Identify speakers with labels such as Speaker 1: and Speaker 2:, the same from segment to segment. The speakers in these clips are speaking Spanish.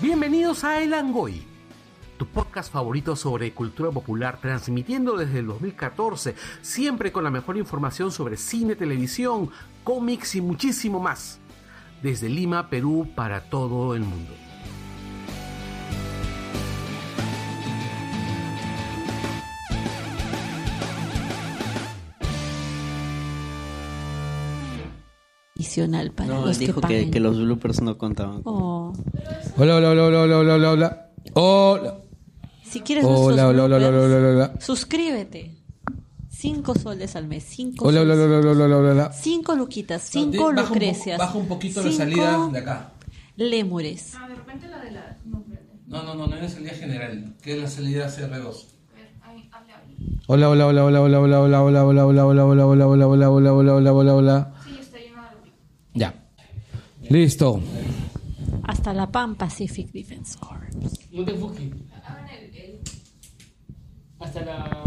Speaker 1: Bienvenidos a El Angoy, tu podcast favorito sobre cultura popular, transmitiendo desde el 2014, siempre con la mejor información sobre cine, televisión, cómics y muchísimo más. Desde Lima, Perú, para todo el mundo.
Speaker 2: adicional para
Speaker 3: No,
Speaker 2: los
Speaker 3: dijo
Speaker 2: que,
Speaker 3: que,
Speaker 2: paguen.
Speaker 3: que los bloopers no contaban.
Speaker 2: Oh.
Speaker 4: Hola, hola, hola, hola, hola, hola, hola. Hola,
Speaker 2: Si quieres nuestros
Speaker 4: hola, hola, hola, hola,
Speaker 2: bloopers,
Speaker 4: hola, hola.
Speaker 2: suscríbete. Cinco soles al mes, cinco
Speaker 4: Hola, hola,
Speaker 2: soles.
Speaker 4: hola, hola, hola, hola, hola.
Speaker 2: Cinco luquitas, cinco
Speaker 4: di- baja un poco-
Speaker 2: lucrecias.
Speaker 4: baja un poquito la
Speaker 2: cinco
Speaker 4: salida de acá.
Speaker 2: Lémures.
Speaker 4: No, no, no, no es la salida general, que es la salida CR2. Hola, hola, hola, hola, hola, hola, hola, hola, hola, hola, hola, hola, hola, hola, hola, hola, hola, hola, hola, hola. Ya. Listo.
Speaker 2: Hasta la PAN Pacific Defense Corps.
Speaker 5: No te enfoques. Hasta la.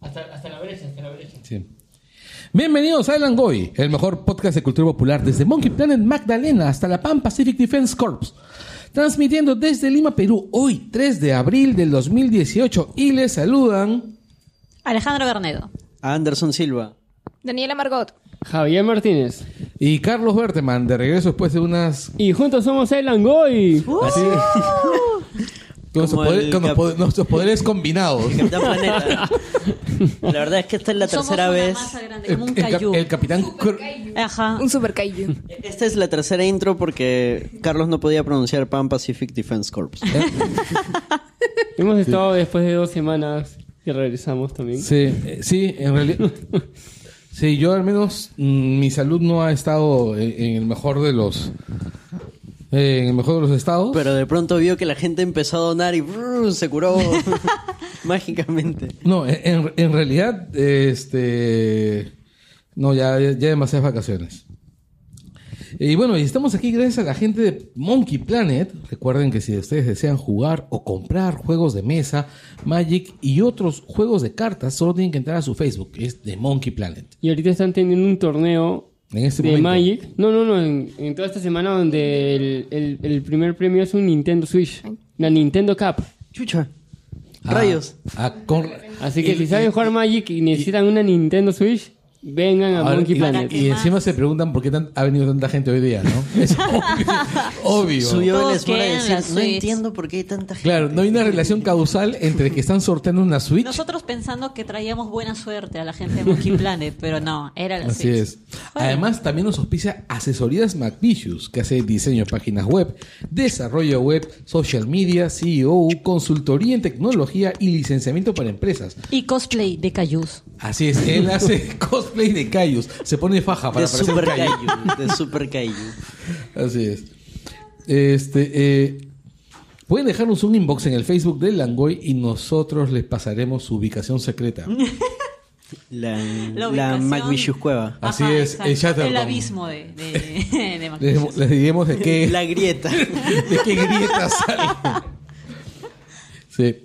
Speaker 5: Hasta, hasta la brecha, hasta la brecha.
Speaker 4: Sí. Bienvenidos a El Angoy, el mejor podcast de cultura popular desde Monkey Planet Magdalena hasta la Pan Pacific Defense Corps. Transmitiendo desde Lima, Perú, hoy 3 de abril del 2018. Y les saludan.
Speaker 2: Alejandro Bernedo.
Speaker 3: Anderson Silva.
Speaker 6: Daniela Margot.
Speaker 5: Javier Martínez.
Speaker 4: Y Carlos Berteman, de regreso después de unas.
Speaker 5: Y juntos somos el Angoy.
Speaker 4: Uh.
Speaker 3: Así.
Speaker 4: con nuestros
Speaker 3: Como
Speaker 4: poderes-
Speaker 3: el cap-
Speaker 4: con nuestros pod- nuestros poderes combinados.
Speaker 3: Capitán Planeta. La verdad es que esta es la tercera
Speaker 2: Somos una
Speaker 3: vez.
Speaker 2: masa grande,
Speaker 4: El,
Speaker 2: como un
Speaker 4: el cap-
Speaker 2: cayú.
Speaker 4: el capitán. Cor-
Speaker 2: Ajá.
Speaker 6: Un super kaiju.
Speaker 3: Esta es la tercera intro porque Carlos no podía pronunciar Pan Pacific Defense Corps.
Speaker 4: ¿Eh?
Speaker 5: Hemos estado después de dos semanas y regresamos también.
Speaker 4: Sí, eh, sí, en realidad. Sí, yo al menos mm, mi salud no ha estado en, en el mejor de los. eh, en el mejor de los estados.
Speaker 3: Pero de pronto vio que la gente empezó a donar y brrr, se curó mágicamente.
Speaker 4: No, en- en, en realidad, este. No, ya, ya demasiadas vacaciones. Y bueno, y estamos aquí gracias a la gente de Monkey Planet. Recuerden que si ustedes desean jugar o comprar juegos de mesa, Magic y otros juegos de cartas, solo tienen que entrar a su Facebook, es de Monkey Planet.
Speaker 5: Y ahorita están teniendo un torneo
Speaker 4: En este
Speaker 5: de
Speaker 4: momento.
Speaker 5: Magic. No, no, no. En, en toda esta semana donde el, el- el primer premio es un Nintendo Switch. La Nintendo Cup.
Speaker 3: Chucha.
Speaker 4: Ah,
Speaker 3: Rayos.
Speaker 4: ah, con-
Speaker 5: Así que
Speaker 4: y-
Speaker 5: si saben jugar Magic y necesitan una Nintendo Switch, vengan a
Speaker 4: ahora-
Speaker 5: Ah, Monkey
Speaker 4: y-
Speaker 5: Planet.
Speaker 4: Y, encima se preguntan por qué tan- ha venido tanta gente hoy día, ¿no? Es obvio. obvio.
Speaker 3: Subió
Speaker 2: Todos
Speaker 3: el Smart y
Speaker 2: quieren
Speaker 3: decía,
Speaker 2: la
Speaker 3: no
Speaker 2: Switch".
Speaker 3: entiendo por qué hay tanta gente.
Speaker 4: Claro, no hay una relación causal entre que están sorteando una Switch.
Speaker 2: Nosotros pensando que traíamos buena suerte a la gente de Monkey Planet, pero no, era la
Speaker 4: Así
Speaker 2: Switch.
Speaker 4: es. Además, también nos auspicia Asesorías McVicious, que hace diseño de páginas web, desarrollo web, social media, CEO, consultoría en tecnología y licenciamiento para empresas.
Speaker 2: Y cosplay de Cayús.
Speaker 4: Así es, él hace cosplay de Cayus, se pone faja para
Speaker 3: De
Speaker 4: parecer
Speaker 3: Super
Speaker 4: Cayus.
Speaker 3: Kaiju. De Super Kaiju.
Speaker 4: Así es. Este, eh, pueden dejarnos un inbox en el Facebook del Langoy y nosotros les pasaremos su ubicación secreta.
Speaker 2: La
Speaker 3: La, la,
Speaker 2: ubicación-
Speaker 3: McVicious Cueva.
Speaker 4: Así
Speaker 2: Ajá,
Speaker 4: es,
Speaker 2: exacto.
Speaker 4: en Chatterton.
Speaker 2: El abismo de, de, de, de
Speaker 4: Les, les diremos de qué
Speaker 3: La grieta.
Speaker 4: ¿De qué grieta sale? Sí.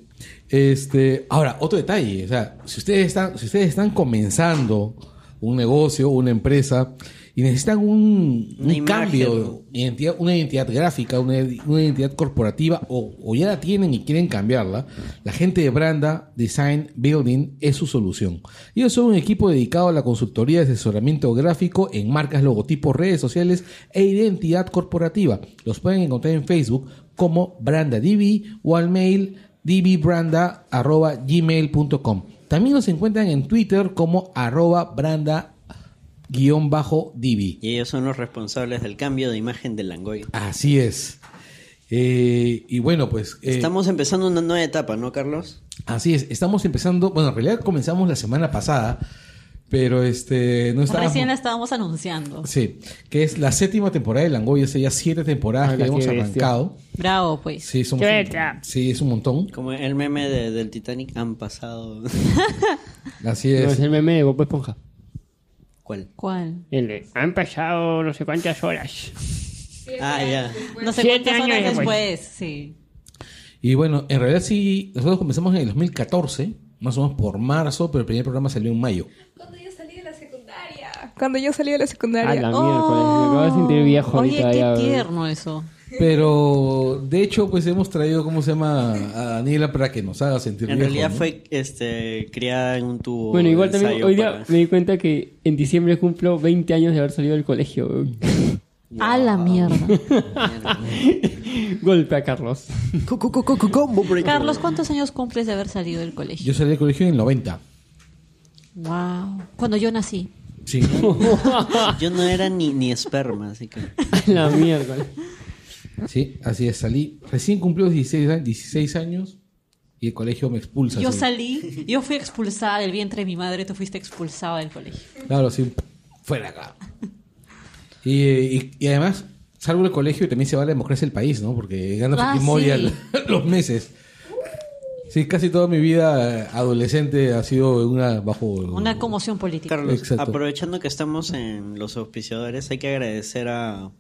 Speaker 4: Este, ahora, otro detalle. O sea, si ustedes están, si ustedes están comenzando un negocio, una empresa, y necesitan un, un
Speaker 3: Una imagen.
Speaker 4: cambio, identidad- una identidad gráfica, una, una identidad corporativa, o, o ya la tienen y quieren cambiarla, la gente de Branda Design Building es su solución. Ellos son un equipo dedicado a la consultoría de asesoramiento gráfico en marcas, logotipos, redes sociales e identidad corporativa. Los pueden encontrar en Facebook como BrandaDB o al mail dbbranda.gmail.com. También los encuentran en Twitter como arroba branda guión bajo
Speaker 3: Y
Speaker 4: db.
Speaker 3: ellos son los responsables del cambio de imagen del Langoy.
Speaker 4: Así es. Eh, y bueno, pues... eh,
Speaker 3: Estamos empezando una nueva etapa, ¿no, Carlos?
Speaker 4: Así es, estamos empezando... Bueno, en realidad comenzamos la semana pasada, pero este... No estábamos,
Speaker 2: Recién la estábamos anunciando.
Speaker 4: Sí, que es la séptima temporada de Langoy, hace ya siete temporadas
Speaker 5: Ah,
Speaker 4: que
Speaker 5: la
Speaker 4: hemos
Speaker 5: qué bestia.
Speaker 4: arrancado.
Speaker 2: Bravo, pues.
Speaker 4: Sí, somos un- sí, es un montón.
Speaker 3: Como el meme de- del Titanic han pasado.
Speaker 4: Así
Speaker 5: No, es
Speaker 4: es.
Speaker 5: el meme de Bob Esponja.
Speaker 3: ¿Cuál?
Speaker 2: ¿Cuál?
Speaker 5: El de, han pasado no sé cuántas horas.
Speaker 3: Ah, ya.
Speaker 2: No sé
Speaker 5: Siete
Speaker 2: cuántas
Speaker 5: años
Speaker 2: horas
Speaker 5: después.
Speaker 2: después, sí.
Speaker 4: Y bueno, en realidad sí, nosotros comenzamos en el 2014, más o menos por marzo, pero el primer programa salió en mayo.
Speaker 6: Cuando yo salí de la secundaria. Cuando yo salí de la
Speaker 5: A
Speaker 6: secundaria.
Speaker 5: la miércoles, me acabo de sentir viejo
Speaker 2: Oh. Oye,
Speaker 5: ahorita.
Speaker 2: qué
Speaker 5: ya, bro.
Speaker 2: tierno eso.
Speaker 4: Pero de hecho, pues hemos traído, ¿cómo se llama? A Daniela para que nos haga sentir
Speaker 3: En
Speaker 4: viejo,
Speaker 3: realidad
Speaker 4: ¿no?
Speaker 3: fue este, criada en un tubo.
Speaker 5: Bueno, igual
Speaker 3: de
Speaker 5: también
Speaker 3: ensayo
Speaker 5: hoy día
Speaker 3: para-
Speaker 5: me di cuenta que en diciembre cumplo 20 años de haber salido del colegio. weón.
Speaker 2: A la mierda.
Speaker 5: Golpe a Carlos.
Speaker 3: Co- co- co- co- combo breaker.
Speaker 2: Carlos, ¿cuántos años cumples de haber salido del colegio?
Speaker 4: Yo salí del colegio en el 90.
Speaker 2: Wow. Cuando yo nací.
Speaker 4: Sí.
Speaker 3: Yo no era ni, ni esperma, así que.
Speaker 5: A la mierda.
Speaker 4: sí, así es, salí. Recién cumplí los 16, a- 16 años y el colegio me expulsa.
Speaker 2: Yo
Speaker 4: sí.
Speaker 2: salí, yo fui expulsada del vientre de mi madre, tú fuiste expulsada del colegio.
Speaker 4: Claro, sí. Fuera acá. Y, y- y además, salvo el colegio, también se va la democracia del país, ¿no? Porque gana
Speaker 2: Ah,
Speaker 4: Fujimori
Speaker 2: sí.
Speaker 4: al- los meses. Sí, casi toda mi vida eh, adolescente ha sido una bajo...
Speaker 2: Una conmoción política.
Speaker 3: Carlos,
Speaker 4: Exacto.
Speaker 3: aprovechando que estamos en los auspiciadores, hay que agradecer a,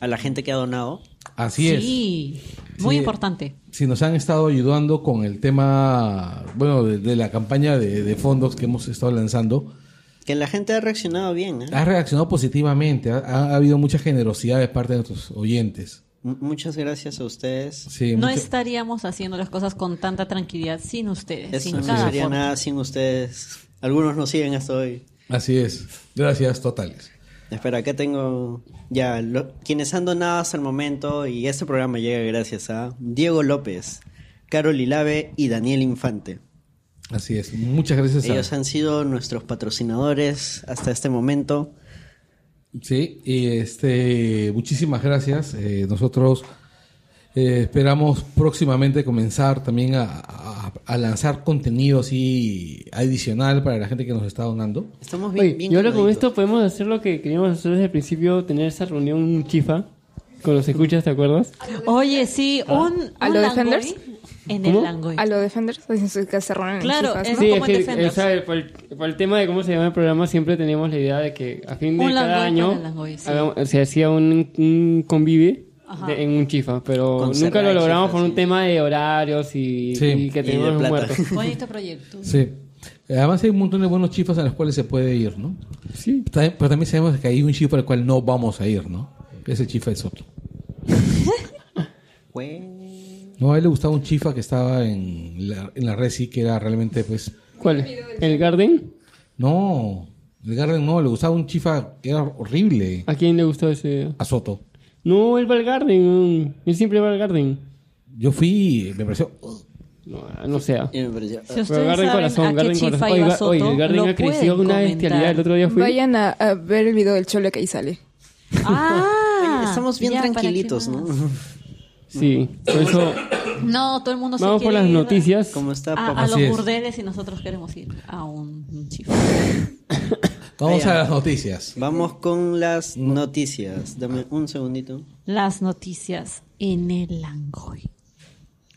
Speaker 3: a la gente que ha donado.
Speaker 4: Así es.
Speaker 2: Sí, muy
Speaker 4: Sí.
Speaker 2: importante.
Speaker 4: si nos han estado ayudando con el tema, bueno, de, de la campaña de, de fondos que hemos estado lanzando,
Speaker 3: Que la gente ha reaccionado bien. ¿eh?
Speaker 4: ha reaccionado positivamente, ha, ha habido mucha generosidad de parte de nuestros oyentes.
Speaker 3: M- Muchas gracias a ustedes.
Speaker 4: Sí,
Speaker 2: No
Speaker 4: mucha-
Speaker 2: estaríamos haciendo las cosas con tanta tranquilidad sin ustedes,
Speaker 3: Eso
Speaker 2: sin
Speaker 3: no
Speaker 2: cada
Speaker 3: sería
Speaker 2: forma.
Speaker 3: nada sin ustedes. Algunos nos siguen hasta hoy.
Speaker 4: Así es, gracias totales.
Speaker 3: Espera, acá tengo ya lo- quienes han donado hasta el momento y este programa llega gracias a Diego López, Carol Ilave y Daniel Infante.
Speaker 4: Así es, muchas gracias. a-
Speaker 3: Ellos han sido nuestros patrocinadores hasta este momento.
Speaker 4: Sí, y este, muchísimas gracias. Eh, nosotros eh, esperamos próximamente comenzar también a, a- a lanzar contenido así adicional para la gente que nos está donando.
Speaker 3: Estamos bien.
Speaker 5: Oye,
Speaker 3: bien
Speaker 5: y ahora con
Speaker 3: calmaditos.
Speaker 5: esto podemos hacer lo que queríamos hacer desde el principio, tener esa reunión chifa con los escuchas, ¿te acuerdas?
Speaker 2: Oye, sí, un,
Speaker 6: ¿A
Speaker 2: un
Speaker 6: lo de
Speaker 2: Langoy
Speaker 6: Fenders?
Speaker 2: en
Speaker 5: Ah. ¿Cómo?
Speaker 2: el Langoy.
Speaker 6: A los Defenders, pues, en su- que se reúnen en
Speaker 2: Claro,
Speaker 6: chifas,
Speaker 2: es-
Speaker 6: ¿no?
Speaker 5: Sí,
Speaker 2: como en
Speaker 5: es que
Speaker 2: Defenders.
Speaker 5: o sea, por, el, por el tema de cómo se llama el programa, siempre teníamos la idea de que a fin de
Speaker 2: Un
Speaker 5: cada
Speaker 2: Langoy
Speaker 5: año
Speaker 2: para Langoy, sí.
Speaker 5: hagamos- se hacía un, un convive
Speaker 2: Ajá.
Speaker 5: de- en un chifa, pero
Speaker 3: Con
Speaker 5: nunca
Speaker 3: cerrar
Speaker 5: lo
Speaker 3: el
Speaker 5: logramos
Speaker 3: chifa,
Speaker 5: por un
Speaker 3: sí.
Speaker 5: tema de horarios y,
Speaker 4: Sí.
Speaker 5: y que
Speaker 3: Y de
Speaker 5: teníamos los
Speaker 3: plata.
Speaker 5: muertos.
Speaker 2: Bonito proyecto.
Speaker 4: Sí. Además hay un montón de buenos chifas a los cuales se puede ir, ¿no?
Speaker 5: Sí.
Speaker 4: También- pero también sabemos que hay un chifa al cual no vamos a ir, ¿no? Ese chifa es otro.
Speaker 3: Güey.
Speaker 4: No, a él le gustaba un chifa que estaba en la, en la Resi, que era realmente, pues...
Speaker 5: ¿Cuál? ¿El Garden?
Speaker 4: No, el Garden no, le gustaba un chifa que era horrible.
Speaker 5: ¿A quién le gustó ese?
Speaker 4: A Soto.
Speaker 5: No, él va al Garden. mm. Él siempre va al Garden.
Speaker 4: Yo fui, me pareció...
Speaker 5: No, no sea.
Speaker 3: Y me pareció, ah,
Speaker 2: Si
Speaker 5: Pero
Speaker 2: ustedes
Speaker 5: Garden
Speaker 2: saben
Speaker 5: corazón,
Speaker 2: a qué
Speaker 5: Garden
Speaker 2: chifa
Speaker 5: corazón. Oye,
Speaker 2: iba
Speaker 5: ga-
Speaker 2: Soto,
Speaker 5: oye, el Garden
Speaker 2: lo
Speaker 5: ha crecido
Speaker 2: pueden
Speaker 5: una bestialidad. El otro día fui.
Speaker 6: Vayan a, a ver el video del cholo que ahí sale.
Speaker 2: Ah,
Speaker 3: Estamos bien
Speaker 2: ya, ¿para qué
Speaker 3: tranquilitos,
Speaker 2: más?
Speaker 3: ¿no?
Speaker 5: Sí. Por eso
Speaker 2: No, todo el mundo se
Speaker 5: vamos por
Speaker 2: quiere
Speaker 5: las
Speaker 2: ir
Speaker 5: noticias.
Speaker 3: ¿Cómo está
Speaker 2: A,
Speaker 3: papá?
Speaker 2: a los
Speaker 4: Así es.
Speaker 2: burdeles y nosotros queremos ir a un chifa.
Speaker 4: Vamos
Speaker 3: Ah, ya.
Speaker 4: a las noticias.
Speaker 3: Vamos con las noticias. Dame un segundito.
Speaker 2: Las noticias en el Langoy.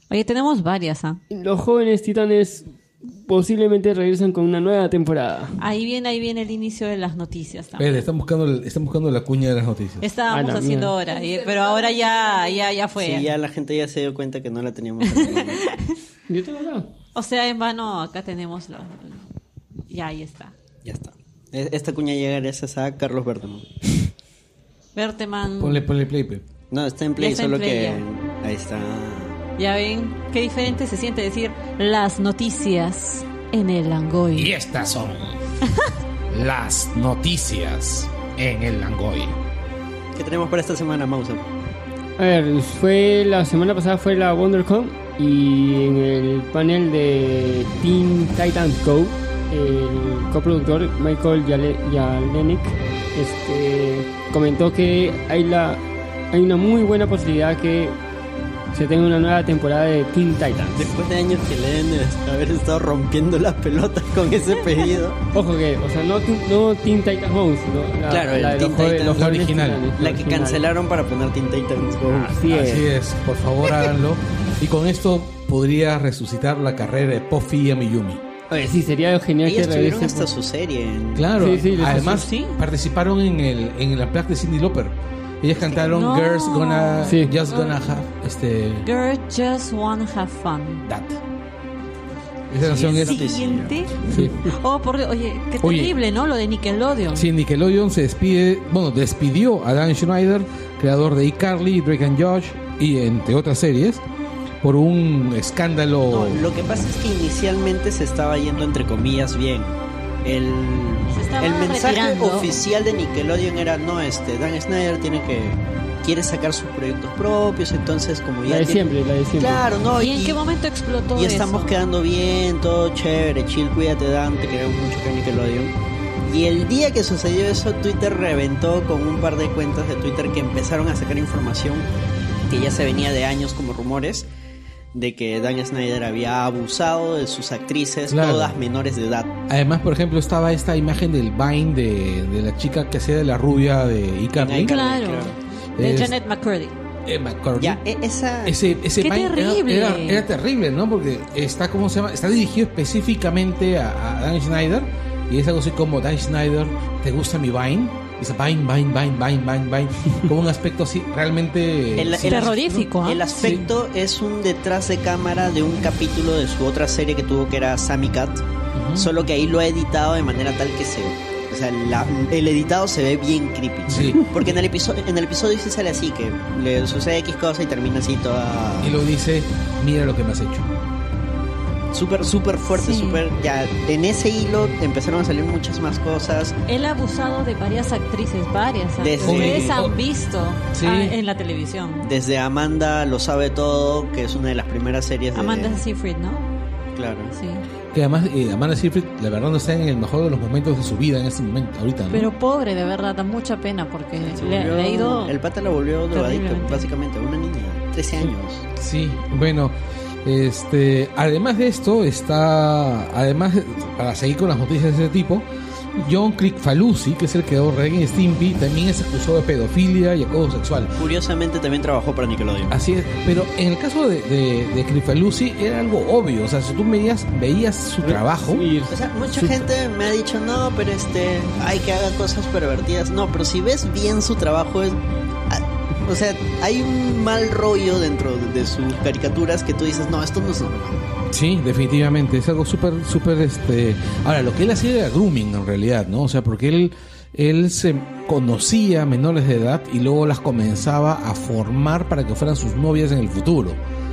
Speaker 2: Oye, tenemos varias, ¿ah?
Speaker 5: Los jóvenes titanes posiblemente regresan con una nueva temporada.
Speaker 2: Ahí viene, ahí viene el inicio de las noticias también.
Speaker 4: Espera, están buscando, el- están buscando la cuña de las noticias.
Speaker 5: A
Speaker 2: Estábamos
Speaker 5: la
Speaker 2: haciendo ahora, y- pero ahora ya, ya, ya fue.
Speaker 3: Sí, ya la gente ya se dio cuenta que no la teníamos. al momento.
Speaker 5: Yo tengo acá.
Speaker 2: O sea, en vano acá tenemos lo, lo- ya ahí está.
Speaker 3: ya está. E- Esta cuña llega gracias a Carlos Bertamo.
Speaker 2: Berteman,
Speaker 4: Ponle, ponle play, pe.
Speaker 3: No, está en
Speaker 2: Ya
Speaker 3: play,
Speaker 2: está en
Speaker 3: solo
Speaker 2: play
Speaker 3: que
Speaker 2: ya.
Speaker 3: ahí está.
Speaker 2: ya ven qué diferente se siente decir las noticias en el Langoy.
Speaker 4: Y estas son las noticias en el Langoy.
Speaker 3: ¿Qué tenemos para esta semana, Mauser?
Speaker 5: A ver, fue la semana pasada fue la WonderCon y en el panel de Teen Titans Go, el coproductor Michael Yale- Yalenik este, comentó que hay la hay una muy buena posibilidad que se tenga una nueva temporada de Teen Titans.
Speaker 3: Después de años que le deben de haber estado rompiendo las pelotas con ese pedido.
Speaker 5: Ojo que, o sea, no, Teen- no Teen Titans Go, sino la,
Speaker 3: Claro, el
Speaker 5: la de los
Speaker 3: Teen
Speaker 5: joven-
Speaker 3: Titans,
Speaker 5: los
Speaker 4: la
Speaker 5: jóvenes
Speaker 4: original.
Speaker 5: titanes, la
Speaker 3: La que
Speaker 5: original. Ah,
Speaker 3: cancelaron para poner Teen Titans Go.
Speaker 5: Así es.
Speaker 4: Así es, por favor háganlo. Y con esto podría resucitar la carrera de Puffy y Amiyumi.
Speaker 5: Oye, sí, sería genial
Speaker 3: Ellos
Speaker 5: que
Speaker 3: tuvieron
Speaker 5: regresen,
Speaker 3: hasta su serie. en-
Speaker 4: Claro,
Speaker 5: Sí, sí, les
Speaker 4: además
Speaker 2: hace- sí.
Speaker 4: participaron en el en la placa de Cindy Lauper. Ellas cantaron
Speaker 2: No.
Speaker 4: Girls Gonna
Speaker 5: Sí. Ah.
Speaker 4: Just Gonna Have este
Speaker 2: Girl just wanna have fun.
Speaker 4: That. Esa canción es.
Speaker 2: siguiente.
Speaker 4: Sí.
Speaker 2: Oh, por Dios, oye, qué
Speaker 4: Oye.
Speaker 2: terrible, ¿no? Lo de Nickelodeon.
Speaker 4: Sí, Nickelodeon se despide, bueno, despidió a Dan Schneider, creador de iCarly, Drake and Josh y entre otras series, por un escándalo.
Speaker 5: Oh.
Speaker 3: No, lo que pasa es que inicialmente se estaba yendo entre comillas bien. El,
Speaker 2: Se estaba
Speaker 3: el mensaje
Speaker 2: retirando.
Speaker 3: oficial de Nickelodeon era no, este Dan Snyder tiene que quiere sacar sus proyectos propios, entonces como ya
Speaker 5: La de
Speaker 3: tiene-
Speaker 5: siempre, la de siempre.
Speaker 3: Claro, no,
Speaker 2: ¿Y en qué momento explotó
Speaker 3: y estamos
Speaker 2: eso?
Speaker 3: quedando bien, todo chévere, chill, cuídate Dan, te queremos mucho que Nickelodeon. Y el día que sucedió eso, Twitter reventó con un par de cuentas de Twitter que empezaron a sacar información que ya se venía de años como rumores de que Dan Snyder había abusado de sus actrices,
Speaker 4: Claro.
Speaker 3: todas menores de edad.
Speaker 4: Además, por ejemplo, estaba esta imagen del Vine de, de la chica que hacía de la rubia de iCarly.
Speaker 3: En iCarly.
Speaker 2: Claro. De
Speaker 4: Es-
Speaker 2: Janet McCurdy.
Speaker 4: Emma Cordy.
Speaker 3: Ya, e- esa
Speaker 4: Ese, ese
Speaker 2: ¡Qué
Speaker 4: Vine era-
Speaker 2: terrible!
Speaker 4: Era, era terrible, ¿no? Porque está, ¿cómo se llama? Está dirigido específicamente a, a Dan Schneider. Y es algo así como, Dan Schneider, ¿te gusta mi Vine? Y dice, Vine, Vine, Vine, Vine, Vine, Vine. Con un aspecto así, realmente...
Speaker 3: El-
Speaker 4: sí,
Speaker 3: el-
Speaker 2: Terrorífico, ¿ah?
Speaker 3: El aspecto es un detrás de cámara de un capítulo de su otra serie que tuvo que era Sammy Cat. Solo que ahí lo ha editado de manera tal que se. O sea, la- el editado se ve bien creepy.
Speaker 4: Sí.
Speaker 3: Porque en el episodio, en el episodio sí sale así, que le sucede X cosa y termina así toda.
Speaker 4: Y luego dice, mira lo que me has hecho.
Speaker 3: Súper, súper fuerte,
Speaker 2: Sí.
Speaker 3: súper. Ya, en ese hilo empezaron a salir muchas más cosas.
Speaker 2: Él ha abusado de varias actrices, varias. ¿ah?
Speaker 3: Desde-
Speaker 2: Ustedes
Speaker 4: Oye.
Speaker 2: han visto
Speaker 4: Sí.
Speaker 2: ah, en la televisión.
Speaker 3: Desde Amanda lo sabe todo, que es una de las primeras series de.
Speaker 2: Amanda Seyfried, ¿no?
Speaker 3: Claro.
Speaker 2: Sí.
Speaker 4: Que además, eh, Amanda Seyfried, la verdad, no está en el mejor de los momentos de su vida en este momento, ahorita, ¿no?
Speaker 2: Pero pobre, de verdad, da mucha pena porque
Speaker 3: Se
Speaker 2: le,
Speaker 3: volvió-
Speaker 2: le ha ido...
Speaker 3: El pata la volvió drogadicto,
Speaker 2: Terriblemente.
Speaker 3: básicamente, una niña, 13 años.
Speaker 4: Sí, bueno, este, además de esto está, además para seguir con las noticias de ese tipo, John Falusi, que es el creador de Ren y Stimpy, también es acusado de pedofilia y acoso sexual.
Speaker 3: Curiosamente también trabajó para Nickelodeon.
Speaker 4: Así es, pero en el caso de, de, de Crifalusi era algo obvio, o sea, si tú veías, veías su trabajo,
Speaker 5: Sí,
Speaker 3: O sea, mucha
Speaker 4: Su-
Speaker 3: gente me ha dicho, no, pero este, hay que haga cosas pervertidas. No, pero si ves bien su trabajo, es, ah, o sea, hay un mal rollo dentro de, de sus caricaturas que tú dices, no, esto no es normal.
Speaker 4: Sí, definitivamente, es algo súper, súper, este... Ahora, lo que él hacía era grooming en realidad, ¿no? O sea, porque él, él se conocía a menores de edad y luego las comenzaba a formar para que fueran sus novias en el futuro.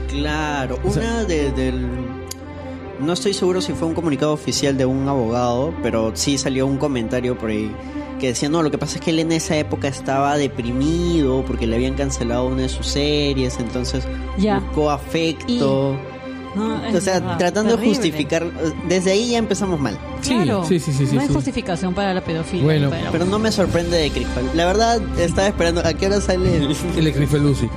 Speaker 3: Claro,
Speaker 4: O sea-
Speaker 3: una de- del... No estoy seguro si fue un comunicado oficial de un abogado, pero sí salió un comentario por ahí que decía, no, lo que pasa es que él en esa época estaba deprimido porque le habían cancelado una de sus series, entonces
Speaker 2: Ya.
Speaker 3: buscó afecto.
Speaker 2: No, es
Speaker 3: O sea,
Speaker 2: verdad,
Speaker 3: tratando
Speaker 2: terrible.
Speaker 3: de justificar. Desde ahí ya empezamos mal.
Speaker 4: Sí,
Speaker 2: Claro,
Speaker 4: sí, sí, sí, sí,
Speaker 2: no hay
Speaker 4: sí.
Speaker 2: justificación para la pedofilia.
Speaker 4: Bueno,
Speaker 2: pero-
Speaker 3: Pero no me sorprende de Crispal. La verdad, estaba esperando. ¿A qué hora sale el.?
Speaker 4: El de Crifalusi.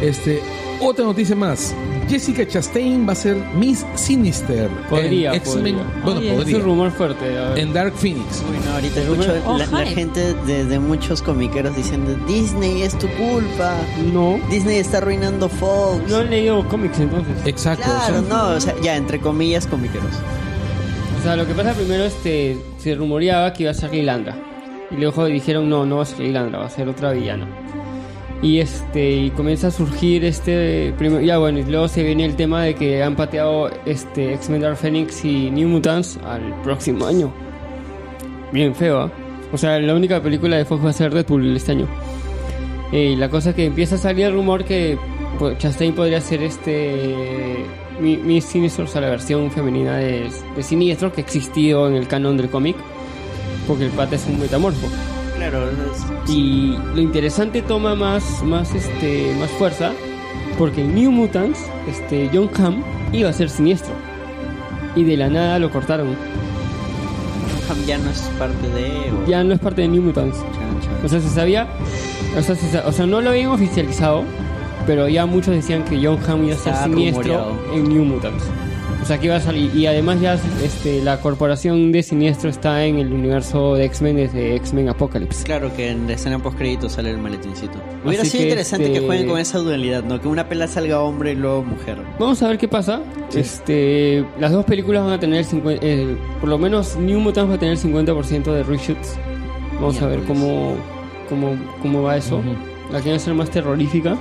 Speaker 4: Este, otra noticia más. Jessica Chastain va a ser Miss Sinister. en
Speaker 5: Podría,
Speaker 4: X-Men-
Speaker 5: podría.
Speaker 4: Bueno,
Speaker 2: Oye,
Speaker 5: Es un
Speaker 4: podría.
Speaker 5: rumor fuerte. a ver.
Speaker 4: En Dark Phoenix.
Speaker 3: Uy, no, ahorita escucho
Speaker 2: Oh,
Speaker 3: la, la
Speaker 2: hi.
Speaker 3: gente de, de muchos comiqueros diciendo: Disney es tu culpa.
Speaker 5: No.
Speaker 3: Disney está arruinando Fox.
Speaker 5: No he leído cómics entonces.
Speaker 4: Exacto. o
Speaker 3: claro,
Speaker 4: sea,
Speaker 3: no. O sea, ya, entre comillas, comiqueros.
Speaker 5: O sea, lo que pasa primero es que se rumoreaba que iba a ser Lilandra. Y luego dijeron, no, no va a ser Lilandra, va a ser otra villana. Y este y comienza a surgir este... prim- ya bueno, y luego se viene el tema de que han pateado este X-Men Dark Phoenix y New Mutants al próximo año. Bien feo, ¿ah? O sea, la única película de Fox va a ser Deadpool este año. Eh, Y la cosa es que empieza a salir el rumor que pues, Chastain podría ser este. Mi- Miss Sinister, o sea, la versión femenina de, de Siniestro que existió en el canon del cómic, porque el pata es un metamorfo.
Speaker 3: Claro,
Speaker 5: Y lo interesante toma más, más, este, más fuerza, porque en New Mutants, este, John Hamm iba a ser Siniestro. Y de la nada lo cortaron.
Speaker 3: ya no es parte de. o-
Speaker 5: Ya no es parte de New Mutants.
Speaker 3: Chan, chan.
Speaker 5: O sea, se sabía. O sea, se sa- o sea, no lo habían oficializado, pero ya muchos decían que John Hamm iba a ser
Speaker 3: Está
Speaker 5: siniestro
Speaker 3: rumoreado.
Speaker 5: en New Mutants. O sea, que iba a salir. Y además, ya este, la corporación de siniestro está en el universo de X-Men desde X-Men Apocalypse.
Speaker 3: Claro que en la escena post crédito sale el maletincito. Hubiera
Speaker 5: Así
Speaker 3: sido
Speaker 5: que,
Speaker 3: interesante
Speaker 5: este-
Speaker 3: que jueguen con esa dualidad, ¿no? Que una pela salga hombre y luego mujer.
Speaker 5: Vamos a ver qué pasa. Este, las dos películas van a tener 50, eh, por lo menos New Mutants va a tener el 50% de reshoots. Vamos a ver
Speaker 3: Miércoles.
Speaker 5: cómo, cómo, cómo va eso.
Speaker 4: Ujú.
Speaker 5: La que va a ser más terrorífica.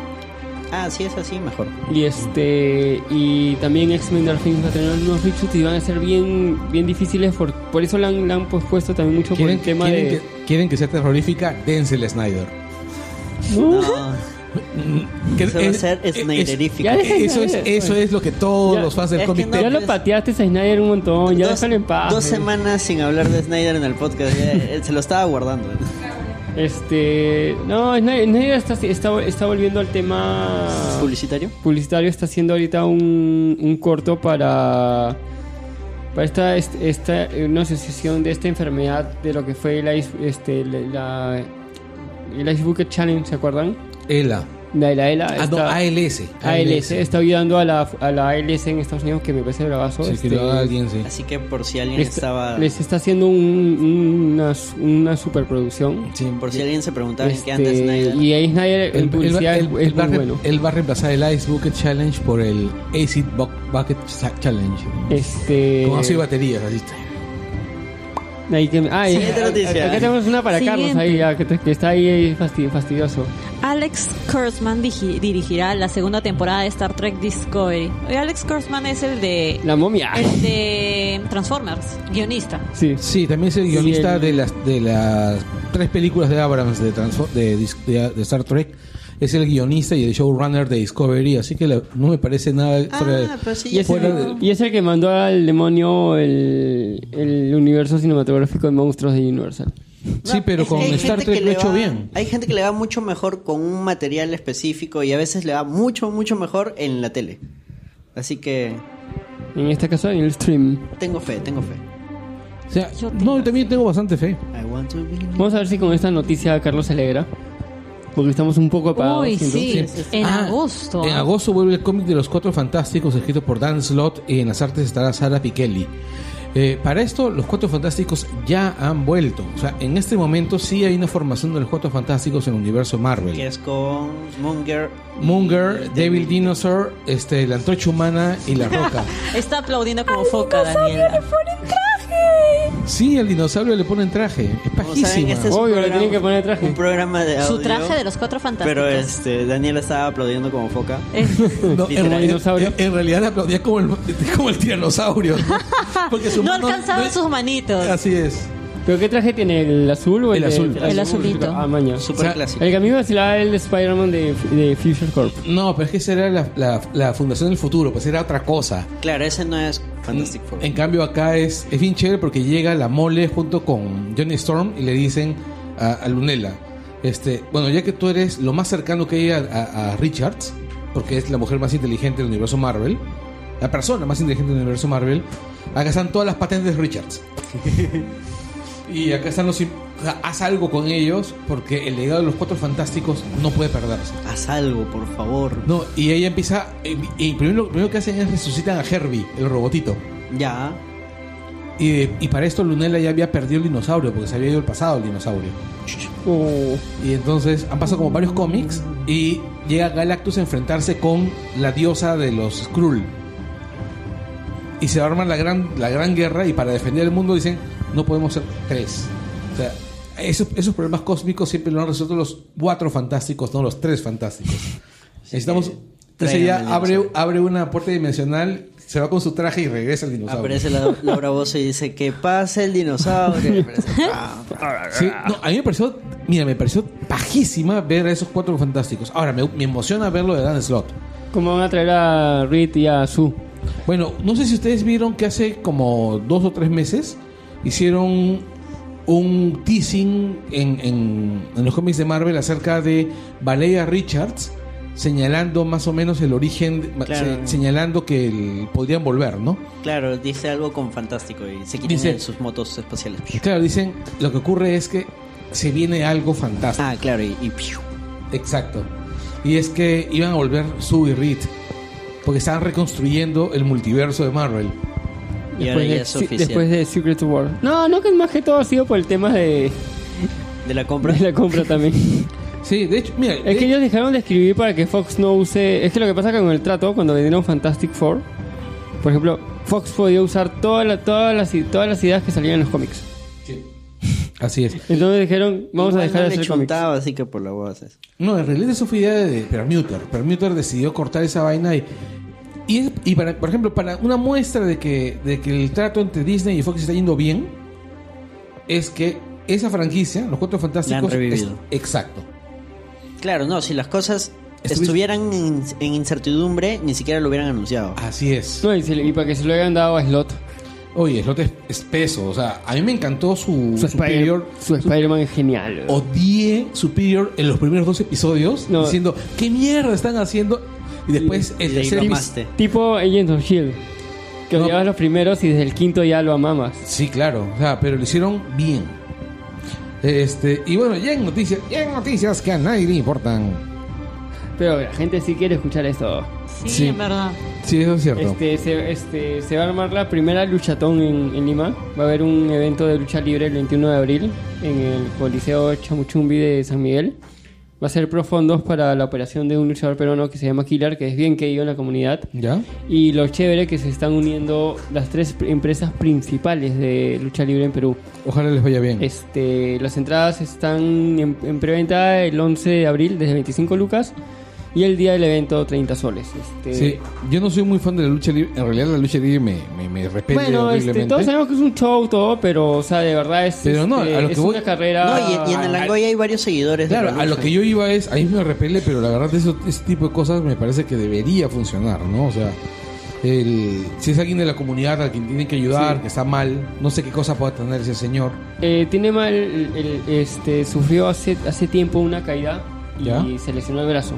Speaker 3: Ah, si es así, mejor.
Speaker 5: Y este y también X-Men Dark Phoenix va a tener unos features y van a ser bien bien difíciles por, por eso la han, la han pospuesto también mucho por
Speaker 4: ¿Quieren,
Speaker 5: el tema
Speaker 4: quieren
Speaker 5: de
Speaker 4: que, quieren que sea terrorífica? Denzel Snyder.
Speaker 3: No,
Speaker 5: No.
Speaker 4: Que
Speaker 3: eso va a
Speaker 4: es-
Speaker 3: ser
Speaker 4: es-
Speaker 3: Snyderífico.
Speaker 5: ya deja de
Speaker 4: Eso es,
Speaker 5: Snyder,
Speaker 4: eso
Speaker 5: oye.
Speaker 4: es lo que todos
Speaker 5: Ya,
Speaker 4: los fans del
Speaker 3: es que
Speaker 4: cómic
Speaker 3: no- pues,
Speaker 5: Ya
Speaker 4: temen.
Speaker 5: lo pateaste a Snyder un montón, ya
Speaker 3: dos,
Speaker 5: déjalo en paz.
Speaker 3: dos
Speaker 5: eh.
Speaker 3: semanas sin hablar de Snyder en el podcast. ya, él se lo estaba guardando. ¿eh?
Speaker 5: Este, no, Snyder, Snyder está, está está volviendo al tema
Speaker 3: ¿Publicitario?
Speaker 5: publicitario está haciendo ahorita un, un corto para para esta, est- esta eh, una asociación de esta enfermedad de lo que fue el ice, este la, la- el Ice Bucket Challenge, ¿se acuerdan?
Speaker 4: ELA.
Speaker 5: La de la ELA.
Speaker 4: Ah, no,
Speaker 5: esta-
Speaker 4: ALS.
Speaker 5: ALS, está ayudando a la, a la ALS en Estados Unidos, que me parece bravazo.
Speaker 4: Sí, que
Speaker 5: este,
Speaker 4: lo haga alguien, sí.
Speaker 3: Así que por si alguien
Speaker 5: les,
Speaker 3: estaba.
Speaker 5: les está haciendo un- un- una, una superproducción.
Speaker 4: Sí.
Speaker 3: Por si alguien se preguntaba en qué anda
Speaker 5: Este,
Speaker 3: Snyder.
Speaker 5: y ahí Snyder
Speaker 4: Él,
Speaker 5: en
Speaker 4: él va,
Speaker 5: publicidad
Speaker 4: él-
Speaker 5: es
Speaker 4: él va a
Speaker 5: muy
Speaker 4: re-
Speaker 5: bueno.
Speaker 4: él va a reemplazar el Ice Bucket Challenge por el Acid Bu- Bucket Sa- Challenge. Eh,
Speaker 5: Este,
Speaker 4: Con así baterías, así.
Speaker 5: Ahí que- ah, y-
Speaker 3: Siguiente
Speaker 5: a- a-
Speaker 3: noticia.
Speaker 5: Acá tenemos una para Carlos
Speaker 2: Siguiente.
Speaker 5: ahí, ya, que, te- que está ahí, ahí fasti- fastidioso.
Speaker 2: Alex Kurtzman digi- dirigirá la segunda temporada de Star Trek Discovery. Eh, Alex Kurtzman es el de,
Speaker 5: La momia.
Speaker 2: el de Transformers, guionista.
Speaker 5: Sí.
Speaker 4: Sí, también es el
Speaker 5: Y
Speaker 4: guionista
Speaker 5: el-
Speaker 4: de las de las tres películas de Abrams de, Transfo- de, Dis- de- de Star Trek. Es el guionista y el showrunner de Discovery, así que la- no me parece nada fuera de-
Speaker 3: Ah, pero sí,
Speaker 5: Y es,
Speaker 4: Fuera
Speaker 5: el, y es el que mandó al demonio el, el universo cinematográfico de monstruos de Universal.
Speaker 4: Sí, pero
Speaker 3: Es que
Speaker 4: con
Speaker 3: hay
Speaker 4: Star
Speaker 3: gente
Speaker 4: Trek
Speaker 3: que
Speaker 4: lo ha
Speaker 3: le
Speaker 4: hecho
Speaker 3: va-
Speaker 4: bien.
Speaker 3: Hay gente que le va mucho mejor con un material específico y a veces le va mucho, mucho mejor en la tele. Así que
Speaker 5: En este caso, en el stream.
Speaker 3: tengo fe, tengo fe.
Speaker 4: O sea,
Speaker 2: Yo tengo
Speaker 4: no, yo también tengo bastante fe.
Speaker 3: I want to be-
Speaker 5: Vamos a ver si con esta noticia Carlos se alegra. Porque estamos un poco apagados.
Speaker 2: Uy,
Speaker 5: siento.
Speaker 2: sí, en
Speaker 4: Ah,
Speaker 2: agosto.
Speaker 4: En agosto vuelve el cómic de los Cuatro Fantásticos escrito por Dan Slott y en las artes estará Sara Pichelli. Eh, para esto, los Cuatro Fantásticos ya han vuelto. O sea, en este momento sí hay una formación de los Cuatro Fantásticos en el universo Marvel.
Speaker 3: Que es con Munger.
Speaker 4: Munger, Devil Dinosaur, este, la antorcha humana y la roca.
Speaker 2: Está aplaudiendo como foca, Daniela.
Speaker 4: Sí, al dinosaurio le ponen traje. Es
Speaker 3: Como saben,
Speaker 4: pajísima.
Speaker 3: este es un
Speaker 5: Obvio, le
Speaker 3: programa-
Speaker 5: tienen que poner traje.
Speaker 3: Un programa de
Speaker 2: Su
Speaker 3: audio,
Speaker 2: traje de los cuatro fantásticos.
Speaker 3: Pero este, Daniel estaba aplaudiendo como foca.
Speaker 2: Eh,
Speaker 4: No, en,
Speaker 3: Literal.
Speaker 4: realidad, en- en realidad aplaudía como el, como el tiranosaurio. ¿no? Porque su
Speaker 2: no
Speaker 4: mano-
Speaker 2: alcanzaban
Speaker 4: no es-
Speaker 2: sus manitos.
Speaker 4: Así es.
Speaker 5: ¿Pero qué traje tiene? ¿El azul o el,
Speaker 4: El
Speaker 5: de-
Speaker 4: azul.
Speaker 2: El azulito.
Speaker 5: Ah, maña.
Speaker 3: Super
Speaker 4: O sea,
Speaker 3: clásico.
Speaker 5: El que a mí me vacilaba era el Spider-Man de, de Future Corp.
Speaker 4: No, pero es que esa era la, la- la Fundación del Futuro, pues era otra cosa.
Speaker 3: Claro, ese no es Fantastic Four.
Speaker 4: En cambio, acá es, es bien chévere porque llega la mole junto con Johnny Storm y le dicen a, a Lunela: este, Bueno, ya que tú eres lo más cercano que hay a, a- a Richards, porque es la mujer más inteligente del universo Marvel, la persona más inteligente del universo Marvel, acá están todas las patentes de Richards. y acá están los. im- o sea, haz algo con ellos porque el legado de los cuatro fantásticos no puede perderse.
Speaker 3: Haz algo, por favor.
Speaker 4: No, y ella empieza. Y, y primero, lo primero que hacen es resucitan a Herbie, el robotito.
Speaker 3: Ya.
Speaker 4: Y, y para esto Lunela ya había perdido el dinosaurio, porque se había ido el pasado el dinosaurio.
Speaker 5: Oh.
Speaker 4: Y entonces han pasado como varios cómics y llega Galactus a enfrentarse con la diosa de los Skrull. Y se arma la gran, la gran guerra y para defender el mundo dicen, no podemos ser tres. O sea, esos, esos problemas cósmicos siempre lo han resuelto los cuatro fantásticos, no los tres fantásticos. Necesitamos... Entonces
Speaker 3: traigan al
Speaker 4: ella abre,
Speaker 3: dinosaurio.
Speaker 4: abre una puerta dimensional, se va con su traje y regresa el dinosaurio.
Speaker 3: Aparece la, Laura Bozo y dice que pase el dinosaurio. Y aparece, "Ah".
Speaker 4: Sí, no, a mí me pareció, mira, me pareció pajísima ver a esos cuatro fantásticos. Ahora, me, me emociona ver lo de Dan Slot.
Speaker 5: ¿Cómo van a traer a Reed y a Sue?
Speaker 4: Bueno, no sé si ustedes vieron que hace como dos o tres meses hicieron un teasing en, en- en los cómics de Marvel acerca de Valeria Richards señalando más o menos el origen,
Speaker 3: Claro.
Speaker 4: se- señalando que el- podrían volver, ¿no?
Speaker 3: Claro, dice algo con fantástico y se quitan
Speaker 4: Dice-
Speaker 3: sus motos espaciales.
Speaker 4: Y claro, dicen, lo que ocurre es que se viene algo fantástico.
Speaker 3: Ah, claro, y, y piu.
Speaker 4: Exacto. Y es que iban a volver Sue y Reed. Porque estaban reconstruyendo el multiverso de Marvel.
Speaker 3: y ahora ya
Speaker 5: de,
Speaker 3: es
Speaker 5: sí,
Speaker 3: oficial.
Speaker 5: después de Secret War. No, no, que más que todo ha sido por el tema de,
Speaker 3: de la compra.
Speaker 5: de la compra también.
Speaker 4: Sí, de hecho, mira.
Speaker 5: es
Speaker 4: de-
Speaker 5: que ellos dejaron de escribir para que Fox no use... Es que lo que pasa que con el trato, cuando vendieron Fantastic Four, por ejemplo, Fox podía usar toda la- todas, las, todas las ideas que salían en los cómics.
Speaker 4: sí. Así es.
Speaker 5: Entonces dijeron, vamos a
Speaker 3: Igual
Speaker 5: dejar
Speaker 3: no le
Speaker 5: de hacer cómics.
Speaker 3: chuntaba, así que por la voz haces.
Speaker 4: No, en realidad eso fue idea de Permuter. Permuter decidió cortar esa vaina y. Y, es- y para, por ejemplo, para una muestra de que, de que el trato entre Disney y Fox está yendo bien, es que esa franquicia, Los Cuatro Fantásticos. es-
Speaker 3: revivido.
Speaker 4: exacto.
Speaker 3: Claro, no, si las cosas
Speaker 4: Estuviste-
Speaker 3: estuvieran en, en incertidumbre, ni siquiera lo hubieran anunciado.
Speaker 5: Ah,
Speaker 4: Así es.
Speaker 5: No, y, se le- y para que se lo hayan dado a Slot.
Speaker 4: Oye, Slot es espeso. O sea, a mí me encantó su,
Speaker 5: Su, Spider-
Speaker 4: superior.
Speaker 5: su Spider-Man es genial. weón.
Speaker 4: Odié Superior en los primeros dos episodios,
Speaker 5: No.
Speaker 4: diciendo, ¿qué mierda están hapiendo? Y después el
Speaker 3: Y ahí
Speaker 4: tercer
Speaker 3: lo
Speaker 4: epi-
Speaker 3: amaste.
Speaker 5: Tipo Agents of Shield. E Que
Speaker 4: No.
Speaker 5: odiabas los primeros y desde el quinto ya lo amabas.
Speaker 4: Sí, claro, o sea, pero lo hicieron bien. Este, y bueno, ya en noticias, ya en noticias que a nadie le importan.
Speaker 5: Pero la gente sí quiere escuchar esto.
Speaker 2: Sí,
Speaker 4: Sí.
Speaker 2: en verdad.
Speaker 4: Sí, eso es cierto.
Speaker 5: Este se, este, se va a armar la primera luchatón en, en Lima. Va a haber un evento de lucha libre el 21 de abril en el Coliseo Chamuchumbi de San Miguel. Va a ser profundos para la operación de un luchador peruano que se llama Killer, que es bien querido en la comunidad.
Speaker 4: ¿Ya?
Speaker 5: Y lo chévere que se están uniendo las tres pr- empresas principales de lucha libre en Perú.
Speaker 4: Ojalá les vaya bien.
Speaker 5: Este, las entradas están en, en preventa el 11 de abril desde 25 lucas y el día del evento 30 soles. Este,
Speaker 4: Sí, yo no soy muy fan de la lucha libre. En realidad, la lucha libre me, me, me repele
Speaker 5: Bueno, este,
Speaker 4: horriblemente.
Speaker 5: todos sabemos que es un show todo, pero o sea, de verdad es,
Speaker 4: Pero no,
Speaker 5: este,
Speaker 4: a lo que
Speaker 5: es
Speaker 4: voy-
Speaker 5: una carrera.
Speaker 3: No, y, y en el
Speaker 5: Ah,
Speaker 3: Angoy hay varios seguidores. de
Speaker 4: Claro,
Speaker 3: la
Speaker 4: a lo
Speaker 3: lucha.
Speaker 4: que yo iba es, a mí me repele, pero la verdad eso, ese tipo de cosas me parece que debería funcionar, ¿no? O sea, el- si es alguien de la comunidad a quien tienen que ayudar, que está mal, no sé qué cosa pueda tener ese señor.
Speaker 5: eh, tiene mal, el- el- este, sufrió hace, hace tiempo una caída y
Speaker 4: ¿Ya?
Speaker 5: se lesionó el brazo.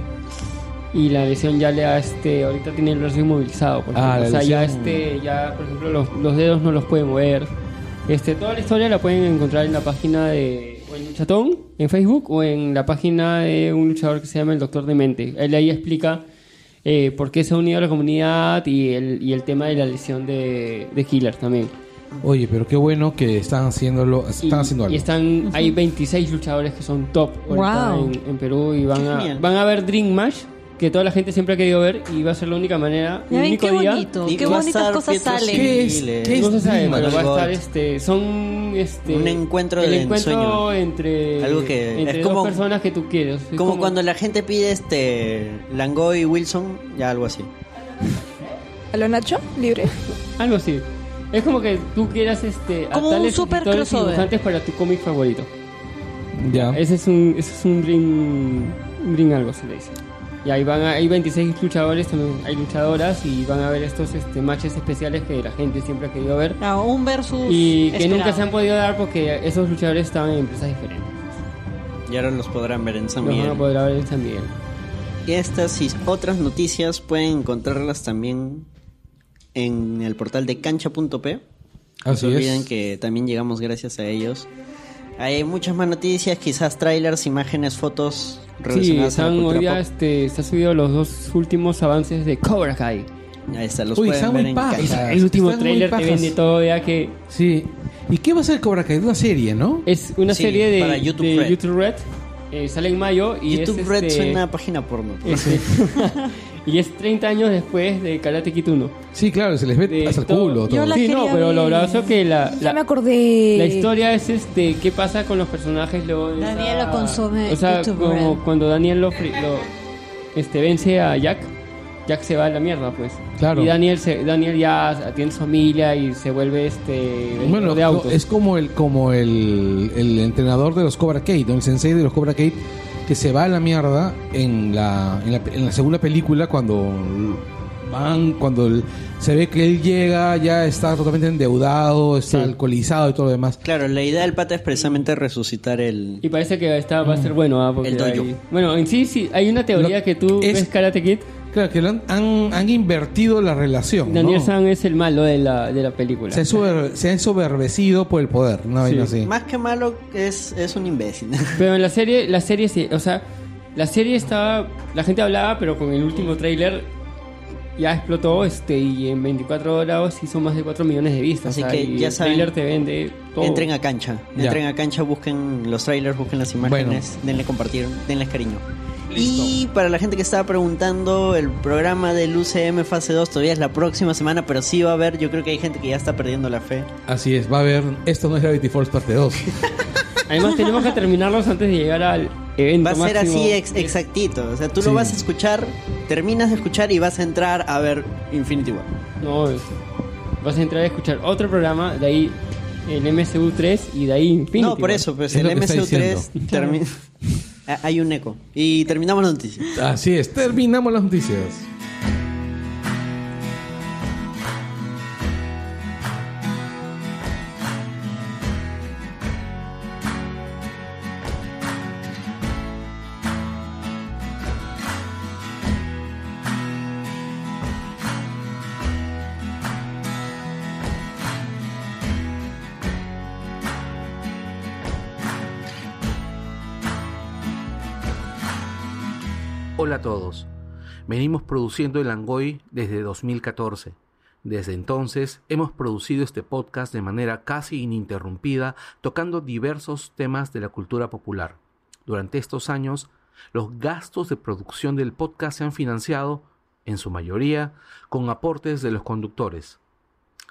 Speaker 5: Y la lesión ya le ha, este, ahorita tiene el brazo inmovilizado. por
Speaker 4: Ah,
Speaker 5: ejemplo.
Speaker 4: la
Speaker 5: o sea, ya,
Speaker 4: lesión.
Speaker 5: este, ya, por ejemplo, los, los dedos no los puede mover. Este, toda la historia la pueden encontrar en la página de o en Luchatón, en Facebook, o en la página de un luchador que se llama El Doctor Demente. Él ahí explica eh, por qué se ha unido a la comunidad y el, y el tema de la lesión de, de Killer también.
Speaker 4: Oye, pero qué bueno que están haciéndolo,
Speaker 5: Y,
Speaker 4: están haciendo algo.
Speaker 5: y están, hay 26 luchadores que son top ahorita
Speaker 2: Wow.
Speaker 5: en, en Perú y van
Speaker 3: Qué
Speaker 5: a,
Speaker 3: genial.
Speaker 5: van a ver Dream Match, que toda la gente siempre ha querido ver y va a ser la única manera, el
Speaker 2: Ya ven
Speaker 5: único
Speaker 2: qué
Speaker 5: día.
Speaker 2: bonito,
Speaker 3: Y
Speaker 2: qué
Speaker 3: va a
Speaker 2: bonitas
Speaker 3: estar
Speaker 2: cosas
Speaker 3: Pietro
Speaker 2: salen.
Speaker 4: ¿Qué?
Speaker 3: Siles.
Speaker 4: ¿Qué es?
Speaker 5: No se sabe,
Speaker 4: Dream Oh
Speaker 5: pero
Speaker 3: Match?
Speaker 5: va a estar
Speaker 3: God.
Speaker 5: este, son este
Speaker 3: Un encuentro
Speaker 5: el
Speaker 3: de
Speaker 5: encuentro
Speaker 3: ensueño.
Speaker 5: entre
Speaker 3: Algo que
Speaker 5: entre
Speaker 3: es como-
Speaker 5: dos personas que tú quieres. Es
Speaker 3: Como cuando la gente pide este Langoy y Wilson, ya algo así.
Speaker 6: ¿A lo Nacho? ¿Libre?
Speaker 5: algo así. Es como que tú quieras este a
Speaker 2: Como un
Speaker 5: tales
Speaker 2: super
Speaker 5: escritores y
Speaker 2: crossover.
Speaker 5: dibujantes para tu cómic favorito.
Speaker 4: Ya.
Speaker 5: Ese es un, ese es un ring, un ring algo se le dice. Y ahí van, a- hay 26 luchadores, también hay luchadoras y van a ver estos este, matches especiales que la gente siempre ha querido ver
Speaker 2: Claro, un versus
Speaker 5: y que
Speaker 2: esperado.
Speaker 5: nunca se han podido dar porque esos luchadores estaban en empresas diferentes.
Speaker 3: Y ahora los podrán ver en San
Speaker 5: Los van a
Speaker 3: Miguel.
Speaker 5: poder ver en San Miguel.
Speaker 3: Y estas y otras noticias pueden encontrarlas también en el portal de cancha.p. No se
Speaker 4: Así
Speaker 3: olviden
Speaker 4: es.
Speaker 3: que también llegamos gracias a ellos. Hay muchas más noticias, quizás trailers, imágenes, fotos
Speaker 5: Sí,
Speaker 3: relacionadas a la
Speaker 5: están- hoy
Speaker 3: cultura
Speaker 5: día
Speaker 3: pop.
Speaker 5: este, se han subido los dos últimos avances de Cobra Kai.
Speaker 3: Ahí está, los
Speaker 4: Uy,
Speaker 3: pueden
Speaker 4: están
Speaker 3: ver
Speaker 4: muy
Speaker 3: en
Speaker 4: pajas.
Speaker 3: Cancha.
Speaker 5: El último
Speaker 4: Están muy
Speaker 5: tráiler te
Speaker 4: pajas.
Speaker 5: vende todo ya que
Speaker 4: Sí. ¿Y qué va a ser Cobra Kai? Una serie, ¿no?
Speaker 3: Eh,
Speaker 5: es una
Speaker 3: Sí,
Speaker 5: serie de,
Speaker 3: para YouTube
Speaker 5: de
Speaker 3: Red.
Speaker 5: YouTube Red. Eh, sale en mayo y
Speaker 3: YouTube
Speaker 5: es,
Speaker 3: Red
Speaker 5: este,
Speaker 3: suena a página porno.
Speaker 5: Este, y es 30 años después de Karate Kid 1.
Speaker 4: Sí, claro, se les ve
Speaker 5: De
Speaker 4: hasta el
Speaker 5: todo-
Speaker 4: culo.
Speaker 2: Yo
Speaker 4: todo.
Speaker 2: la
Speaker 5: sí, no,
Speaker 2: quería
Speaker 5: pero lo
Speaker 2: ver.
Speaker 5: brazo que la,
Speaker 6: Ya me
Speaker 5: la,
Speaker 6: acordé.
Speaker 5: la historia es este qué pasa con los personajes luego de esa-
Speaker 2: Daniel lo consume
Speaker 5: O sea,
Speaker 2: YouTube
Speaker 5: como
Speaker 2: Red.
Speaker 5: cuando Daniel lo, fri- lo, este vence a Jack, Jack se va a la mierda, pues.
Speaker 4: Claro.
Speaker 5: Y Daniel se, Daniel ya tiene su familia y se vuelve este
Speaker 4: Bueno,
Speaker 5: de autos.
Speaker 4: es como el como el, el entrenador de los Cobra Kai, ¿no? el sensei de los Cobra Kai, que se va a la mierda en la, en la, en la segunda película cuando van, cuando el- se ve que él llega, ya está totalmente endeudado, está
Speaker 5: Sí.
Speaker 4: alcoholizado y todo lo demás.
Speaker 3: Claro, la idea del pata es precisamente resucitar el...
Speaker 5: Y parece que está, va a ser bueno, ¿ah? Porque
Speaker 3: El dojo.
Speaker 5: hay- bueno, en sí, sí, hay una teoría
Speaker 4: Mm. Lo-
Speaker 5: que tú
Speaker 4: es-
Speaker 5: ves Karate Kid,
Speaker 4: Claro, que lo han, han, han invertido la relación.
Speaker 5: Daniel
Speaker 4: ¿no?
Speaker 5: San es el malo de la, de la película.
Speaker 4: Se, ha sober- se ha ensoberbecido por el poder, una vaina así.
Speaker 3: Más que malo, es, es un imbécil.
Speaker 5: Pero en la serie, la serie sí, o sea, la serie estaba, la gente hablaba, pero con el último tráiler ya explotó este y en 24 horas hizo más de 4 millones de vistas.
Speaker 3: Así
Speaker 5: o sea,
Speaker 3: que
Speaker 5: y
Speaker 3: ya
Speaker 5: el
Speaker 3: saben,
Speaker 5: tráiler te vende todo.
Speaker 3: Entren a cancha.
Speaker 4: Ya.
Speaker 3: Entren a cancha, busquen los trailers, busquen las imágenes, denle compartir, denles cariño. Y para la gente que estaba preguntando, el programa del UCM Fase 2 todavía es la próxima semana, pero sí va a haber. Yo creo que hay gente que ya está perdiendo la fe.
Speaker 4: Así es, va a haber. Esto no es Gravity Falls parte 2.
Speaker 5: Además, tenemos que terminarlos antes de llegar al evento.
Speaker 3: Va a ser
Speaker 5: máximo.
Speaker 3: así ex- exactito. O sea, tú lo
Speaker 4: Sí.
Speaker 3: vas a escuchar, terminas de escuchar y vas a entrar a ver Infinity War.
Speaker 5: No, es- vas a entrar a escuchar otro programa, de ahí el MCU 3 y de ahí Infinity.
Speaker 3: no, por
Speaker 5: War.
Speaker 3: eso, pues
Speaker 4: Es
Speaker 3: el
Speaker 4: lo que está
Speaker 3: MCU3 termina. Ah, Hay un eco. Y terminamos la noticia.
Speaker 4: Así es, terminamos las noticias.
Speaker 1: Hola a todos. Venimos produciendo el Angoy desde 2014. Desde entonces hemos producido este podcast de manera casi ininterrumpida, tocando diversos temas de la cultura popular. Durante estos años, los gastos de producción del podcast se han financiado, en su mayoría, con aportes de los conductores.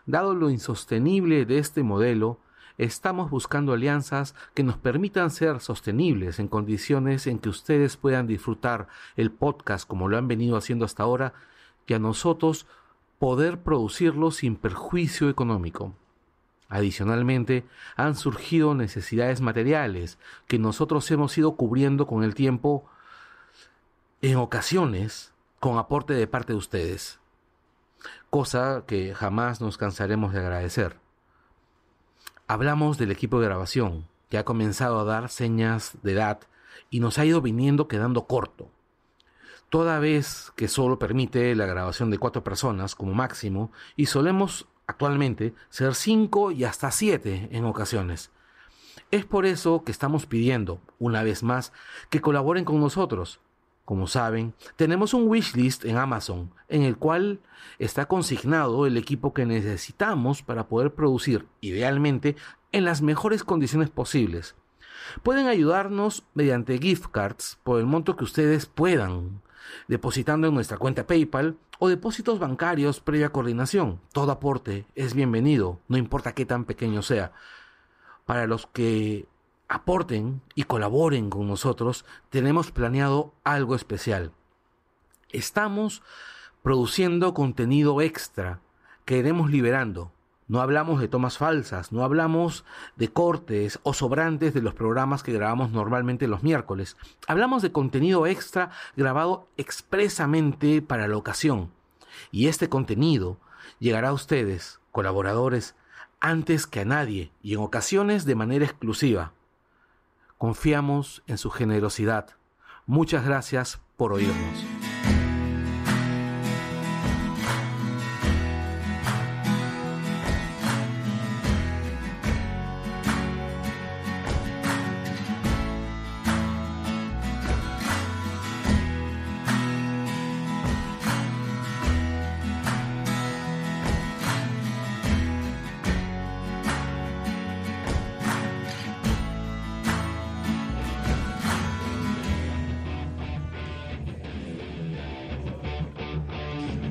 Speaker 1: Dado lo insostenible de este modelo, estamos buscando alianzas que nos permitan ser sostenibles en condiciones en que ustedes puedan disfrutar el podcast como lo han venido haciendo hasta ahora y a nosotros poder producirlo sin perjuicio económico. Adicionalmente, han surgido necesidades materiales que nosotros hemos ido cubriendo con el tiempo, en ocasiones con aporte de parte de ustedes cosa que jamás nos cansaremos de agradecer. Hablamos del equipo de grabación, que ha comenzado a dar señas de edad y nos ha ido viniendo quedando corto. Toda vez que solo permite la grabación de cuatro personas como máximo, y solemos actualmente ser cinco y hasta siete en ocasiones. Es por eso que estamos pidiendo, una vez más, que colaboren con nosotros. Como saben, tenemos un wishlist en Amazon, en el cual está consignado el equipo que necesitamos para poder producir, idealmente, en las mejores condiciones posibles. Pueden ayudarnos mediante gift cards por el monto que ustedes puedan, depositando en nuestra cuenta PayPal o depósitos bancarios previa coordinación. Todo aporte es bienvenido, no importa qué tan pequeño sea para los que aporten y colaboren con nosotros, tenemos planeado algo especial. Estamos produciendo contenido extra que iremos liberando. No hablamos de tomas falsas, no hablamos de cortes o sobrantes de los programas que grabamos normalmente los miércoles. Hablamos de contenido extra grabado expresamente para la ocasión. Y este contenido llegará a ustedes, colaboradores, antes que a nadie y en ocasiones de manera exclusiva. Confiamos en su generosidad. Muchas gracias por oírnos.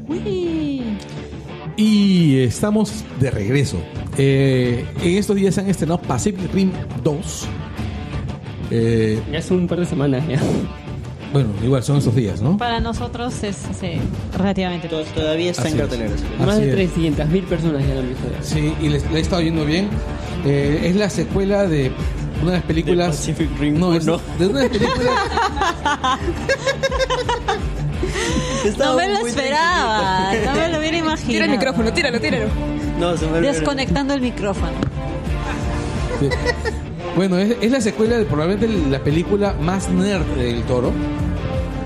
Speaker 2: Uy.
Speaker 4: Y estamos de regreso. Eh, en estos días se han estrenado Pacific Rim 2. Eh,
Speaker 5: Ya hace un par de semanas ya.
Speaker 4: bueno, igual son estos días, ¿no?
Speaker 2: Para nosotros es sí, relativamente.
Speaker 3: To- Todavía está
Speaker 4: Así
Speaker 3: en
Speaker 4: es.
Speaker 3: cartelera.
Speaker 5: Más
Speaker 4: Así
Speaker 5: de
Speaker 4: es.
Speaker 5: 300.000 personas ya la han visto.
Speaker 4: Sí, y le, le he estado yendo bien. Eh, es la secuela de una de las películas.
Speaker 3: De Pacific Rim
Speaker 4: no, es-
Speaker 3: 1.
Speaker 4: de una de las películas.
Speaker 2: No
Speaker 3: Estaba
Speaker 2: me lo
Speaker 3: muy
Speaker 2: esperaba, no me lo hubiera imaginado.
Speaker 6: Tira el micrófono, tíralo, tíralo.
Speaker 3: tranquilito. No, se me olvidó.
Speaker 2: Desconectando el micrófono.
Speaker 4: Sí. Bueno, es, es la secuela de probablemente la película más nerd del toro.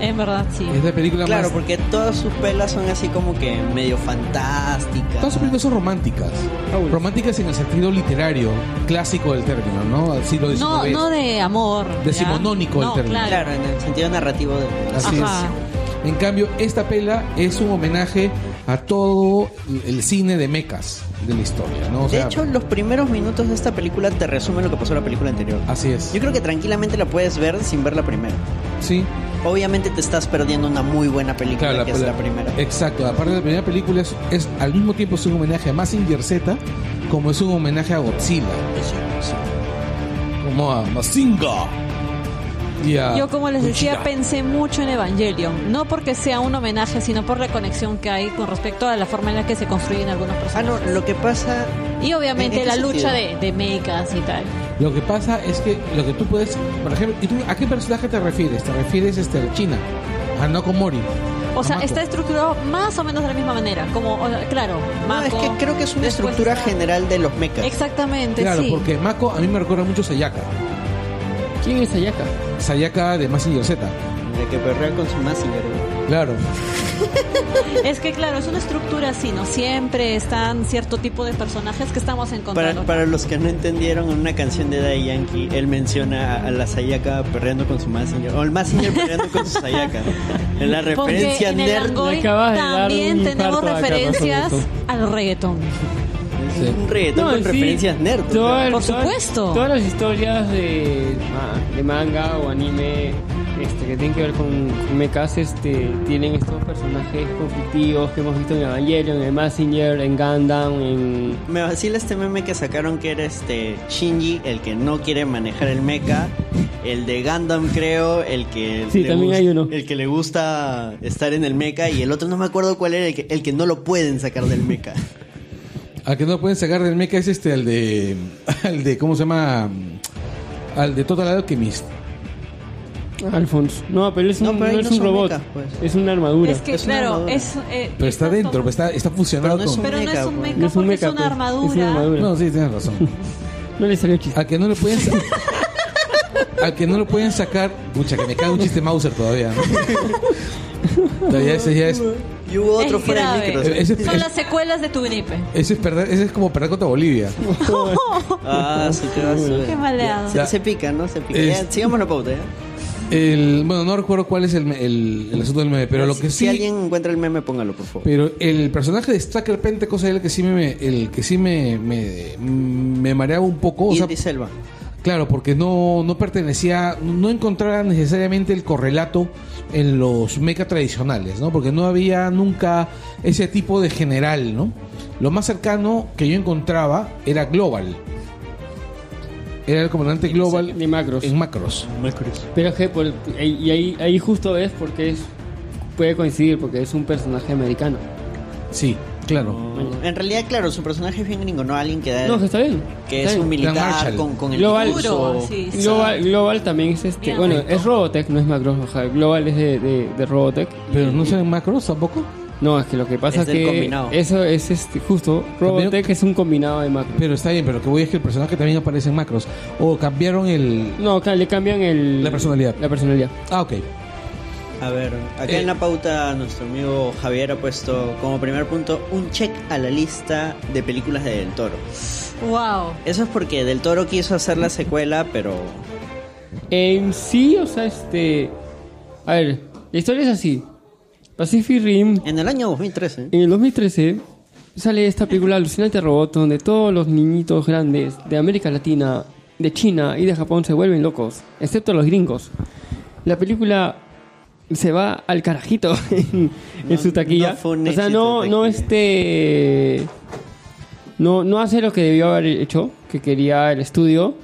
Speaker 2: En verdad, sí.
Speaker 4: Es la película
Speaker 3: Claro,
Speaker 4: más.
Speaker 3: porque todas sus pelas son así como que medio fantásticas.
Speaker 4: Todas sus películas son románticas.
Speaker 5: Ah, bueno.
Speaker 4: Románticas en el sentido literario, clásico del término, ¿no? Así lo
Speaker 2: No,
Speaker 4: XIX.
Speaker 2: no de amor. ¿ya?
Speaker 4: Decimonónico el
Speaker 2: no,
Speaker 4: término.
Speaker 2: Claro.
Speaker 3: Claro, en el sentido narrativo de.
Speaker 4: Así
Speaker 2: Ajá.
Speaker 4: es. En cambio, esta pela es un homenaje a todo el cine de mecas de la historia, ¿no? O
Speaker 3: De
Speaker 4: sea,
Speaker 3: hecho, los primeros minutos de esta película te resumen lo que pasó en la película anterior.
Speaker 4: así es.
Speaker 3: Yo creo que tranquilamente la puedes ver sin ver la primera.
Speaker 4: Sí.
Speaker 3: Obviamente te estás perdiendo una muy buena película
Speaker 4: Claro,
Speaker 3: que es la primera.
Speaker 4: Eh, Exacto, aparte de la primera película es, es- al mismo tiempo es un homenaje a Massinger Z como es un homenaje a Godzilla. como a Mazinga. Y a
Speaker 2: Yo, como les decía,
Speaker 4: Kuchida.
Speaker 2: pensé mucho en Evangelion. No porque sea un homenaje, sino por la conexión que hay con respecto a la forma en la que se construyen algunos
Speaker 3: Ah, no,
Speaker 2: personajes.
Speaker 3: lo que pasa.
Speaker 2: Y obviamente
Speaker 3: ¿En qué
Speaker 2: la
Speaker 3: sentido?
Speaker 2: lucha de, de mechas y tal.
Speaker 4: Lo que pasa es que lo que tú puedes, por ejemplo, ¿y tú a qué personaje te refieres? Te refieres este a China, a Nakomori.
Speaker 2: O sea,
Speaker 4: a Mako.
Speaker 2: está estructurado más o menos de la misma manera. Como, o sea, claro,
Speaker 3: No, es
Speaker 2: Mako,
Speaker 3: que creo que es una
Speaker 2: después
Speaker 3: estructura
Speaker 2: está-
Speaker 3: general de los mechas.
Speaker 2: Exactamente,
Speaker 4: Claro,
Speaker 2: sí.
Speaker 4: porque Mako a mí me recuerda mucho a Sayaka.
Speaker 5: ¿Quién es Ayaka?
Speaker 4: Sayaka de Massinger Z.
Speaker 3: De que perrea con su Mazinger. ¿no?
Speaker 4: Claro.
Speaker 2: Es que claro, es una estructura así, ¿no? Siempre están cierto tipo de personajes que estamos encontrando.
Speaker 3: Para, para los que no entendieron en una canción de Daddy Yankee, él menciona a, a la Sayaka perreando con su Mazinger. O el Mazinger perreando con su Sayaka. ¿no? En la
Speaker 2: Porque
Speaker 3: referencia
Speaker 2: en el
Speaker 3: nerd.
Speaker 2: Angoy
Speaker 5: acabas de dar
Speaker 2: también
Speaker 5: un
Speaker 2: tenemos
Speaker 5: infarto acá,
Speaker 2: referencias
Speaker 5: pasó esto.
Speaker 2: al reggaetón.
Speaker 4: Sí.
Speaker 3: Un reggaetón
Speaker 5: No,
Speaker 3: con
Speaker 5: sí,
Speaker 3: referencias nerd. o sea.
Speaker 5: todo el-
Speaker 2: Por
Speaker 5: todo-
Speaker 2: supuesto.
Speaker 5: Todas las historias de, ma- de manga o anime este, que tienen que ver con, con mechas este, tienen estos personajes conflictivos que hemos visto en Evangelion, en Massinger, en Gundam, en...
Speaker 3: Me vacila este meme que sacaron que era este Shinji, el que no quiere manejar el mecha, el de Gundam creo, el que
Speaker 5: Sí, también
Speaker 3: gus-
Speaker 5: hay uno.
Speaker 3: el que le gusta estar en el mecha y el otro no me acuerdo cuál era el que, el que no lo pueden sacar del mecha.
Speaker 4: Al que no pueden sacar del mecha es este, al de. Al de, ¿cómo se llama? Al de Total Alchemist.
Speaker 5: Alphonse. No, pero es
Speaker 3: No,
Speaker 5: un,
Speaker 3: pero ahí
Speaker 5: no
Speaker 3: no
Speaker 5: es un
Speaker 3: son
Speaker 5: robot,
Speaker 3: mechas, pues.
Speaker 5: es una armadura.
Speaker 2: Es que
Speaker 3: Es una
Speaker 2: claro,
Speaker 3: armadura.
Speaker 2: es eh,
Speaker 4: Pero está
Speaker 2: estás
Speaker 4: dentro,
Speaker 2: tomando-
Speaker 4: pero está, está fusionado
Speaker 3: Pero no es
Speaker 4: con.
Speaker 2: pero no es
Speaker 3: Mecha,
Speaker 2: un
Speaker 3: pues.
Speaker 2: mecha
Speaker 5: No pues. es un
Speaker 2: porque
Speaker 5: mecha,
Speaker 2: es una
Speaker 5: pues.
Speaker 2: armadura.
Speaker 5: Es una armadura.
Speaker 4: No, sí, tienes razón.
Speaker 5: No le salió chiste.
Speaker 4: Al que no le pueden sa- Al que no lo pueden sacar. Pucha, que me cae un chiste Mauser todavía, ¿no? Todavía ese ya es.
Speaker 3: Y hubo otro
Speaker 2: Es
Speaker 3: fuera
Speaker 2: grave.
Speaker 3: del micro.
Speaker 4: Ese es-
Speaker 2: Son las secuelas de Tunipe.
Speaker 4: Ese es, perder, ese es como perder contra Bolivia.
Speaker 3: Ah, sí, qué basura.
Speaker 2: Qué maleado.
Speaker 3: Ah, Se, se pica, ¿no? Se pica.
Speaker 4: Es-
Speaker 3: Ya, sigamos la pauta, ¿eh? ¿ya?
Speaker 4: El, bueno, no recuerdo cuál es el, me- el- el asunto del meme, pero lo que
Speaker 3: si,
Speaker 4: sí.
Speaker 3: si alguien encuentra el meme, póngalo, por favor.
Speaker 4: Pero el personaje de Stracker Pentecost era el que sí me, el que sí me, me, me mareaba un poco. O sea,
Speaker 3: Indy Selva.
Speaker 4: claro, porque no, no pertenecía, no encontraba necesariamente el correlato en los mecha tradicionales, ¿no? Porque no había nunca ese tipo de general, ¿no? Lo más cercano que yo encontraba era Global. Era el comandante Global
Speaker 5: De macros.
Speaker 4: en macros.
Speaker 5: Pero es que por- y ahí, ahí justo ves porque es puede coincidir porque es un personaje americano.
Speaker 4: Sí, claro.
Speaker 3: En realidad, claro, su personaje es bien gringo, ¿no? Alguien que, da-
Speaker 5: No, que está bien.
Speaker 3: Eh, que
Speaker 5: Está
Speaker 3: es
Speaker 5: bien.
Speaker 3: un militar
Speaker 4: Marshall.
Speaker 3: con, con el
Speaker 5: Global.
Speaker 3: curso.
Speaker 2: Sí, sí.
Speaker 5: Global, Global también es este.
Speaker 2: Bien,
Speaker 5: bueno,
Speaker 2: rico.
Speaker 5: es Robotech, no es Macross. o sea, Global es de, de- de Robotech.
Speaker 4: Pero no son en macros tampoco.
Speaker 5: No, es que lo que pasa
Speaker 3: Es
Speaker 5: es,
Speaker 3: del
Speaker 5: que.
Speaker 3: combinado.
Speaker 5: Eso es este, justo. Robotech es un combinado de Macross.
Speaker 4: Pero está bien, pero lo que voy es que el personaje también aparece en macros. O cambiaron el.
Speaker 5: No, ca- le cambian el.
Speaker 4: La personalidad.
Speaker 5: La personalidad.
Speaker 4: Ah, ok.
Speaker 3: A ver, acá
Speaker 4: Eh.
Speaker 3: en la pauta nuestro amigo Javier ha puesto como primer punto un check a la lista de películas de Del Toro.
Speaker 2: Wow.
Speaker 3: Eso es porque Del Toro quiso hacer la secuela, pero
Speaker 5: En sí, o sea, este. A ver, la historia es así: Pacific Rim
Speaker 3: en el año 2013.
Speaker 5: En el 2013 sale esta película Alucinante Robot, donde todos los niñitos grandes de América Latina, de China y de Japón se vuelven locos, excepto los gringos. La película se va al carajito en, en
Speaker 3: No-
Speaker 5: su taquilla.
Speaker 3: no fue un
Speaker 5: o sea,
Speaker 3: éxito
Speaker 5: no,
Speaker 3: de
Speaker 5: no
Speaker 3: taquilla.
Speaker 5: este. No, no hace lo que debió haber hecho, que quería el estudio.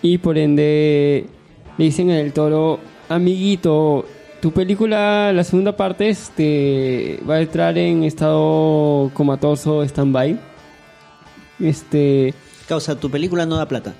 Speaker 5: Y por ende le dicen en el toro, amiguito, tu película, la segunda parte, este, va a entrar en estado comatoso, stand-by. Este,
Speaker 3: Causa, tu película no da plata.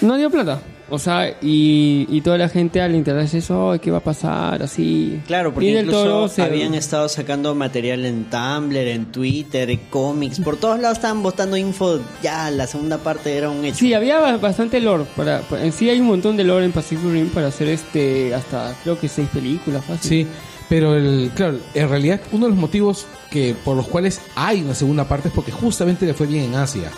Speaker 5: no dio plata. O sea, y, y toda la gente al interés eso, "Ay, ¿qué va a pasar? Así.
Speaker 3: Claro, porque
Speaker 5: y del
Speaker 3: incluso
Speaker 5: toro se...
Speaker 3: habían estado sacando material en Tumblr, en Twitter, en cómics, por todos lados estaban botando info. Ya la segunda parte era un hecho.
Speaker 5: Sí, había ba- bastante lore. Para, para- en sí hay un montón de lore en Pacific Rim para hacer este hasta creo que seis películas fácil.
Speaker 4: Sí, pero el, claro, en realidad uno de los motivos que por los cuales hay una segunda parte es porque justamente le fue bien en Asia.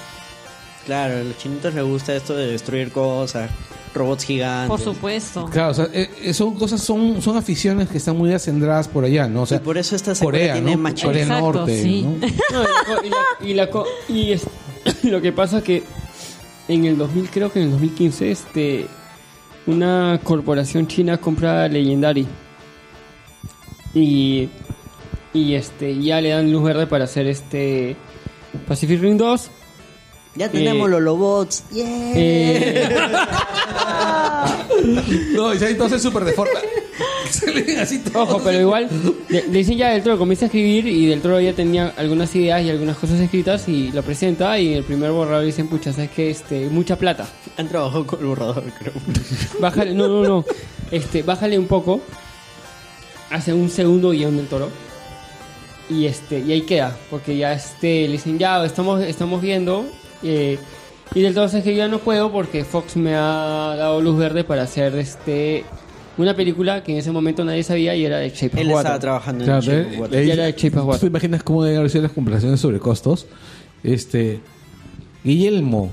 Speaker 3: Claro, a los chinitos les gusta esto de destruir cosas, robots gigantes.
Speaker 2: Por supuesto.
Speaker 4: Claro, o sea, eh, eh, son cosas, son, son aficiones que están muy acendradas por allá, ¿no? O sea,
Speaker 3: Y por eso esta secuela
Speaker 4: Corea,
Speaker 3: tiene
Speaker 4: ¿no?
Speaker 3: más
Speaker 4: Corea
Speaker 2: Exacto,
Speaker 4: Norte,
Speaker 2: sí.
Speaker 4: ¿no?
Speaker 5: No, y la co- y, la co- y es- lo que pasa que en el 2000 creo que en el 2015 este una corporación china compra Legendary y y este ya le dan luz verde para hacer este Pacific Rim 2
Speaker 3: Ya tenemos
Speaker 5: Eh,
Speaker 3: los Lobots. Yeah.
Speaker 5: Eh,
Speaker 4: No, y entonces súper deforma. Se ven así todos.
Speaker 5: ojo, pero igual, de- le dicen ya del Toro, comienza a escribir y del Toro ya tenía algunas ideas y algunas cosas escritas y lo presenta y en el primer borrador dicen, pucha, sabes que este, mucha plata.
Speaker 3: Han trabajado con el borrador, creo.
Speaker 5: Bájale, no, no, no. Este, bájale un poco. Hace un segundo guión del toro. Y este, y ahí queda. Porque ya este, le dicen, ya estamos, estamos viendo. eh, y del toro se que ya no puedo porque Fox me ha dado luz verde para hacer este una película que en ese momento nadie sabía y era de Shape
Speaker 3: Él
Speaker 5: of
Speaker 3: estaba
Speaker 5: Water.
Speaker 3: trabajando en
Speaker 4: Claro,
Speaker 3: Shape
Speaker 4: le-
Speaker 3: of Water.
Speaker 4: le-
Speaker 5: Ya era de Shape of
Speaker 4: ¿Tú
Speaker 5: Water.
Speaker 4: te imaginas cómo deben haber sido las conversaciones sobre costos? Este. Guillermo.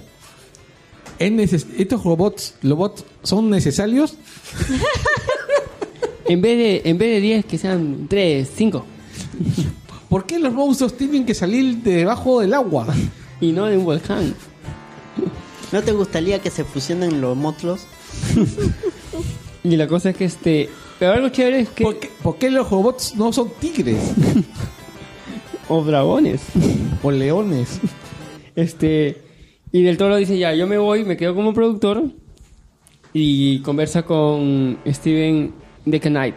Speaker 4: ¿es neces- ¿Estos robots, robots son necesarios?
Speaker 5: En vez de, en vez de 10, que sean 3, 5.
Speaker 4: ¿Por qué los monstruos tienen que salir de debajo del agua?
Speaker 5: Y no de un volcán.
Speaker 3: ¿No te gustaría que se fusionen los motlos?
Speaker 5: Y la cosa es que este. Pero algo chévere es que.
Speaker 4: ¿Por qué, por qué los robots no son tigres?
Speaker 5: O dragones.
Speaker 4: ¿O leones?
Speaker 5: Este, y del Toro dice, ya, yo me voy, me quedo como productor. Y conversa con Steven Knight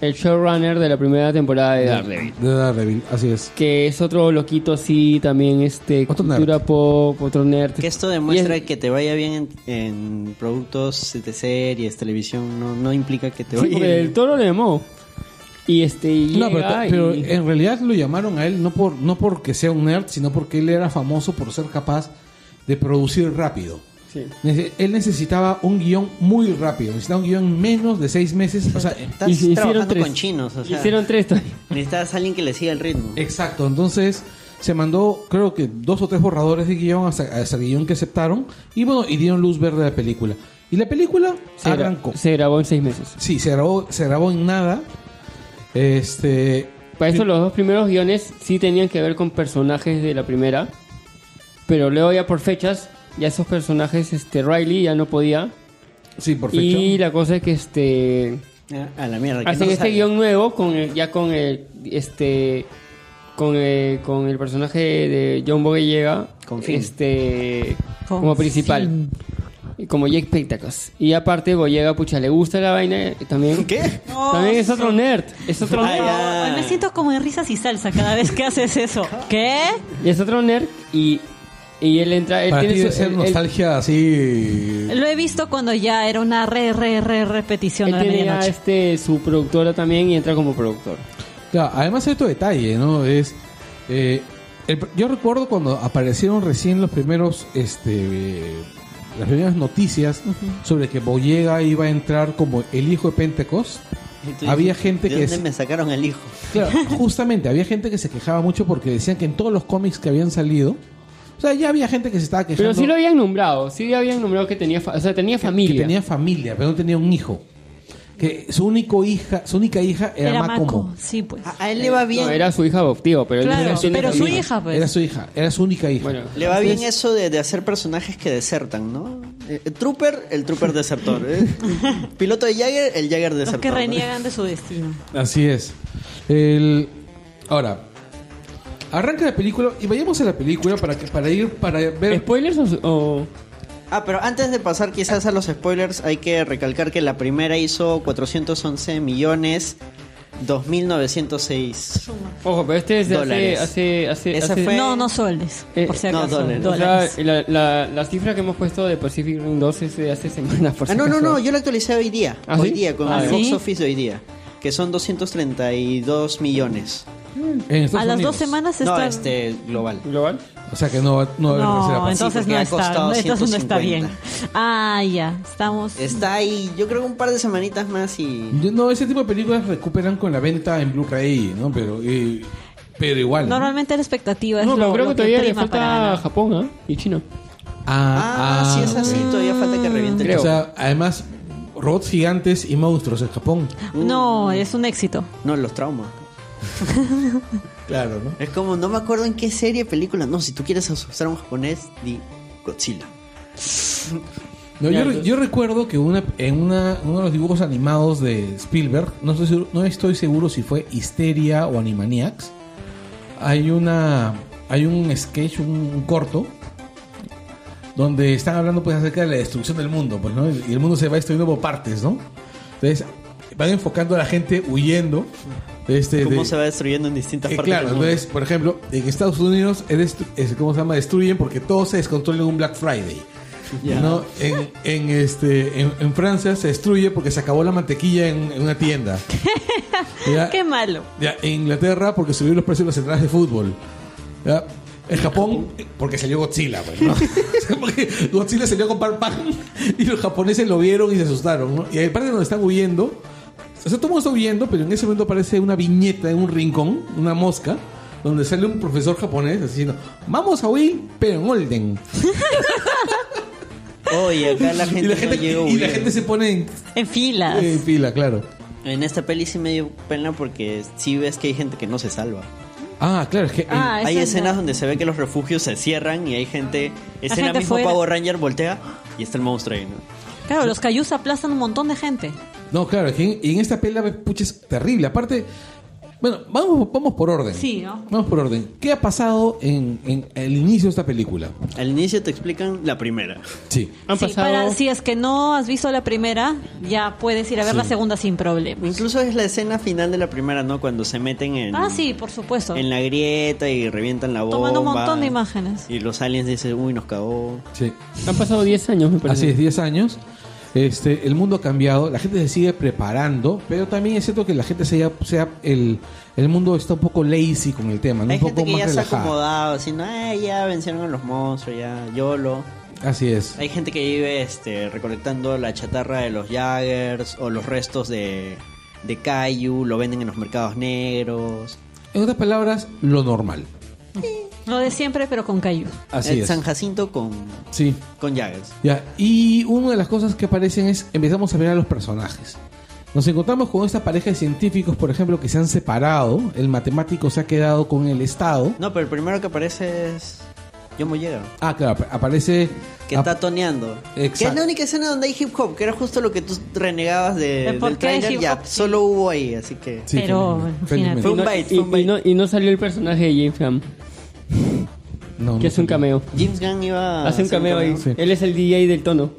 Speaker 5: el showrunner de la primera temporada de Daredevil.
Speaker 4: De Daredevil, así es.
Speaker 5: Que es otro loquito así, también este,
Speaker 4: Otro nerd.
Speaker 5: cultura pop, otro nerd.
Speaker 3: Que esto demuestra
Speaker 5: Y es-
Speaker 3: que te vaya bien en, en productos de series, televisión. No, no implica que te
Speaker 5: Sí,
Speaker 3: vaya
Speaker 5: porque el Toro le llamó. Y este, y
Speaker 4: No, pero,
Speaker 5: llega
Speaker 4: ta- pero
Speaker 5: y-
Speaker 4: en realidad lo llamaron a él no por no porque sea un nerd, sino porque él era famoso por ser capaz de producir rápido.
Speaker 5: Sí.
Speaker 4: Nece- Él necesitaba un guión muy rápido, necesitaba un guión en menos de seis meses. O sea,
Speaker 3: Estás
Speaker 5: y- hicieron
Speaker 3: trabajando
Speaker 5: tres.
Speaker 3: con chinos, o sea.
Speaker 5: Hicieron Eh, tres todavía.
Speaker 3: Necesitas alguien que le siga el ritmo.
Speaker 4: exacto, entonces se mandó creo que dos o tres borradores de guión hasta, hasta el guión que aceptaron y bueno, y dieron luz verde a la película. Y la película
Speaker 5: Se, gra-
Speaker 4: arrancó.
Speaker 5: se grabó en seis meses.
Speaker 4: Sí, se grabó, se grabó en nada. Este,
Speaker 5: Para eso los dos primeros guiones sí tenían que ver con personajes de la primera, pero luego ya por fechas, ya esos personajes, este Riley ya no podía.
Speaker 4: sí, por fecha.
Speaker 5: Y la cosa es que este
Speaker 3: A la mierda. que
Speaker 5: hacen
Speaker 3: no
Speaker 5: este
Speaker 3: sale.
Speaker 5: guión nuevo con el- ya con el este con el, con el personaje de John Boyega
Speaker 3: Con Finn.
Speaker 5: este
Speaker 2: Con
Speaker 5: como principal.
Speaker 2: Finn.
Speaker 5: Y Como Jake Pentacos. Y aparte Boyega, pucha, le gusta la vaina eh, también.
Speaker 3: ¿Qué?
Speaker 5: También es otro nerd. Es otro
Speaker 3: Ah,
Speaker 5: nerd.
Speaker 3: ya.
Speaker 2: Ay, me siento como en risas y salsa cada vez que haces eso. ¿Qué?
Speaker 5: Y es otro nerd y, y él entra... Él
Speaker 4: Para ti
Speaker 5: tiene
Speaker 4: debe
Speaker 5: su-
Speaker 4: ser
Speaker 5: él- él-
Speaker 4: nostalgia así.
Speaker 2: Lo he visto cuando ya era una re, re, re repetición
Speaker 5: él
Speaker 2: a la
Speaker 5: tiene ya,
Speaker 2: medianoche.
Speaker 5: este, su productora también y entra como productor.
Speaker 4: Claro, además hay otro detalle, ¿no? Es. eh, el pr- yo recuerdo cuando aparecieron recién los primeros. Este, eh, las primeras noticias sobre que Boyega iba a entrar como el hijo de Pentecost.
Speaker 3: Y tú
Speaker 4: Había
Speaker 3: dices,
Speaker 4: gente
Speaker 3: ¿de
Speaker 4: que
Speaker 3: dónde
Speaker 4: es-
Speaker 3: me sacaron el hijo?
Speaker 4: Claro, justamente, había gente que se quejaba mucho porque decían que en todos los cómics que habían salido. O sea, ya había gente que se estaba quejando.
Speaker 5: Pero sí lo habían nombrado, sí habían nombrado que tenía, fa- o sea, tenía
Speaker 4: que-
Speaker 5: familia.
Speaker 4: Que tenía familia, pero no tenía un hijo. Que su, único hija, su única hija era,
Speaker 2: Era
Speaker 4: Macomo.
Speaker 2: Maco, sí, pues.
Speaker 5: Ah,
Speaker 3: A, a él le va bien.
Speaker 5: No, era su hija adoptiva, pero él
Speaker 2: Claro,
Speaker 5: no tiene
Speaker 2: pero su
Speaker 5: familia.
Speaker 2: hija, pues.
Speaker 4: Era su hija, era su única hija.
Speaker 5: Bueno,
Speaker 3: Le va bien eso de, de hacer personajes que desertan, ¿no? Eh, trooper, el trooper desertor. ¿eh? Piloto de Jagger, el Jagger
Speaker 2: Los
Speaker 3: desertor.
Speaker 2: que
Speaker 3: ¿no?
Speaker 2: reniegan de su destino.
Speaker 4: Así es. El... Ahora, arranca la película y vayamos a la película para que para ir para ver.
Speaker 5: ¿Spoilers o, o-
Speaker 3: Ah, pero antes de pasar quizás a los spoilers, hay que recalcar que la primera hizo 411 millones 2.906.
Speaker 5: Ojo, pero este es de hace...
Speaker 3: Dólares.
Speaker 5: hace, hace,
Speaker 3: Esa
Speaker 5: hace-
Speaker 3: fue-
Speaker 2: No, no soldes,
Speaker 5: Eh,
Speaker 2: por si
Speaker 3: no,
Speaker 2: acaso.
Speaker 3: dólares.
Speaker 5: o sea,
Speaker 2: Dólares.
Speaker 5: la, la- la cifra que hemos puesto de Pacific Rim 2 es de hace semanas, por
Speaker 3: Ah,
Speaker 5: si
Speaker 3: no, no,
Speaker 5: acaso.
Speaker 3: no, yo la actualicé hoy día.
Speaker 5: ¿Ah,
Speaker 3: hoy
Speaker 5: sí?
Speaker 3: día, con
Speaker 5: Ah,
Speaker 3: el
Speaker 2: ¿sí?
Speaker 3: box office de hoy día. Que son 232 millones.
Speaker 4: en Estados
Speaker 2: a las
Speaker 4: Unidos.
Speaker 2: dos semanas
Speaker 3: No,
Speaker 2: está...
Speaker 3: este, global.
Speaker 5: ¿Global?
Speaker 4: O sea que no va, no va a haber tercera
Speaker 2: No,
Speaker 4: parte.
Speaker 2: entonces
Speaker 3: porque
Speaker 2: no
Speaker 3: ha
Speaker 2: está,
Speaker 3: costado
Speaker 2: entonces no está
Speaker 3: 150.
Speaker 2: bien. Ah, ya, estamos...
Speaker 3: Está ahí, yo creo que un par de semanitas más y...
Speaker 4: Yo- No, ese tipo de películas recuperan con la venta en Blu-ray, ¿no? Pero, eh, pero igual. ¿no?
Speaker 2: Normalmente la expectativa es
Speaker 5: No,
Speaker 2: lo,
Speaker 5: pero creo
Speaker 2: lo
Speaker 5: que todavía le
Speaker 2: prima para
Speaker 5: falta
Speaker 2: ganar.
Speaker 5: Japón ¿ah? y China.
Speaker 3: Ah, sí, es así,
Speaker 4: ok.
Speaker 3: todavía falta que reviente. el
Speaker 5: Creo.
Speaker 4: eh, O sea, además, robots gigantes y monstruos en Japón.
Speaker 2: No, es un éxito.
Speaker 3: chip. No, los traumas.
Speaker 4: Claro, ¿no?
Speaker 3: Es como, no me acuerdo en qué serie, película. No, si tú quieres asustar a un japonés, di Godzilla.
Speaker 4: No, yo, re-
Speaker 5: Ya, entonces-
Speaker 4: yo recuerdo que una, en una, uno de los dibujos animados de Spielberg, no estoy, seguro, no estoy seguro si fue Histeria o Animaniacs, hay una hay un sketch, un, un corto donde están hablando pues acerca de la destrucción del mundo, pues, ¿no? Y el mundo se va destruyendo por partes, ¿no? Entonces, van enfocando a la gente huyendo. Este,
Speaker 3: ¿Cómo
Speaker 4: de-
Speaker 3: se va destruyendo en distintas
Speaker 4: eh,
Speaker 3: partes?
Speaker 4: claro,
Speaker 3: del mundo?
Speaker 4: entonces, por ejemplo, en Estados Unidos, es destru- es- ¿cómo se llama? Destruyen porque todo se descontrola en un Black Friday.
Speaker 3: Ya.
Speaker 4: ¿no? En, en, este, en, en Francia se destruye porque se acabó la mantequilla en, en una tienda. ¿Ya?
Speaker 2: Qué malo.
Speaker 4: Ya, en Inglaterra porque subieron los precios de las entradas de fútbol. Ya, En Japón, porque salió Godzilla, pues, ¿no? O sea, porque Godzilla salió con pan pan y los japoneses lo vieron y se asustaron, ¿no? Y el parte donde están huyendo, o sea, todo el mundo está huyendo, pero en ese momento aparece una viñeta en un rincón, una mosca, donde sale un profesor japonés así diciendo, vamos a huir, pero en orden.
Speaker 3: Oye, acá la gente,
Speaker 4: y la
Speaker 3: no
Speaker 4: gente,
Speaker 3: llegó
Speaker 4: y- y la
Speaker 3: bien.
Speaker 4: gente se pone en,
Speaker 2: En
Speaker 3: Ah.
Speaker 2: filas.
Speaker 4: en fila, claro.
Speaker 3: En esta peli sí me dio pena porque sí ves que hay gente que no se salva.
Speaker 4: Ah, claro, es que...
Speaker 2: Ah,
Speaker 3: hay
Speaker 2: esa es
Speaker 3: escenas
Speaker 2: la-
Speaker 3: donde se ve que los refugios se cierran y hay gente... Escena
Speaker 2: gente
Speaker 3: mismo
Speaker 2: fuera.
Speaker 3: Power Ranger voltea y está el monstruo ahí, ¿no?
Speaker 2: Claro, los cayús aplastan un montón de gente.
Speaker 4: No, claro, es que en- y en esta pelea, pucha, es terrible. Aparte, bueno, vamos, vamos por orden.
Speaker 2: Sí, ¿no?
Speaker 4: Vamos por orden. ¿Qué ha pasado en, en el inicio de esta película?
Speaker 3: Al inicio te explican la primera.
Speaker 4: Sí.
Speaker 5: Han
Speaker 2: Sí,
Speaker 5: pasado.
Speaker 2: para- si es que no has visto la primera, ya puedes ir a ver
Speaker 4: Sí.
Speaker 2: la segunda sin problema.
Speaker 3: Incluso es la escena final de la primera, ¿no? Cuando se meten en...
Speaker 2: Ah, sí, por supuesto.
Speaker 3: En la grieta y revientan la bomba.
Speaker 2: Tomando un montón de imágenes.
Speaker 3: Y los aliens dicen, uy, nos cagó.
Speaker 4: Sí.
Speaker 5: Han pasado 10 años, me parece.
Speaker 4: Así es, 10 años. Este, el mundo ha cambiado, la gente se sigue preparando, pero también es cierto que la gente sea, sea el, el mundo está un poco lazy con el tema, ¿no?
Speaker 3: Hay
Speaker 4: un poco
Speaker 3: gente que
Speaker 4: más
Speaker 3: ya se ha
Speaker 4: relajada.
Speaker 3: acomodado, así, no, "Ay, ya vencieron a los monstruos, ya, YOLO.
Speaker 4: Así es.
Speaker 3: Hay gente que vive este, recolectando la chatarra de los Jaggers o los restos de, de Caillou, lo venden en los mercados negros.
Speaker 4: En otras palabras, lo normal.
Speaker 2: Lo de siempre, pero con cayú.
Speaker 4: Así
Speaker 3: Eh,
Speaker 4: es.
Speaker 3: San Jacinto con,
Speaker 4: Sí.
Speaker 3: con Jaggers.
Speaker 4: Ya, y una de las cosas que aparecen es empezamos a ver a los personajes. Nos encontramos con esta pareja de científicos, por ejemplo, que se han separado. El matemático se ha quedado con el Estado.
Speaker 3: No, pero el primero que aparece es Yomo Llega,
Speaker 4: Ah, claro, ap- aparece.
Speaker 3: que
Speaker 4: ap-
Speaker 3: está toneando. Que es
Speaker 4: Ah, Exacto.
Speaker 3: la única escena donde hay hip hop, que era justo lo que tú renegabas de,
Speaker 2: ¿De por
Speaker 3: del
Speaker 2: qué hay
Speaker 3: trailer.
Speaker 2: hip
Speaker 3: Ya,
Speaker 2: hop? Sí.
Speaker 3: solo hubo ahí, así que...
Speaker 4: Sí,
Speaker 2: Pero,
Speaker 4: felizmente,
Speaker 2: imagínate.
Speaker 4: felizmente.
Speaker 5: Y
Speaker 3: Fue un
Speaker 5: no-
Speaker 3: bait,
Speaker 5: y,
Speaker 3: fue un
Speaker 5: y
Speaker 3: bait.
Speaker 5: no, y no salió el personaje de James Gunn,
Speaker 4: No,
Speaker 5: que
Speaker 4: no
Speaker 5: es
Speaker 4: salió.
Speaker 5: un cameo.
Speaker 3: James Gunn iba
Speaker 2: Ah,
Speaker 3: a
Speaker 5: Hace un
Speaker 3: hacer
Speaker 5: cameo ahí.
Speaker 4: Sí.
Speaker 5: Él es el DJ del tono.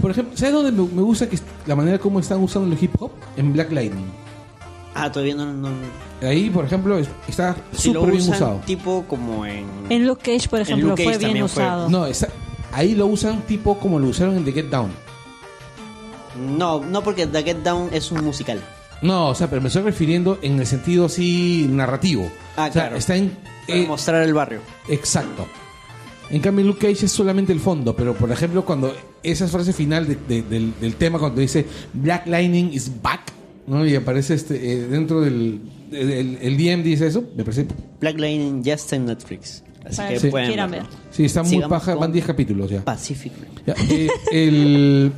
Speaker 4: Por ejemplo, ¿sabes dónde me, me gusta que est- la manera como están usando el hip hop? En Black Lightning.
Speaker 3: Ah, todavía no... no, no.
Speaker 4: Ahí, por ejemplo, es- está
Speaker 3: Si lo
Speaker 4: súper bien
Speaker 3: usan
Speaker 4: usado.
Speaker 3: tipo como en...
Speaker 2: En Luke Cage, por ejemplo,
Speaker 3: Luke Cage
Speaker 2: fue bien
Speaker 3: también fue.
Speaker 2: usado.
Speaker 4: No, está- ahí lo usan tipo como lo usaron en The Get Down.
Speaker 3: No, no porque The Get Down es un musical.
Speaker 4: No, o sea, pero me estoy refiriendo en el sentido así narrativo.
Speaker 3: Ah,
Speaker 4: o sea,
Speaker 3: claro.
Speaker 4: está en.
Speaker 3: Para
Speaker 4: eh,
Speaker 3: mostrar el barrio.
Speaker 4: exacto. En cambio, Luke Cage es solamente el fondo, pero por ejemplo, cuando esa frase final de- de- del, del tema, cuando dice Black Lightning is back, ¿no? Y aparece este eh, dentro del. El, el- el DM dice eso, me parece.
Speaker 3: Black Lightning ya está en Netflix. Así
Speaker 2: Para
Speaker 3: que
Speaker 2: los que
Speaker 3: pueden
Speaker 2: quieran
Speaker 3: verlo.
Speaker 2: ver.
Speaker 4: Sí, está muy
Speaker 3: Sigamos
Speaker 4: paja,
Speaker 3: con-
Speaker 4: van 10 capítulos ya.
Speaker 3: Pacific Rim.
Speaker 4: Ya, eh, el.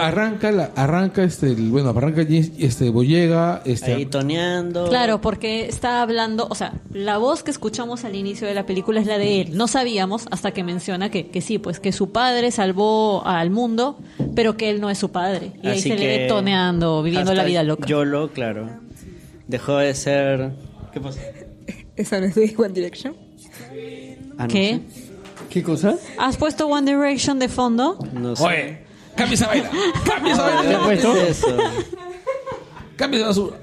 Speaker 4: Arranca, la, arranca este, el- bueno, arranca este, Boyega, este,
Speaker 3: Ahí toneando.
Speaker 2: Claro, porque está hablando, o sea, la voz que escuchamos al inicio de la película es la de él. No sabíamos hasta que menciona que, que sí, pues que su padre salvó al mundo, pero que él no es su padre. Y ahí se
Speaker 3: Así
Speaker 2: le
Speaker 3: que-
Speaker 2: ve toneando, viviendo la
Speaker 3: Hashtag
Speaker 2: vida loca.
Speaker 3: YOLO, claro. Dejó de ser. ¿Qué pasa?
Speaker 6: ¿Esa no es de One Direction?
Speaker 3: Ah, no
Speaker 2: ¿Qué?
Speaker 3: sé.
Speaker 5: ¿Qué cosa?
Speaker 2: ¿Has puesto One Direction de fondo?
Speaker 3: No sé.
Speaker 4: Oye, cambia esa vaina. Cambia esa
Speaker 3: ¿Qué
Speaker 4: vaina.
Speaker 5: puesto?
Speaker 3: es eso?
Speaker 4: Cambia esa basura.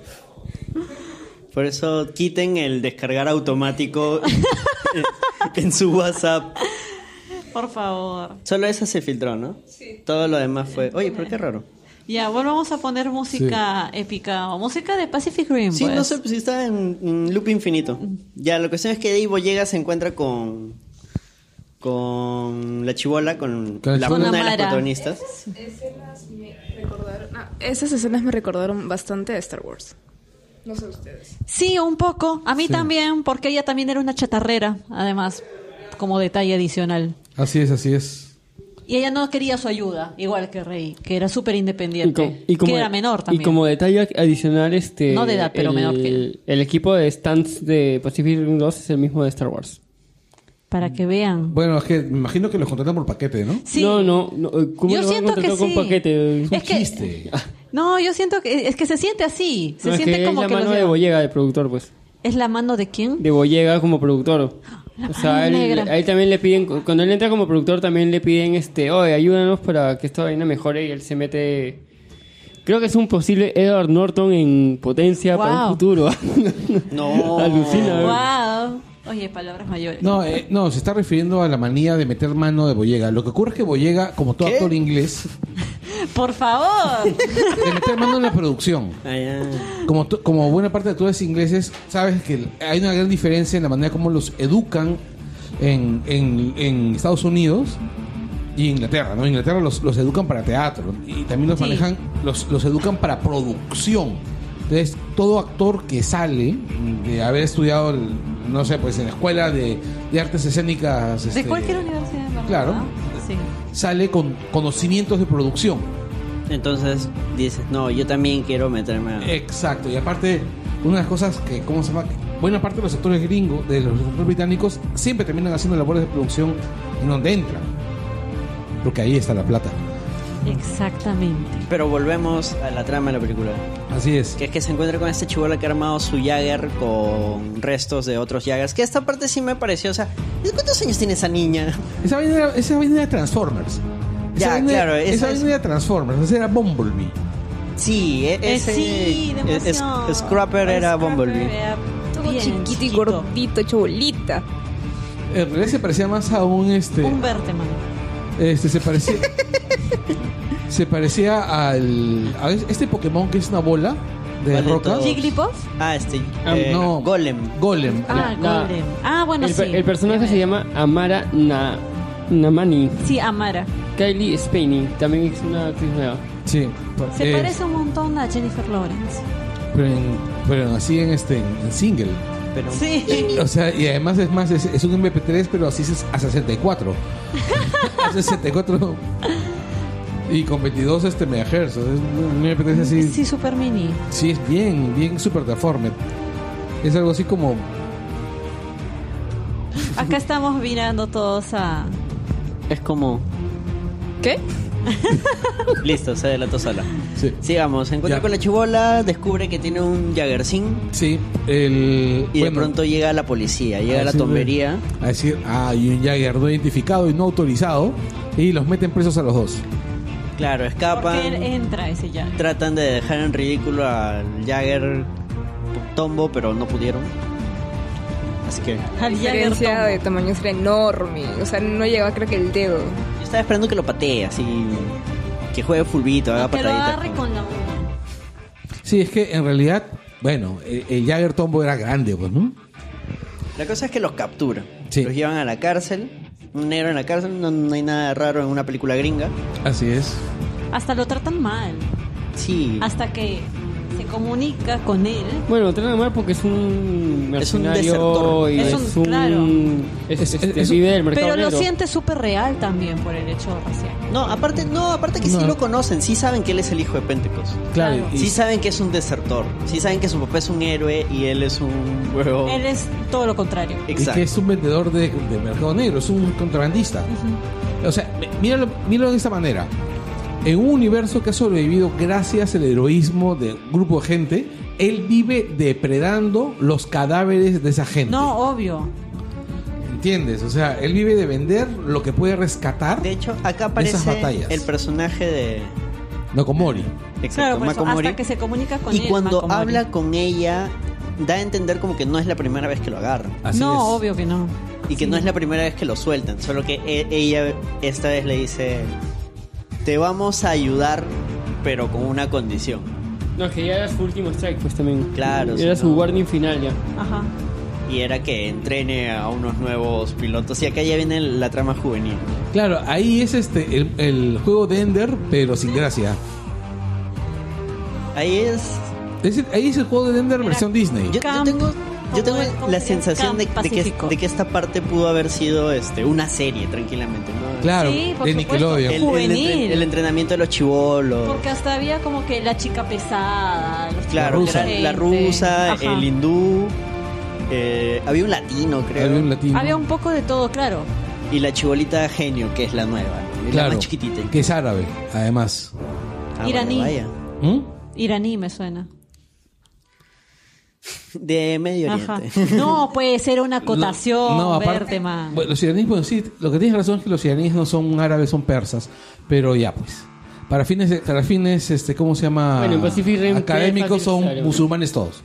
Speaker 3: Por eso quiten el descargar automático en- en su WhatsApp.
Speaker 2: Por favor.
Speaker 3: Solo esa se filtró, ¿no? Sí. Todo lo demás fue. Oye, pero qué raro.
Speaker 2: Ya, volvamos a poner música épica o música de Pacific Rim.
Speaker 3: Sí,
Speaker 2: pues.
Speaker 3: no sé pues, si está en, en loop infinito. Ya, la cuestión es que Dave llega, se encuentra con. con la chivola, con,
Speaker 4: Con la
Speaker 3: la,
Speaker 4: chibola.
Speaker 3: una de las
Speaker 2: Con Amara.
Speaker 3: protagonistas.
Speaker 6: Escenas me recordaron... ah, esas escenas me recordaron bastante a Star Wars. No sé ustedes.
Speaker 2: Sí, un poco. A mí también, porque ella también era una chatarrera, además, como detalle adicional.
Speaker 4: Así es, así es.
Speaker 2: Y ella no quería su ayuda, igual que Rey, que era súper
Speaker 5: Y co-
Speaker 2: independiente.
Speaker 5: y como,
Speaker 2: que era menor también.
Speaker 5: Y como detalle adicional, este.
Speaker 2: No de edad, pero
Speaker 5: el,
Speaker 2: menor que-
Speaker 5: El equipo de stands de Pacific Rim 2 es el mismo de Star Wars.
Speaker 2: Para que vean.
Speaker 4: Bueno, es que me imagino que los contratan por paquete, ¿no?
Speaker 2: Sí.
Speaker 5: No, no, no, eh, ¿Cómo
Speaker 2: Yo
Speaker 5: lo van a
Speaker 2: siento que
Speaker 5: contratar con
Speaker 2: sí.
Speaker 5: paquete?
Speaker 2: Es que-
Speaker 4: Chiste.
Speaker 2: No, yo siento que es que se siente así. Se
Speaker 5: No, es
Speaker 2: siente
Speaker 5: que
Speaker 2: como
Speaker 5: es la
Speaker 2: que los
Speaker 5: mano de
Speaker 2: lleva-
Speaker 5: Boyega, de productor, pues.
Speaker 2: ¿Es la mano de quién?
Speaker 5: De Boyega como productor.
Speaker 2: La
Speaker 5: O sea,
Speaker 2: mano
Speaker 5: él-
Speaker 2: negra.
Speaker 5: ahí también le piden, cuando él entra como productor, también le piden, este, oye, ayúdanos para que esta vaina mejore y él se mete. Creo que es un posible Edward Norton en potencia para un
Speaker 2: Wow.
Speaker 5: futuro.
Speaker 3: No.
Speaker 5: Alucina.
Speaker 2: ¿eh? Wow. Oye, palabras mayores.
Speaker 4: No, eh, no, se está refiriendo a la manía de meter mano de Boyega. Lo que ocurre es que Boyega, como todo
Speaker 3: ¿Qué?
Speaker 4: actor inglés,
Speaker 2: Por favor.
Speaker 4: de meter mano en la producción.
Speaker 3: Ah, ya.
Speaker 4: Como, tú- como buena parte de actores ingleses, sabes que hay una gran diferencia en la manera como los educan en, en- en Estados Unidos y Inglaterra. ¿no? En Inglaterra los, los educan para teatro y también los
Speaker 2: Sí.
Speaker 4: manejan, los, los educan para producción. Entonces, todo actor que sale de haber estudiado, el- no sé, pues en la escuela de, de artes escénicas.
Speaker 2: De
Speaker 4: este,
Speaker 2: cualquier universidad. ¿verdad?
Speaker 4: Claro.
Speaker 2: Sí.
Speaker 4: sale con conocimientos de producción.
Speaker 3: Entonces dices, no, yo también quiero meterme a...
Speaker 4: Eh. Exacto. Y aparte, una de las cosas que, ¿cómo se llama? Buena parte de los sectores gringos, de los sectores británicos, siempre terminan haciendo labores de producción en donde entran. Porque ahí está la plata.
Speaker 2: Exactamente.
Speaker 3: Pero volvemos a la trama de la película.
Speaker 4: Así es.
Speaker 3: Que es que se encuentra con este chibola que ha armado su Jagger con restos de otros Jaggers. Que esta parte sí me pareció, o sea, ¿de ¿cuántos años tiene esa niña?
Speaker 4: Esa vaina era, esa vaina era Transformers.
Speaker 3: Ya,
Speaker 4: vaina,
Speaker 3: claro,
Speaker 4: Esa,
Speaker 3: esa es-
Speaker 4: vaina era Transformers. Esa era Bumblebee.
Speaker 3: Sí, e-
Speaker 2: Eh,
Speaker 3: ese...
Speaker 2: sí, de
Speaker 3: es- es-
Speaker 2: emoción.
Speaker 3: Scrapper era Bumblebee.
Speaker 2: era
Speaker 6: Todo
Speaker 2: bien
Speaker 6: chiquito, y gordito, hecho bolita.
Speaker 4: En realidad se parecía más a un este.
Speaker 2: Un Berteman.
Speaker 4: Este se parecía. se parecía al. a este Pokémon que es una bola de
Speaker 3: ¿Cuál de
Speaker 4: rocas.
Speaker 3: todos?
Speaker 2: Jigglypuff.
Speaker 3: Ah, este...
Speaker 5: Ah,
Speaker 3: eh,
Speaker 4: no.
Speaker 3: Golem.
Speaker 4: Golem.
Speaker 2: Ah,
Speaker 5: La-
Speaker 2: Golem. Ah, bueno,
Speaker 5: el,
Speaker 2: sí.
Speaker 5: per- el personaje se llama Amara Na- Namani.
Speaker 2: Sí, Amara.
Speaker 5: Kylie Spaney también es una actriz nueva.
Speaker 4: Sí.
Speaker 2: Se
Speaker 4: Eh,
Speaker 2: parece un montón a Jennifer Lawrence.
Speaker 4: Pero, en- pero así en este en single.
Speaker 3: Pero...
Speaker 2: Sí.
Speaker 4: O sea, y además es más, es, es un MP3, pero así es a 64. a 64. Y con 22 este megahertz. o sea, Es un MP3 así.
Speaker 2: Sí, super mini.
Speaker 4: Sí, es bien, bien super deforme. Es algo así como.
Speaker 2: Acá estamos mirando todos a.
Speaker 3: Es como...
Speaker 6: ¿Qué?
Speaker 3: Listo, se delató sola.
Speaker 4: Sí.
Speaker 3: Sigamos, se encuentra
Speaker 4: Ya.
Speaker 3: con la chibola, descubre que tiene un Jaggersin
Speaker 4: Sí, el.
Speaker 3: y de
Speaker 4: bueno, Ah,
Speaker 3: pronto llega la policía, llega la
Speaker 4: así
Speaker 3: tombería.
Speaker 4: de- A decir, ah, hay un Jagger no identificado y no autorizado. Y los meten presos a los dos.
Speaker 3: Claro, escapan.
Speaker 2: Porque él entra ese ya.
Speaker 3: Tratan de dejar en ridículo al Jagger Tombo, pero no pudieron. Así que yo
Speaker 6: La
Speaker 2: Al Jagger
Speaker 6: diferencia de
Speaker 2: Tomb.
Speaker 6: tamaño era enorme. O sea, no llegaba creo que el dedo.
Speaker 3: estaba esperando que lo patee, así que juegue fulbito, haga
Speaker 2: Que lo
Speaker 3: pataditas.
Speaker 2: agarre con la mano.
Speaker 4: Sí, es que en realidad, bueno, el, el Jagger Tombo era grande, pues, ¿no?
Speaker 3: La cosa es que los capturan,
Speaker 4: Sí.
Speaker 3: los llevan a la cárcel, un negro en la cárcel, no, no hay nada raro en una película gringa.
Speaker 4: Así es.
Speaker 2: Hasta lo tratan mal.
Speaker 3: Sí.
Speaker 2: Hasta que se comunica con él.
Speaker 5: Bueno, trata mal porque es un mercenario
Speaker 3: desertor.
Speaker 5: y
Speaker 2: Es
Speaker 5: es
Speaker 2: un-
Speaker 5: un,
Speaker 2: claro.
Speaker 5: es-
Speaker 4: Es-
Speaker 5: este,
Speaker 4: es un-
Speaker 5: vive del mercado
Speaker 2: Pero lo
Speaker 5: negro.
Speaker 2: siente súper real también por el hecho racial.
Speaker 3: No, aparte, no, aparte que sí
Speaker 4: No.
Speaker 3: lo conocen, sí saben que él es el hijo de Pentecos.
Speaker 4: Claro.
Speaker 2: Claro.
Speaker 4: y-
Speaker 3: Sí saben que es un desertor, sí saben que su papá es un héroe y él es un huevo.
Speaker 2: Él es todo lo contrario.
Speaker 4: y
Speaker 3: Exacto.
Speaker 4: que es un vendedor de, de mercado negro, es un contrabandista. O sea, m- míralo, míralo de esta manera. En un universo que ha sobrevivido gracias al heroísmo de un grupo de gente, él vive depredando los cadáveres de esa gente.
Speaker 2: No, obvio.
Speaker 4: ¿Entiendes? O sea, él vive de vender lo que puede rescatar
Speaker 3: De hecho, acá
Speaker 4: De esas
Speaker 3: aparece
Speaker 4: batallas.
Speaker 3: el personaje de
Speaker 4: Nakomori.
Speaker 3: exacto,
Speaker 2: Claro, por eso,
Speaker 3: Makomori.
Speaker 2: hasta que se comunica con él.
Speaker 3: y cuando
Speaker 2: Makomori.
Speaker 3: habla con ella, da a entender como que no es la primera vez que lo agarran.
Speaker 4: Así
Speaker 2: no,
Speaker 4: es.
Speaker 2: obvio que no.
Speaker 3: Y que no es la primera vez que lo sueltan. Solo que e- ella esta vez le dice, te vamos a ayudar, pero con una condición.
Speaker 5: No, es que ya era su último strike, pues también.
Speaker 3: Claro,
Speaker 5: Era
Speaker 3: sí,
Speaker 5: su
Speaker 3: no.
Speaker 5: warning final ya.
Speaker 2: Ajá.
Speaker 3: Y era que entrene a unos nuevos pilotos. Y acá ya viene la trama juvenil.
Speaker 4: Claro, ahí es este el, el juego de Ender, pero sin gracia.
Speaker 3: Ahí es...
Speaker 4: Es el- ahí es el juego de Ender versión Disney.
Speaker 3: Yo, yo
Speaker 2: Camp,
Speaker 3: tengo, yo
Speaker 2: como
Speaker 3: tengo
Speaker 2: es- como
Speaker 3: la
Speaker 2: es
Speaker 3: sensación de,
Speaker 2: Camp
Speaker 3: de que,
Speaker 2: Pacífico.
Speaker 3: de que esta parte pudo haber sido este, una serie, tranquilamente. ¿no?
Speaker 4: Claro,
Speaker 2: Sí, por
Speaker 4: de
Speaker 2: supuesto.
Speaker 4: Nickelodeon.
Speaker 3: El, el
Speaker 2: Juvenil.
Speaker 3: entren- el entrenamiento de los chivolos.
Speaker 2: Porque hasta había como que la chica pesada. los
Speaker 3: Claro, que
Speaker 4: La
Speaker 3: era
Speaker 2: chicos
Speaker 3: la
Speaker 2: gente.
Speaker 3: rusa,
Speaker 2: Ajá.
Speaker 3: el hindú. eh, había un latino, creo.
Speaker 4: Había un latino.
Speaker 2: Había un poco de todo, claro.
Speaker 3: Y la chibolita genio, que es la nueva. ¿no? Y
Speaker 4: Claro,
Speaker 3: La más chiquitita. Ah,
Speaker 4: Que es árabe, además.
Speaker 3: bueno,
Speaker 2: iraní.
Speaker 3: vaya.
Speaker 4: ¿Mm?
Speaker 2: Iraní me suena.
Speaker 3: de Medio
Speaker 2: Ajá.
Speaker 3: Oriente.
Speaker 2: No, puede ser una acotación.
Speaker 4: No, aparte-
Speaker 2: verte, man.
Speaker 4: Bueno, los iraníes, bueno, sí, lo que tienes razón es que los iraníes no son árabes, son persas. Pero ya, pues. Para fines, de- para fines este, ¿cómo se llama?
Speaker 5: Bueno, pues en Pacific Rim, ¿qué
Speaker 4: Académicos
Speaker 5: es
Speaker 4: son
Speaker 5: fácil?
Speaker 4: musulmanes todos.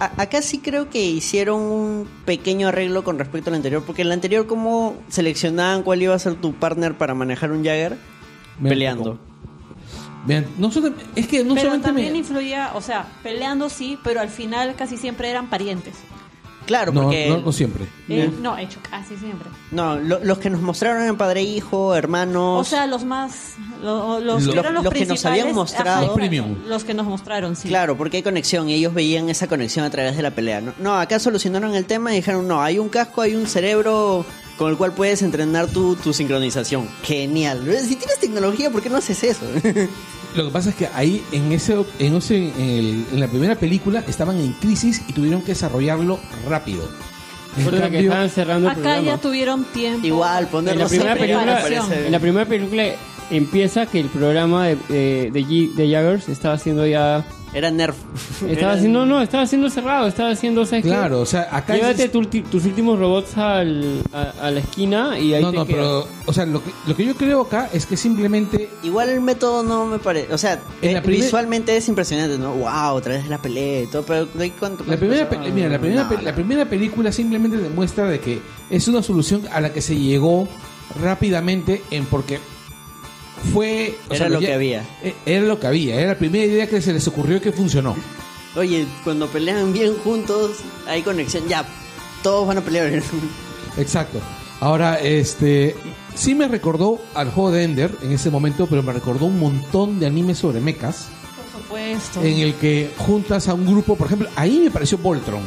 Speaker 3: A- acá sí creo que hicieron un pequeño arreglo con respecto al anterior, porque en el anterior cómo seleccionaban cuál iba a ser tu partner para manejar un Jagger
Speaker 4: Me-
Speaker 3: peleando.
Speaker 4: Vean, no solo- es que no
Speaker 2: pero
Speaker 4: solamente me-
Speaker 2: también influía, o sea, peleando sí, pero al final casi siempre eran parientes.
Speaker 3: Claro,
Speaker 4: no,
Speaker 3: porque
Speaker 4: no, no siempre.
Speaker 2: Eh, no, hecho, casi siempre.
Speaker 3: no, lo- los que nos mostraron en padre e hijo, hermanos,
Speaker 2: O sea, los más. lo- los,
Speaker 4: Los-
Speaker 2: que eran los,
Speaker 3: los que nos
Speaker 2: principales,
Speaker 3: habían mostrado.
Speaker 4: Los premium.
Speaker 2: Los que nos mostraron, sí.
Speaker 3: claro, porque hay conexión y ellos veían esa conexión a través de la pelea. No, no acá solucionaron el tema y dijeron, "No, hay un casco, hay un cerebro con el cual puedes entrenar tu, tu sincronización." Genial. Si tienes tecnología, ¿por qué no haces eso?
Speaker 4: Lo que pasa es que ahí, en ese, en, ese- en el- en la primera película, estaban en crisis y tuvieron que desarrollo rápido. En
Speaker 5: Porque que
Speaker 4: cambio,
Speaker 5: estaban cerrando el
Speaker 2: Acá ya
Speaker 5: programa.
Speaker 2: tuvieron tiempo.
Speaker 3: Igual,
Speaker 5: En la
Speaker 3: ponerlos
Speaker 5: primera película,
Speaker 2: preparación.
Speaker 5: en la primera película empieza que el programa de, de, de, G- de Jaggers estaba siendo ya
Speaker 3: Era nerf.
Speaker 5: estaba
Speaker 3: Era-
Speaker 5: siendo no estaba siendo cerrado estaba siendo ¿sabes qué?
Speaker 4: claro, o sea, acá
Speaker 5: Llévate
Speaker 4: es-
Speaker 5: tu ulti- tus últimos robots al, a, a la esquina y ahí
Speaker 4: No,
Speaker 5: te
Speaker 4: no,
Speaker 5: quedas.
Speaker 4: pero, o sea, lo que, lo que yo creo acá es que simplemente
Speaker 3: Igual el método no me parece. O sea,
Speaker 4: En
Speaker 3: eh,
Speaker 4: la primer-
Speaker 3: visualmente es impresionante, ¿no? ¡Wow! Otra vez la pelea y todo. Pero ¿de cuánto,
Speaker 4: La primera,
Speaker 3: cuánto-
Speaker 4: pe- mira, la primera,
Speaker 3: No,
Speaker 4: pe-
Speaker 3: no.
Speaker 4: la primera película simplemente demuestra de que es una solución a la que se llegó rápidamente en porque fue
Speaker 3: Era lo que había.
Speaker 4: e- era lo que había era la primera idea que se les ocurrió que funcionó
Speaker 3: Oye, cuando pelean bien juntos, hay conexión. Ya, todos van a pelear.
Speaker 4: exacto ahora este sí me recordó al juego de Ender en ese momento pero me recordó un montón de animes sobre mechas
Speaker 2: Por supuesto.
Speaker 4: en el que juntas a un grupo por ejemplo ahí me pareció Voltron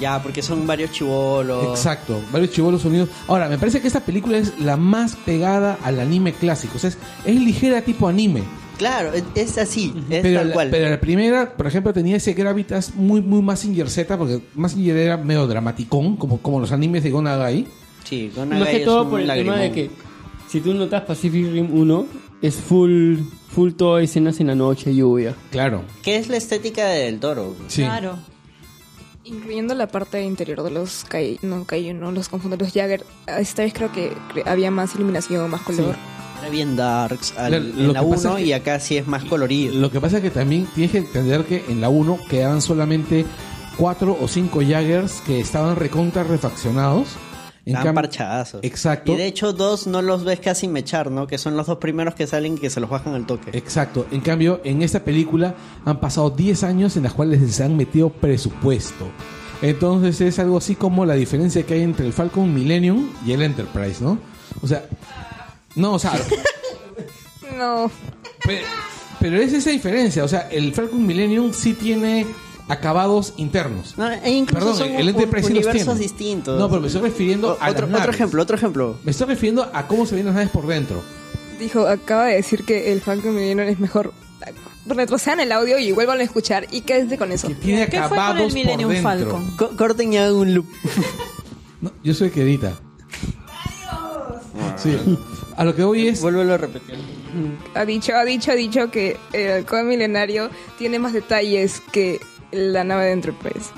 Speaker 3: ya, porque son varios chivolos.
Speaker 4: Exacto, varios chivolos unidos. Ahora, me parece que esta película es la más pegada al anime clásico. O sea, es, es ligera tipo anime.
Speaker 3: Claro, es, es así. Es
Speaker 4: pero,
Speaker 3: tal
Speaker 4: la,
Speaker 3: cual.
Speaker 4: pero la primera, por ejemplo, tenía ese gravitas muy, muy Massinger Z, porque Massinger era medio dramaticón, como, como los animes de Gonagai.
Speaker 3: Sí, con
Speaker 5: más
Speaker 3: Nagai
Speaker 5: que
Speaker 3: es
Speaker 5: todo
Speaker 3: un
Speaker 5: por el tema de
Speaker 3: lagrimón.
Speaker 5: que si tú notas Pacific Rim 1 es full full todo escenas en la noche lluvia
Speaker 4: Claro.
Speaker 3: ¿Qué es la estética del toro?
Speaker 4: Sí.
Speaker 2: Claro.
Speaker 6: Incluyendo la parte interior de los Kai, no Kai, no los confundo, los Jagger. Esta vez creo que cre- había más iluminación, más color.
Speaker 3: Era bien darks al-
Speaker 4: Lo- lo
Speaker 3: en la
Speaker 4: que pasa
Speaker 3: 1
Speaker 4: es que-
Speaker 3: y acá sí es más colorido.
Speaker 4: Lo que pasa es que también tienes que entender que en la 1 quedaban solamente 4 o 5 Jaggers que estaban recontra refaccionados. En
Speaker 3: Estaban
Speaker 4: cam-
Speaker 3: parchadazos.
Speaker 4: Exacto.
Speaker 3: Y de hecho, dos no los ves casi mechar, ¿no? Que son los dos primeros que salen y que se los bajan al toque.
Speaker 4: Exacto. En cambio, en esta película han pasado 10 años en las cuales se han metido presupuesto. Entonces es algo así como la diferencia que hay entre el Falcon Millennium y el Enterprise, ¿no? O sea, no, o sea,
Speaker 6: No.
Speaker 4: pe- pero es esa diferencia. O sea, el Falcon Millennium sí tiene acabados internos.
Speaker 3: No, e incluso
Speaker 4: Perdón,
Speaker 3: son
Speaker 4: el Enterprise sí los
Speaker 3: universos
Speaker 4: tiene.
Speaker 3: distintos.
Speaker 4: No, pero me estoy refiriendo
Speaker 3: O-
Speaker 4: a
Speaker 3: otro,
Speaker 4: las naves.
Speaker 3: otro ejemplo, otro ejemplo.
Speaker 4: Me estoy refiriendo a cómo se ven las naves por dentro.
Speaker 6: Dijo, acaba de decir que el Falcon Millennium es mejor. Retrocedan el audio y vuelvan a escuchar y quédense con eso.
Speaker 4: Que tiene
Speaker 2: ¿Qué fue con el
Speaker 4: acabados por
Speaker 2: Millennium
Speaker 4: dentro.
Speaker 2: Falcon?
Speaker 3: Co- corten y hagan un loop.
Speaker 4: No, yo soy el que edita. Sí. A lo que voy es
Speaker 3: Vuélvelo a repetir.
Speaker 6: Ha dicho, ha dicho, ha dicho que el halcón milenario tiene más detalles que la nave de Enterprise.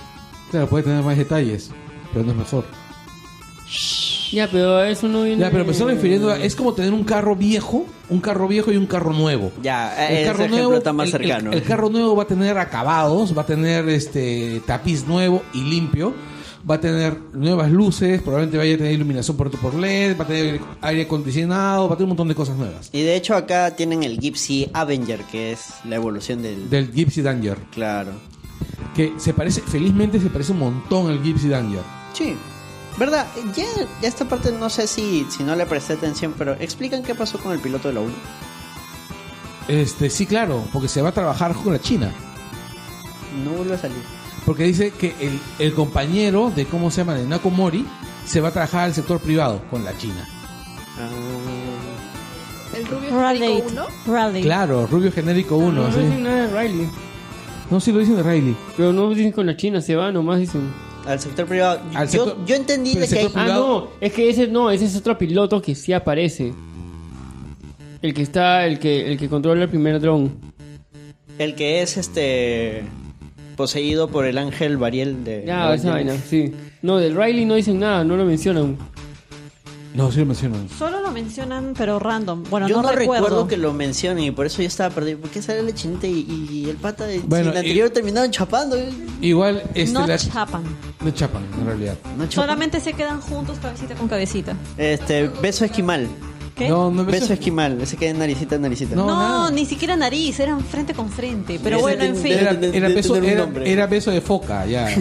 Speaker 4: Claro, puede tener más detalles, pero no es mejor.
Speaker 5: ya pero eso no viene
Speaker 4: Ya, pero me estoy refiriendo a. Es como tener un carro viejo, un carro viejo y un carro nuevo.
Speaker 3: Ya, ese ejemplo está más
Speaker 4: el- el-
Speaker 3: cercano.
Speaker 4: El, carro nuevo va a tener acabados, va a tener este tapiz nuevo y limpio, va a tener nuevas luces, probablemente vaya a tener iluminación por, por LED, va a tener aire acondicionado, va a tener un montón de cosas nuevas.
Speaker 3: Y de hecho acá tienen el Gypsy Avenger, que es la evolución del...
Speaker 4: Del Gypsy Danger,
Speaker 3: Claro.
Speaker 4: que se parece, felizmente se parece un montón al Gypsy Danger.
Speaker 3: Sí. ¿Verdad? Ya, ya esta parte no sé si, si no le presté atención, pero explican qué pasó con el piloto de la 1.
Speaker 4: Este, sí, claro, porque se va a trabajar con la China.
Speaker 3: No vuelve a salir.
Speaker 4: Porque dice que el, el compañero de, ¿cómo se llama? De Nakomori, se va a trabajar al sector privado con la China.
Speaker 3: Ah,
Speaker 6: El
Speaker 2: Raleigh.
Speaker 6: rubio
Speaker 2: Raleigh.
Speaker 4: Claro, Rubio Genérico 1.
Speaker 5: no,
Speaker 4: No,
Speaker 5: no dicen nada de Riley
Speaker 4: no sí lo dicen de Riley.
Speaker 5: pero no dicen con la China se va nomás dicen
Speaker 3: al sector privado.
Speaker 4: Al
Speaker 3: yo,
Speaker 4: sector-
Speaker 3: yo entendí
Speaker 4: pero
Speaker 3: de
Speaker 4: el
Speaker 3: que
Speaker 4: sector
Speaker 5: Ah,
Speaker 4: Cuidado.
Speaker 5: no, es que ese no, ese es otro piloto que sí aparece. El que está, el que, el que controla el primer dron.
Speaker 3: hay- el que es este... poseído por el ángel Bariel de...
Speaker 5: Ya, esa vaina, sí. No, del Riley no dicen nada, no lo mencionan.
Speaker 4: No, sí lo mencionan.
Speaker 2: Solo lo mencionan, pero random. Bueno,
Speaker 3: Yo no,
Speaker 2: no,
Speaker 3: recuerdo. que lo mencionen y por eso yo estaba perdido. ¿Por qué sale la chinita y, y el pata? de-
Speaker 4: Bueno,
Speaker 3: si en la anterior
Speaker 4: y-
Speaker 3: terminaron chapando. eh.
Speaker 4: Igual, este.
Speaker 2: no
Speaker 4: la-
Speaker 2: chapan.
Speaker 4: no chapan, en realidad.
Speaker 3: No chapa.
Speaker 2: Solamente se quedan juntos cabecita con cabecita.
Speaker 3: Este, beso esquimal.
Speaker 2: ¿Qué?
Speaker 4: No, no me
Speaker 3: Beso esquimal. Ese que es naricita, naricita.
Speaker 4: No,
Speaker 2: No,
Speaker 4: nada.
Speaker 2: ni siquiera nariz, eran frente con frente. Pero
Speaker 3: Ese
Speaker 2: bueno, en
Speaker 3: ten-
Speaker 2: fin.
Speaker 4: Era,
Speaker 3: de- de-
Speaker 4: era
Speaker 3: de
Speaker 4: beso,
Speaker 3: tener un
Speaker 4: era,
Speaker 3: nombre.
Speaker 4: era beso de foca, ya.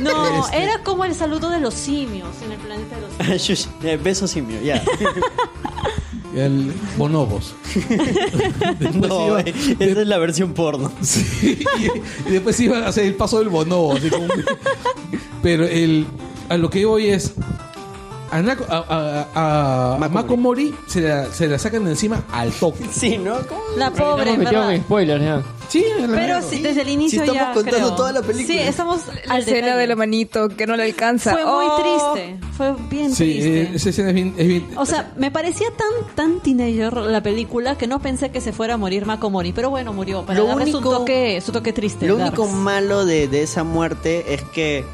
Speaker 2: No, era como el saludo de los simios en el planeta de los simios.
Speaker 3: Shush, eh, beso simio, ya.
Speaker 4: El bonobos. Después
Speaker 3: No,
Speaker 4: iba-
Speaker 3: eh, esa es la versión porno.
Speaker 4: Sí, y después iban a hacer el paso del bonobo. así como- Pero el, a lo que voy es. A, Nako- a, a, a- a
Speaker 3: Mako
Speaker 4: Mako Mori se la, se la sacan de encima al toque.
Speaker 3: Sí, ¿no? ¿Cómo?
Speaker 2: La pobre,
Speaker 5: Estamos metidos
Speaker 2: ¿verdad?
Speaker 5: en spoilers, ya.
Speaker 4: Sí, a la
Speaker 2: Pero
Speaker 4: mierda.
Speaker 2: sí, desde el inicio
Speaker 3: estamos
Speaker 2: ya,
Speaker 3: contando
Speaker 2: creo.
Speaker 3: toda la película.
Speaker 2: Sí, estamos
Speaker 6: La
Speaker 2: al
Speaker 6: escena
Speaker 2: detalle.
Speaker 6: de la manito que no le alcanza.
Speaker 2: Fue muy
Speaker 6: Oh.
Speaker 2: triste, fue bien
Speaker 4: Sí, eh,
Speaker 2: triste.
Speaker 4: esa escena es bien. es bien-
Speaker 2: O sea, me parecía tan tan teenager la película que no pensé que se fuera a morir Makomori, pero bueno, murió para
Speaker 3: Lo
Speaker 2: darle su
Speaker 3: único-
Speaker 2: toque, su toque triste.
Speaker 3: Lo
Speaker 2: darks.
Speaker 3: único malo de, de esa muerte es que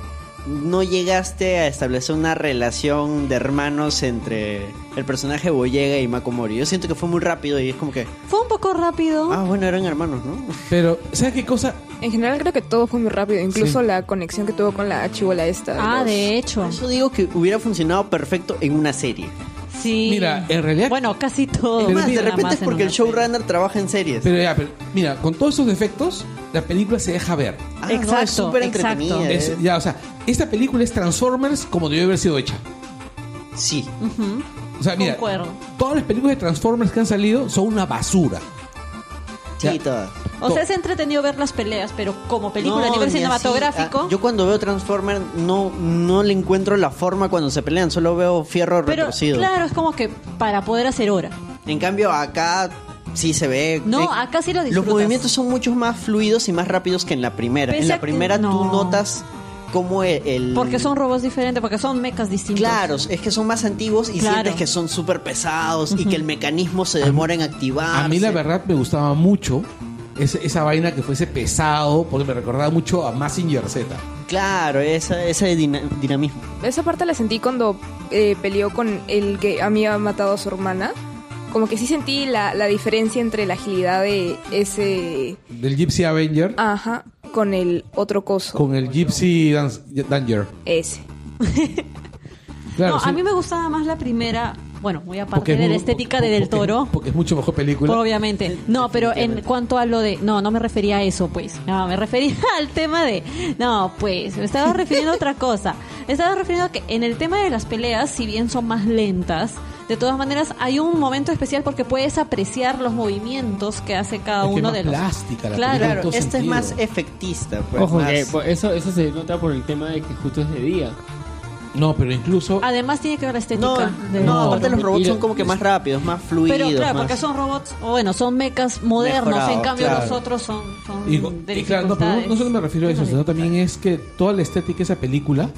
Speaker 3: no llegaste a establecer una relación de hermanos entre el personaje Boyega y Makomori. Yo siento que fue muy rápido y es como que,
Speaker 2: Fue un poco rápido.
Speaker 3: ah, bueno, eran hermanos, ¿no?
Speaker 4: pero, ¿sabes qué cosa?
Speaker 6: En general creo que todo fue muy rápido, incluso
Speaker 4: Sí.
Speaker 6: la conexión que tuvo con la chivola esta.
Speaker 2: Ah,
Speaker 6: los-
Speaker 2: de hecho.
Speaker 3: Por eso digo que hubiera funcionado perfecto en una serie.
Speaker 2: Sí.
Speaker 4: Mira, en realidad-
Speaker 2: Bueno, casi todo.
Speaker 3: Es más, de
Speaker 2: Nada
Speaker 3: repente
Speaker 2: más
Speaker 3: es
Speaker 2: en
Speaker 3: porque el
Speaker 2: una
Speaker 3: showrunner trabaja en series.
Speaker 4: Pero ya, pero, mira, con todos esos defectos, la película se deja ver.
Speaker 3: Ah, no, es
Speaker 2: Exacto,
Speaker 3: súper
Speaker 2: exacto.
Speaker 3: entretenida.
Speaker 4: Es-
Speaker 3: eh.
Speaker 4: ya, o sea, esta película es Transformers como debió haber sido hecha.
Speaker 3: Sí.
Speaker 2: serie. Ujú.
Speaker 4: O sea, mira,
Speaker 2: Concuerdo.
Speaker 4: todas las películas de Transformers que han salido son una basura. Ya.
Speaker 3: Sí, todas.
Speaker 2: O sea, es entretenido ver las peleas, pero como película a
Speaker 3: No,
Speaker 2: nivel
Speaker 3: ni así.
Speaker 2: cinematográfico.
Speaker 3: Ah, yo cuando veo Transformers no, no le encuentro la forma cuando se pelean, solo veo fierro
Speaker 2: pero
Speaker 3: retorcido.
Speaker 2: claro, es como que para poder hacer hora.
Speaker 3: En cambio, acá sí se ve.
Speaker 2: No,
Speaker 3: eh,
Speaker 2: acá sí lo
Speaker 3: Los
Speaker 2: disfrutas.
Speaker 3: movimientos son mucho más fluidos y más rápidos que en la primera.
Speaker 2: Pese
Speaker 3: en
Speaker 2: a
Speaker 3: la
Speaker 2: que-
Speaker 3: primera tú
Speaker 2: no.
Speaker 3: notas cómo el. el-
Speaker 2: Porque son robots diferentes, porque son mechas distintos.
Speaker 3: Claro, es que son más antiguos y
Speaker 2: Claro.
Speaker 3: sientes que son súper pesados y que el mecanismo se demora en activar.
Speaker 4: A mí la verdad me gustaba mucho ese- esa vaina que fuese pesado, porque me recordaba mucho a Massinger Z.
Speaker 3: Claro, esa, ese dina- dinamismo.
Speaker 6: Esa parte la sentí cuando eh, peleó con el que había matado a su hermana. Como que sí sentí la, la diferencia entre la agilidad de ese...
Speaker 4: Del Gypsy Avenger
Speaker 2: Ah,
Speaker 6: Ajá, con el otro coso.
Speaker 4: con el Gypsy Dance- Danger.
Speaker 6: Ese.
Speaker 4: Claro,
Speaker 2: no,
Speaker 4: sí,
Speaker 2: a mí me gustaba más la primera, bueno, muy aparte
Speaker 4: porque es
Speaker 2: de la
Speaker 4: muy-
Speaker 2: estética de
Speaker 4: porque-
Speaker 2: Del Toro.
Speaker 4: Porque es mucho mejor película.
Speaker 2: Obviamente. No, pero en cuanto a lo de. No, no me refería a eso, pues. No, me refería al tema de. No, pues. Me estaba refiriendo a otra cosa. Me estaba refiriendo a que en el tema de las peleas, si bien son más lentas, de todas maneras hay un momento especial porque puedes apreciar los movimientos que hace cada
Speaker 4: Es que
Speaker 2: uno
Speaker 4: más
Speaker 2: de los.
Speaker 4: plástica la
Speaker 2: claro,
Speaker 4: película en
Speaker 3: Claro,
Speaker 4: todo
Speaker 3: este es
Speaker 4: sentido. eh,
Speaker 3: más efectista. pues,
Speaker 5: Ojo,
Speaker 3: más-
Speaker 5: que por- eso, eso se nota por el tema de que justo es de día.
Speaker 4: No, pero incluso.
Speaker 2: Además tiene que ver la
Speaker 3: No,
Speaker 2: estética. de-
Speaker 3: no, aparte los robots
Speaker 5: Mira,
Speaker 3: son como que más rápidos, más fluidos.
Speaker 2: Pero claro,
Speaker 3: más-
Speaker 2: porque son robots, o bueno, son mecas modernos,
Speaker 3: Mejorados,
Speaker 2: en cambio
Speaker 3: claro.
Speaker 2: los otros son, son
Speaker 4: Y,
Speaker 2: de
Speaker 4: y claro, no, pero no- no solo me refiero a eso, sino también es que toda la estética de esa película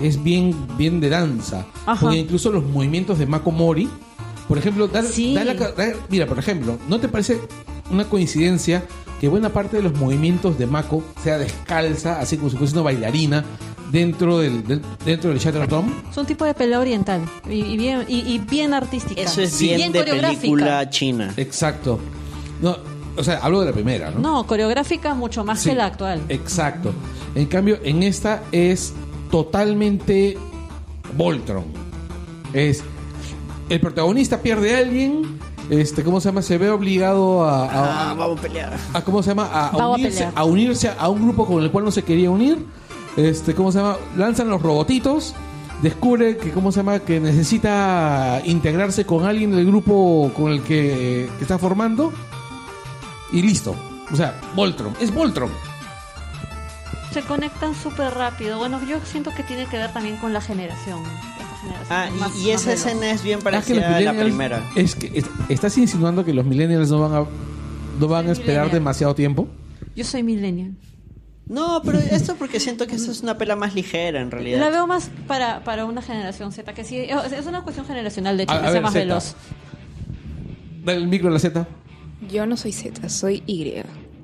Speaker 4: es bien, bien de danza.
Speaker 2: Ajá.
Speaker 4: Porque incluso los movimientos de Mako Mori, por ejemplo, da-
Speaker 2: Sí.
Speaker 4: da la ca- da- mira, por ejemplo, ¿no te parece una coincidencia que buena parte de los movimientos de Mako sea descalza, así como si fuese una bailarina, dentro del, del- dentro del Shatter Dome?
Speaker 2: Es un tipo de pelea oriental y, y bien, y, y bien artística.
Speaker 3: Eso es
Speaker 2: Y
Speaker 3: bien, de
Speaker 2: coreográfica.
Speaker 3: película china.
Speaker 4: Exacto. No, o sea, hablo de la primera, ¿no?
Speaker 2: No, coreográfica mucho más
Speaker 4: Sí, Eh.
Speaker 2: que la actual.
Speaker 4: Exacto. En cambio, en esta es totalmente Voltron. Es el protagonista pierde a alguien, este, ¿cómo se llama? Se ve obligado a, a-
Speaker 3: Ah, vamos a pelear.
Speaker 4: a- ¿cómo se llama? A, a
Speaker 2: Vamos a
Speaker 4: unirse,
Speaker 2: pelear.
Speaker 4: a unirse a un grupo con el cual no se quería unir. Este, ¿cómo se llama? Lanzan los robotitos. Descubre que, ¿cómo se llama? Que necesita integrarse con alguien del grupo con el que, que está formando. Y listo. O sea, Voltron. Es Voltron.
Speaker 2: Se conectan súper rápido. Bueno, yo siento que tiene que ver también con la generación. Esta generación
Speaker 3: Ah, y-
Speaker 2: más-
Speaker 3: y,
Speaker 2: más
Speaker 3: esa
Speaker 2: veloz.
Speaker 3: escena es bien
Speaker 4: Es que los
Speaker 3: parecida a la
Speaker 4: millennials-
Speaker 3: primera.
Speaker 4: Es que es- estás insinuando que los millennials no van a no van a
Speaker 2: Soy
Speaker 4: esperar
Speaker 2: millennial.
Speaker 4: demasiado tiempo.
Speaker 2: Yo soy millennial.
Speaker 3: No, pero esto porque siento que esa es una pela más ligera en realidad.
Speaker 2: La veo más para, para una generación Z, que sí, es es una cuestión generacional, de hecho,
Speaker 4: A-
Speaker 2: que
Speaker 4: a
Speaker 2: sea
Speaker 4: ver,
Speaker 2: más
Speaker 4: Zeta.
Speaker 2: veloz. Oh,
Speaker 4: Dale el micro a la Z.
Speaker 6: Yo no soy Z, soy Y.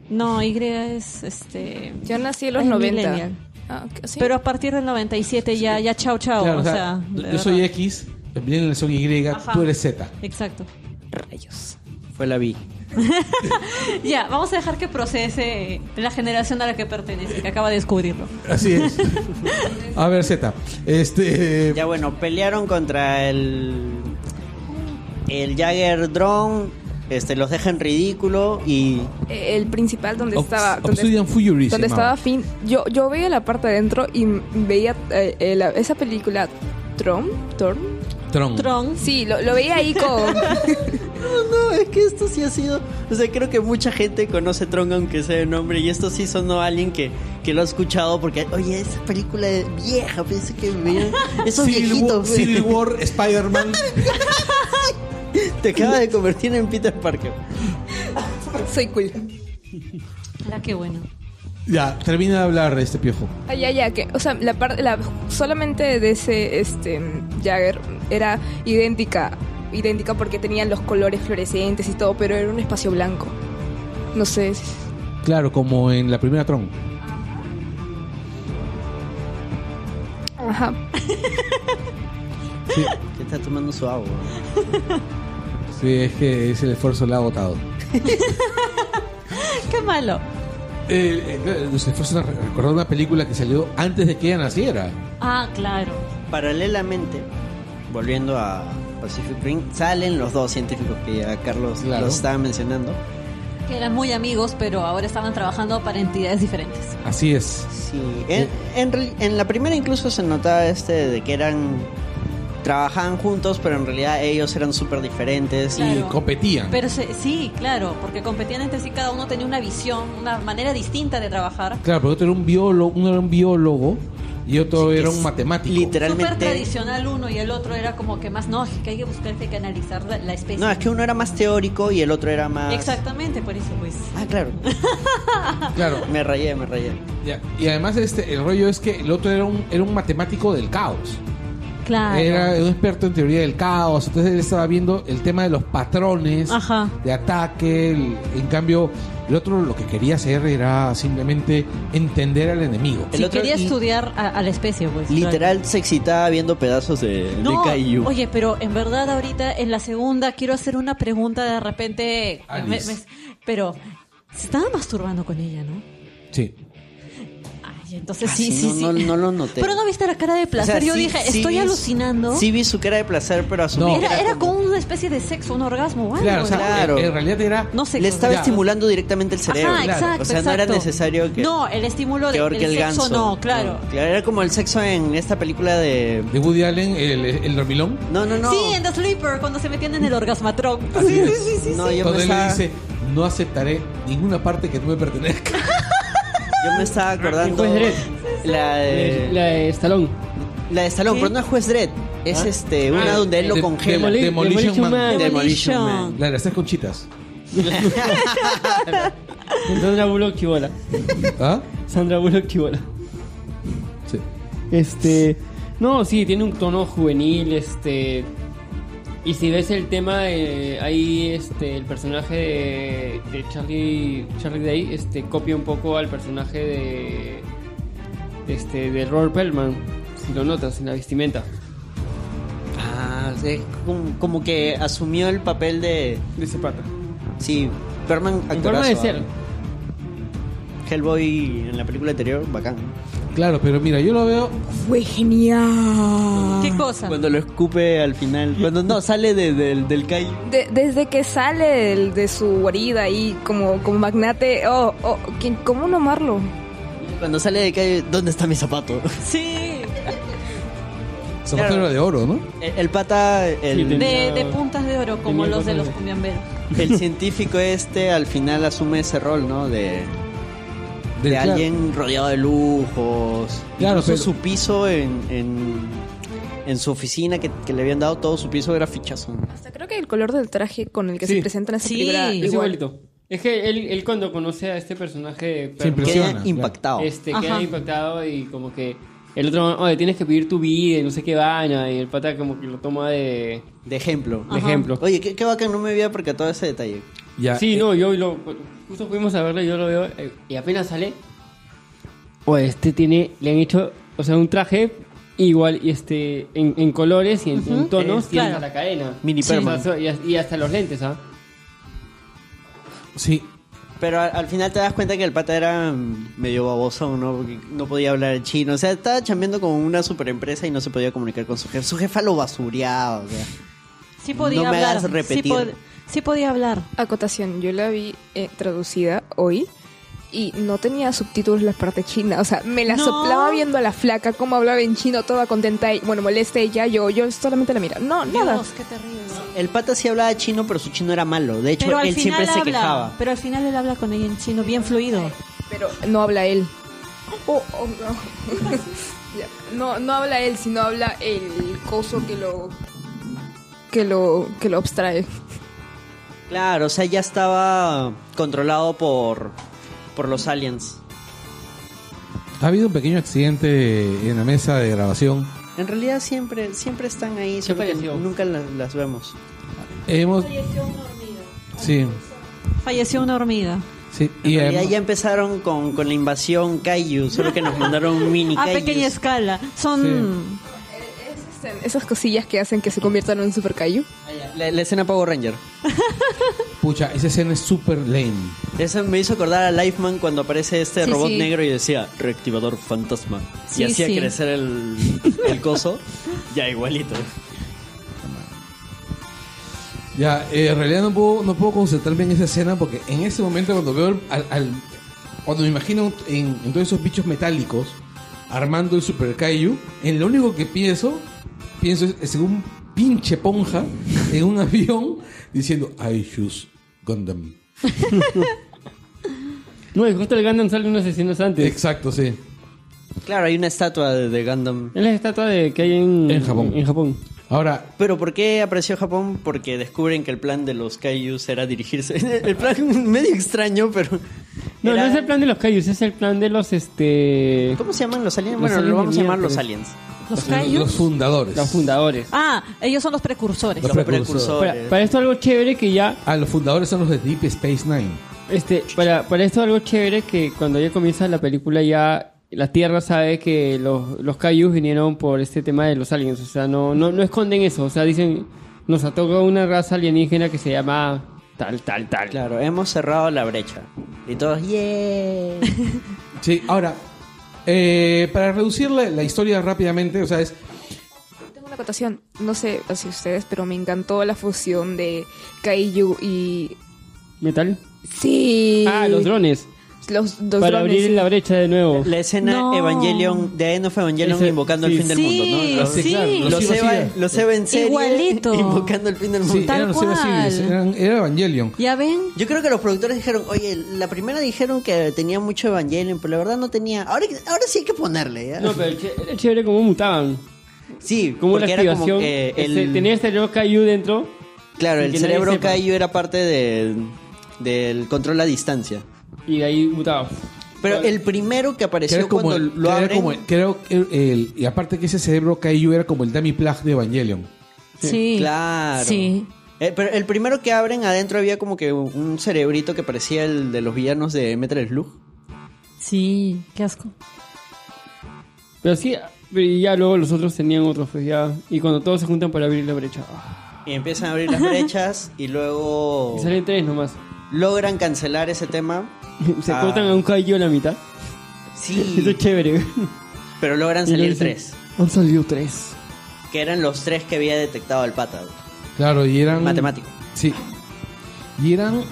Speaker 2: No, Y es este.
Speaker 6: Yo nací en los
Speaker 2: Es
Speaker 6: 90.
Speaker 2: millennial.
Speaker 6: Ah, ok, sí.
Speaker 2: Pero a partir del 97 ya, ya chao chao.
Speaker 4: Claro,
Speaker 2: o sea, de
Speaker 4: yo soy
Speaker 2: verdad.
Speaker 4: X, los millennials son Y,
Speaker 2: Ajá.
Speaker 4: tú eres Z.
Speaker 2: Exacto.
Speaker 6: Rayos.
Speaker 3: Fue la vi.
Speaker 2: Ya, vamos a dejar que procese la generación a la que pertenece, que acaba de descubrirlo.
Speaker 4: Así es. A ver, Z. Este.
Speaker 3: Ya bueno, pelearon contra el. El Jagger Drone. Este, los dejan ridículo y.
Speaker 6: Eh, El principal donde
Speaker 4: Obs-
Speaker 6: estaba. donde-
Speaker 4: Obsidian Fury. se
Speaker 6: donde
Speaker 4: llamaba.
Speaker 6: estaba Finn, yo, yo veía la parte de adentro y m- veía eh, eh, la- esa película Tron, Tron.
Speaker 4: Tron.
Speaker 2: Tron.
Speaker 6: Sí, lo, lo veía ahí con...
Speaker 3: No, no, es que esto sí ha sido. O sea, creo que mucha gente conoce Tron aunque sea de nombre. Y esto sí sonó a alguien que, que lo ha escuchado porque, oye, esa película es vieja, pensé que veía. Esos
Speaker 4: Civil, War,
Speaker 3: viejitos.
Speaker 4: Civil War, Spider-Man.
Speaker 3: Te acaba de convertir en Peter Parker.
Speaker 6: Soy cool.
Speaker 2: La que bueno.
Speaker 4: ya, termina de hablar este piojo.
Speaker 6: Ay, ya, ya, que, o sea, la parte, la, solamente de ese, este, mm, Jagger era idéntica, idéntica porque tenían los colores fluorescentes y todo, pero era un espacio blanco. No sé, si-
Speaker 4: Claro, como en la primera Tron.
Speaker 6: ajá.
Speaker 3: Que está tomando su agua.
Speaker 4: Sí, es que es el esfuerzo la ha agotado.
Speaker 2: Qué malo.
Speaker 4: Eh, eh, los esfuerzos de recordar una película que salió antes de que ella naciera.
Speaker 2: Ah, claro.
Speaker 3: Paralelamente, volviendo a Pacific Rim, salen los dos científicos que ya Carlos
Speaker 4: Claro.
Speaker 3: los estaba mencionando.
Speaker 2: Que eran muy amigos, pero ahora estaban trabajando para entidades diferentes.
Speaker 4: Así es.
Speaker 3: Sí, en, en real- en la primera incluso se notaba este de que eran trabajaban juntos, pero en realidad ellos eran súper diferentes
Speaker 4: Y
Speaker 2: Claro.
Speaker 4: competían.
Speaker 2: Pero se- sí, claro, porque competían entre sí, cada uno tenía una visión, una manera distinta de trabajar.
Speaker 4: Claro, porque otro era un biólogo, uno era un biólogo y otro
Speaker 3: Sí,
Speaker 4: era
Speaker 3: es
Speaker 4: un matemático.
Speaker 2: Súper
Speaker 3: literalmente
Speaker 2: tradicional uno y el otro era como que más, no, es que hay que buscar, que hay que analizar la, la especie.
Speaker 3: no es que uno era más teórico y el otro era más
Speaker 2: Exactamente, por eso pues.
Speaker 3: ah claro
Speaker 4: Claro.
Speaker 3: me rayé me rayé
Speaker 4: Ya, Y además este, el rollo es que el otro era un, era un matemático del caos.
Speaker 2: Claro.
Speaker 4: Era un experto en teoría del caos. Entonces él estaba viendo el tema de los patrones
Speaker 2: Ajá.
Speaker 4: de ataque. el- en cambio, el otro lo que quería hacer era simplemente entender al enemigo.
Speaker 3: El
Speaker 2: Si
Speaker 3: otro-
Speaker 2: quería
Speaker 3: y-
Speaker 2: estudiar a, a la especie, pues.
Speaker 3: literal se excitaba viendo pedazos de, de
Speaker 2: No,
Speaker 3: Kaiju.
Speaker 2: oye, pero en verdad ahorita en la segunda quiero hacer una pregunta de repente, me-
Speaker 4: Alice.
Speaker 2: me- pero se estaba masturbando con ella, ¿no?
Speaker 4: Sí.
Speaker 2: Ay, entonces
Speaker 3: Ah,
Speaker 2: sí,
Speaker 3: sí,
Speaker 2: sí,
Speaker 3: no,
Speaker 2: sí.
Speaker 3: no- no lo noté.
Speaker 2: Pero no viste la cara de
Speaker 3: O sea,
Speaker 2: placer. Yo
Speaker 3: sí-
Speaker 2: dije,
Speaker 3: sí
Speaker 2: estoy
Speaker 3: vi-
Speaker 2: alucinando.
Speaker 3: sí vi su cara de placer pero asumí
Speaker 4: No.
Speaker 3: que
Speaker 2: era, era
Speaker 3: como-
Speaker 2: como una especie de sexo, un orgasmo, o algo,
Speaker 4: Claro, o sea,
Speaker 2: ¿no?
Speaker 3: Claro.
Speaker 4: En, en realidad era.
Speaker 2: No sé.
Speaker 3: le estaba
Speaker 4: Ya.
Speaker 3: estimulando directamente el cerebro
Speaker 2: Ajá, exacto,
Speaker 3: o sea no era
Speaker 2: exacto.
Speaker 3: necesario que
Speaker 2: No, el estímulo de,
Speaker 3: peor
Speaker 2: del
Speaker 3: que el
Speaker 2: sexo
Speaker 3: ganso
Speaker 2: no, claro.
Speaker 3: claro era como el sexo en esta película de
Speaker 4: De Woody Allen, el, el dormilón.
Speaker 3: no no no
Speaker 2: Sí, en The Sleeper, cuando se metían en el orgasmatrón.
Speaker 4: Así es.
Speaker 3: no yo
Speaker 4: Donde
Speaker 3: me
Speaker 4: él le
Speaker 3: estaba-
Speaker 4: dice: No aceptaré ninguna parte que tú me pertenezca.
Speaker 3: Yo me estaba acordando.
Speaker 5: El juez Dredd.
Speaker 3: La de.
Speaker 5: La
Speaker 3: La,
Speaker 5: de Stallone.
Speaker 3: de Stallone, pero no es juez Dredd. Es este, una
Speaker 5: Ah,
Speaker 3: donde él lo
Speaker 4: de-
Speaker 3: congela.
Speaker 4: de-
Speaker 5: Demoli-
Speaker 4: Demolition
Speaker 3: Demolition
Speaker 4: Man.
Speaker 2: Demolition.
Speaker 3: Man.
Speaker 4: La de las tres conchitas.
Speaker 5: Sandra Bullock chibola.
Speaker 4: ¿Ah?
Speaker 5: Sandra Bullock chibola.
Speaker 4: Sí.
Speaker 5: Este. No, sí, tiene un tono juvenil, este. Y si ves el tema, eh, ahí este, el personaje de, de Charlie, Charlie Day este, copia un poco al personaje de, este, de Robert Pellman, si lo notas en la vestimenta.
Speaker 3: Ah, es como, como que asumió el papel de.
Speaker 5: De Zapata.
Speaker 3: Sí, Perman
Speaker 5: En forma
Speaker 3: actorazo.
Speaker 5: de ser.
Speaker 3: ah. Hellboy en la película anterior, bacán.
Speaker 4: Claro, pero mira, yo lo veo.
Speaker 6: Fue genial.
Speaker 2: ¿Qué cosa?
Speaker 3: Cuando lo escupe al final. Cuando no, sale de- del- del calle.
Speaker 6: De- desde que sale del- de su guarida ahí como, como magnate, oh, oh, ¿quién- ¿cómo nomarlo?
Speaker 3: Cuando sale de calle, ¿dónde está mi zapato?
Speaker 2: Sí,
Speaker 4: Zapatero
Speaker 3: Claro.
Speaker 4: era de oro, ¿no?
Speaker 3: El, el pata, el,
Speaker 5: Sí,
Speaker 2: de,
Speaker 5: Tenía-
Speaker 2: de puntas de oro, como
Speaker 5: tenía
Speaker 2: los de los
Speaker 5: cosas de-
Speaker 2: cumbiamberos.
Speaker 3: el científico este al final asume ese rol, ¿no? De. de,
Speaker 4: Del- claro.
Speaker 3: alguien rodeado de lujos.
Speaker 4: Claro,
Speaker 3: Claro,
Speaker 4: pero-
Speaker 3: su piso en, en, en su oficina que, que le habían dado todo su piso era fichazo.
Speaker 6: Hasta creo que el color del traje con el que
Speaker 5: Sí.
Speaker 6: se presenta en esa
Speaker 2: Sí.
Speaker 6: película
Speaker 5: Es
Speaker 2: Igual.
Speaker 5: igualito. Es que él, él cuando conoce a este personaje de Perlman,
Speaker 4: Impresiona,
Speaker 3: Queda
Speaker 4: claro.
Speaker 3: impactado.
Speaker 5: Este,
Speaker 2: Ajá.
Speaker 5: queda impactado y como que el otro, oye, tienes que pedir tu vida y no sé qué vaina. Y el pata como que lo toma de,
Speaker 3: De ejemplo.
Speaker 5: de Ah. ejemplo.
Speaker 3: Oye, qué, qué bacán, no me había percatado ese detalle.
Speaker 4: Ya. eh,
Speaker 5: Sí, no, yo lo... Justo fuimos a verlo, yo lo veo eh, y apenas sale. O este tiene, le han hecho, o sea, un traje igual y este en, en colores y en, en tonos y
Speaker 2: claro.
Speaker 5: hasta la cadena.
Speaker 3: Mini
Speaker 5: Sí.
Speaker 3: Perman.
Speaker 5: O sea, y, y hasta los lentes, ¿ah?
Speaker 4: Sí,
Speaker 3: Pero al, al final te das cuenta que el pata era mm, medio babosón, ¿no? Porque no podía hablar chino. O sea, estaba chambeando con una superempresa y no se podía comunicar con su jefe. Su jefa lo basureaba, o sea.
Speaker 2: Sí podía
Speaker 3: No me
Speaker 2: hablar.
Speaker 3: hagas repetir.
Speaker 2: Sí, pod- sí podía hablar.
Speaker 6: Acotación, yo la vi eh, traducida hoy y no tenía subtítulos la parte china. O sea, me la
Speaker 2: No.
Speaker 6: soplaba viendo a la flaca cómo hablaba en chino, toda contenta y, bueno, molesta ella, yo, yo solamente la mira. No, nada.
Speaker 2: Dios, qué terrible.
Speaker 3: El pata sí hablaba chino, pero su chino era malo. De hecho,
Speaker 2: Pero al
Speaker 3: él siempre
Speaker 2: final
Speaker 3: se
Speaker 2: habla.
Speaker 3: quejaba.
Speaker 2: Pero al final él habla con ella en chino, bien fluido.
Speaker 6: Pero no habla él. Oh, oh, no. Ya, no, no habla él, sino habla el coso que lo que lo que lo abstrae.
Speaker 3: Claro, o sea, ya estaba controlado por, por los aliens.
Speaker 4: ha habido un pequeño accidente en la mesa de grabación.
Speaker 3: En realidad siempre, siempre están ahí,
Speaker 5: Se
Speaker 3: solo que
Speaker 5: apareció.
Speaker 3: nunca las, las vemos.
Speaker 4: Hemos... Sí,
Speaker 2: Falleció una hormiga.
Speaker 4: sí.
Speaker 3: En
Speaker 4: Y
Speaker 3: realidad
Speaker 4: además-
Speaker 3: ya empezaron con, con la invasión Kaiju, solo que nos mandaron un mini
Speaker 2: A
Speaker 3: Kaijus.
Speaker 2: pequeña escala. Son.
Speaker 6: Esas cosillas que hacen que se conviertan en un super kaiju.
Speaker 3: La, la escena Power Ranger.
Speaker 4: Pucha, esa escena es super lame.
Speaker 3: Eso me hizo acordar a Lifeman cuando aparece este
Speaker 6: Sí,
Speaker 3: robot
Speaker 6: sí.
Speaker 3: negro y decía reactivador fantasma.
Speaker 2: Sí,
Speaker 3: y hacía
Speaker 2: sí.
Speaker 3: crecer el, el coso. ya igualito.
Speaker 4: Ya, eh, en realidad no puedo, no puedo concentrarme en esa escena porque en ese momento cuando veo el- al, al- cuando me imagino en, en todos esos bichos metálicos armando el Super Kaiju, en lo único que pienso, pienso es, es en un pinche ponja en un avión diciendo I choose Gundam.
Speaker 5: No, y justo el Gundam sale unos asesinos antes.
Speaker 4: Exacto, sí.
Speaker 3: Claro, hay una estatua de, de Gundam.
Speaker 5: Es la estatua de, que hay en,
Speaker 4: En Japón.
Speaker 5: En Japón.
Speaker 4: Ahora,
Speaker 3: Pero ¿por qué apareció Japón? Porque descubren que el plan de los Kaijus era dirigirse. El plan medio extraño, pero.
Speaker 5: No,
Speaker 3: era-
Speaker 5: no es el plan de los Kaijus, es el plan de los este
Speaker 3: ¿Cómo se llaman los aliens?
Speaker 5: Los
Speaker 3: bueno,
Speaker 5: aliens
Speaker 3: lo vamos a
Speaker 5: de
Speaker 3: llamar los
Speaker 5: miércoles.
Speaker 3: aliens.
Speaker 2: Los
Speaker 4: los,
Speaker 2: callos.
Speaker 4: fundadores.
Speaker 5: los fundadores.
Speaker 2: Ah, ellos son los precursores.
Speaker 4: Los
Speaker 3: Los,
Speaker 4: precursores.
Speaker 3: precursores.
Speaker 5: Para, para esto algo chévere que ya
Speaker 4: Ah, los fundadores son los de Deep Space Nine.
Speaker 5: Este, para, para esto algo chévere que cuando ya comienza la película ya la Tierra sabe que los, los Kaijus vinieron por este tema de los aliens. O sea, no, no, no esconden eso. O sea, dicen, nos ataca una raza alienígena que se llama tal, tal, tal.
Speaker 3: Claro, hemos cerrado la brecha. Y todos, ¡yeah!
Speaker 4: Sí, ahora, eh, para reducir la, la historia rápidamente, o sea, es
Speaker 6: Tengo una acotación, no sé si ustedes, pero me encantó la fusión de Kaiju y...
Speaker 5: ¿Metal?
Speaker 6: Sí.
Speaker 5: Ah, los drones.
Speaker 6: Los, los
Speaker 5: para
Speaker 6: drones,
Speaker 5: abrir
Speaker 6: sí.
Speaker 5: la brecha de nuevo.
Speaker 3: La escena
Speaker 2: No.
Speaker 3: Evangelion, de End of Evangelion
Speaker 5: Ese-
Speaker 3: invocando
Speaker 5: sí.
Speaker 3: el fin del
Speaker 2: Sí,
Speaker 3: mundo, ¿no? Los-
Speaker 2: sí.
Speaker 4: claro,
Speaker 3: Los
Speaker 4: sí,
Speaker 3: Eva,
Speaker 4: sí.
Speaker 3: los Eva en serie
Speaker 2: Igualito.
Speaker 3: invocando el fin del mundo.
Speaker 4: Sí,
Speaker 2: Tal
Speaker 4: eran los Evas
Speaker 2: cual.
Speaker 4: Civiles, eran- era Evangelion.
Speaker 2: ¿Ya ven?
Speaker 3: Yo creo que los productores dijeron, oye, la primera dijeron que tenía mucho Evangelion, pero la verdad no tenía. Ahora, ahora sí hay que ponerle, ¿eh? ¿ya?
Speaker 5: No, pero el ché- era chévere cómo mutaban.
Speaker 3: sí,
Speaker 5: Cómo la
Speaker 3: porque era como
Speaker 5: activación.
Speaker 3: que el,
Speaker 5: este, tenía este nuevo Kaiju dentro.
Speaker 3: claro,
Speaker 5: sin
Speaker 3: el
Speaker 5: que nadie
Speaker 3: cerebro
Speaker 5: sepa.
Speaker 3: Kaiju era parte de- del control a distancia.
Speaker 5: Y de ahí mutaba.
Speaker 3: Pero el primero que
Speaker 4: Que era
Speaker 3: apareció
Speaker 4: como
Speaker 3: cuando
Speaker 4: el,
Speaker 3: lo
Speaker 4: que era
Speaker 3: abren,
Speaker 4: como el- que era el- el- y aparte que ese cerebro Kaiju era como el dummy plug de Evangelion.
Speaker 2: Sí.
Speaker 3: Claro.
Speaker 2: Sí.
Speaker 3: Eh, pero el primero que abren adentro había como que un cerebrito que parecía el de los villanos de Metal Slug.
Speaker 2: Sí, qué asco.
Speaker 5: Pero sí, y ya luego los otros tenían otros. Pues ya. Y cuando todos se juntan para abrir la brecha. ah.
Speaker 3: Y empiezan a abrir las brechas y luego
Speaker 5: Y salen tres nomás.
Speaker 3: logran cancelar ese tema.
Speaker 5: Se
Speaker 3: Ah.
Speaker 5: cortan a un caillo a la mitad. Eso es
Speaker 3: Sí,
Speaker 5: chévere.
Speaker 3: pero logran
Speaker 5: Y le
Speaker 3: salir
Speaker 5: dicen,
Speaker 3: tres.
Speaker 5: Han salido tres.
Speaker 3: Que eran los tres que había detectado el pata.
Speaker 4: Claro, y eran...
Speaker 3: Matemático.
Speaker 4: Sí. Y eran...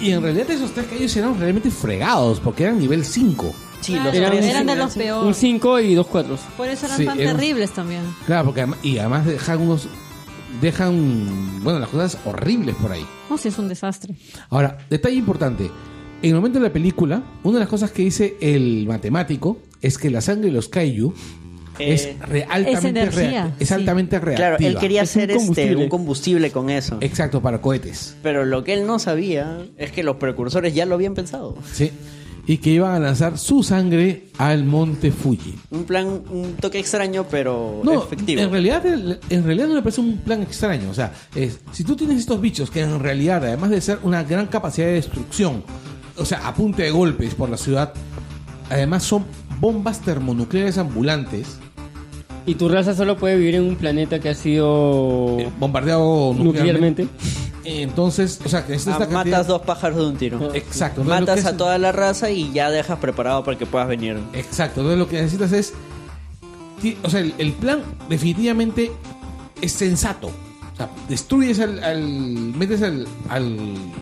Speaker 4: Y en realidad esos tres Kaijus eran realmente fregados, porque eran nivel 5.
Speaker 3: Sí,
Speaker 2: Claro,
Speaker 3: los
Speaker 5: Eran-
Speaker 3: tres.
Speaker 2: eran de los
Speaker 5: Un
Speaker 2: peores.
Speaker 5: cinco y dos cuatros.
Speaker 2: Por eso eran
Speaker 4: Sí,
Speaker 2: tan
Speaker 4: era un-
Speaker 2: terribles también.
Speaker 4: Claro, porque adem- y además dejan unos... Dejan, bueno, las cosas horribles por ahí.
Speaker 2: No, sí, es un desastre.
Speaker 4: Ahora, detalle importante. En el momento de la película, una de las cosas que dice el matemático es que la sangre de los kaiju
Speaker 3: Eh,
Speaker 4: es, re- altamente
Speaker 2: energía,
Speaker 4: rea- es
Speaker 2: sí.
Speaker 4: altamente reactiva.
Speaker 3: Claro, él quería
Speaker 5: Es un
Speaker 3: hacer este,
Speaker 5: combustible.
Speaker 3: un combustible con eso.
Speaker 4: Exacto, para cohetes.
Speaker 3: Pero lo que él no sabía es que los precursores ya lo habían pensado.
Speaker 4: Sí. y que iban a lanzar su sangre al monte Fuji.
Speaker 3: Un plan, un toque extraño, pero
Speaker 4: No,
Speaker 3: efectivo.
Speaker 4: en realidad en realidad no me parece un plan extraño. O sea, es, si tú tienes estos bichos que en realidad, además de ser una gran capacidad de destrucción, o sea, a punta de golpes por la ciudad, además son bombas termonucleares ambulantes,
Speaker 5: Y tu raza solo puede vivir en un planeta que ha sido
Speaker 4: eh, bombardeado nuclearmente.
Speaker 5: nuclearmente.
Speaker 4: Entonces, o sea, que es
Speaker 3: Ah,
Speaker 4: esta
Speaker 3: matas
Speaker 4: cantidad-
Speaker 3: dos pájaros de un tiro.
Speaker 4: Exacto. Entonces, lo que
Speaker 3: Matas
Speaker 4: es-
Speaker 3: a toda la raza y ya dejas preparado para que puedas venir.
Speaker 4: Exacto, entonces lo que necesitas es. ti- O sea, el, el plan definitivamente es sensato. O sea, destruyes al. al- metes al, al,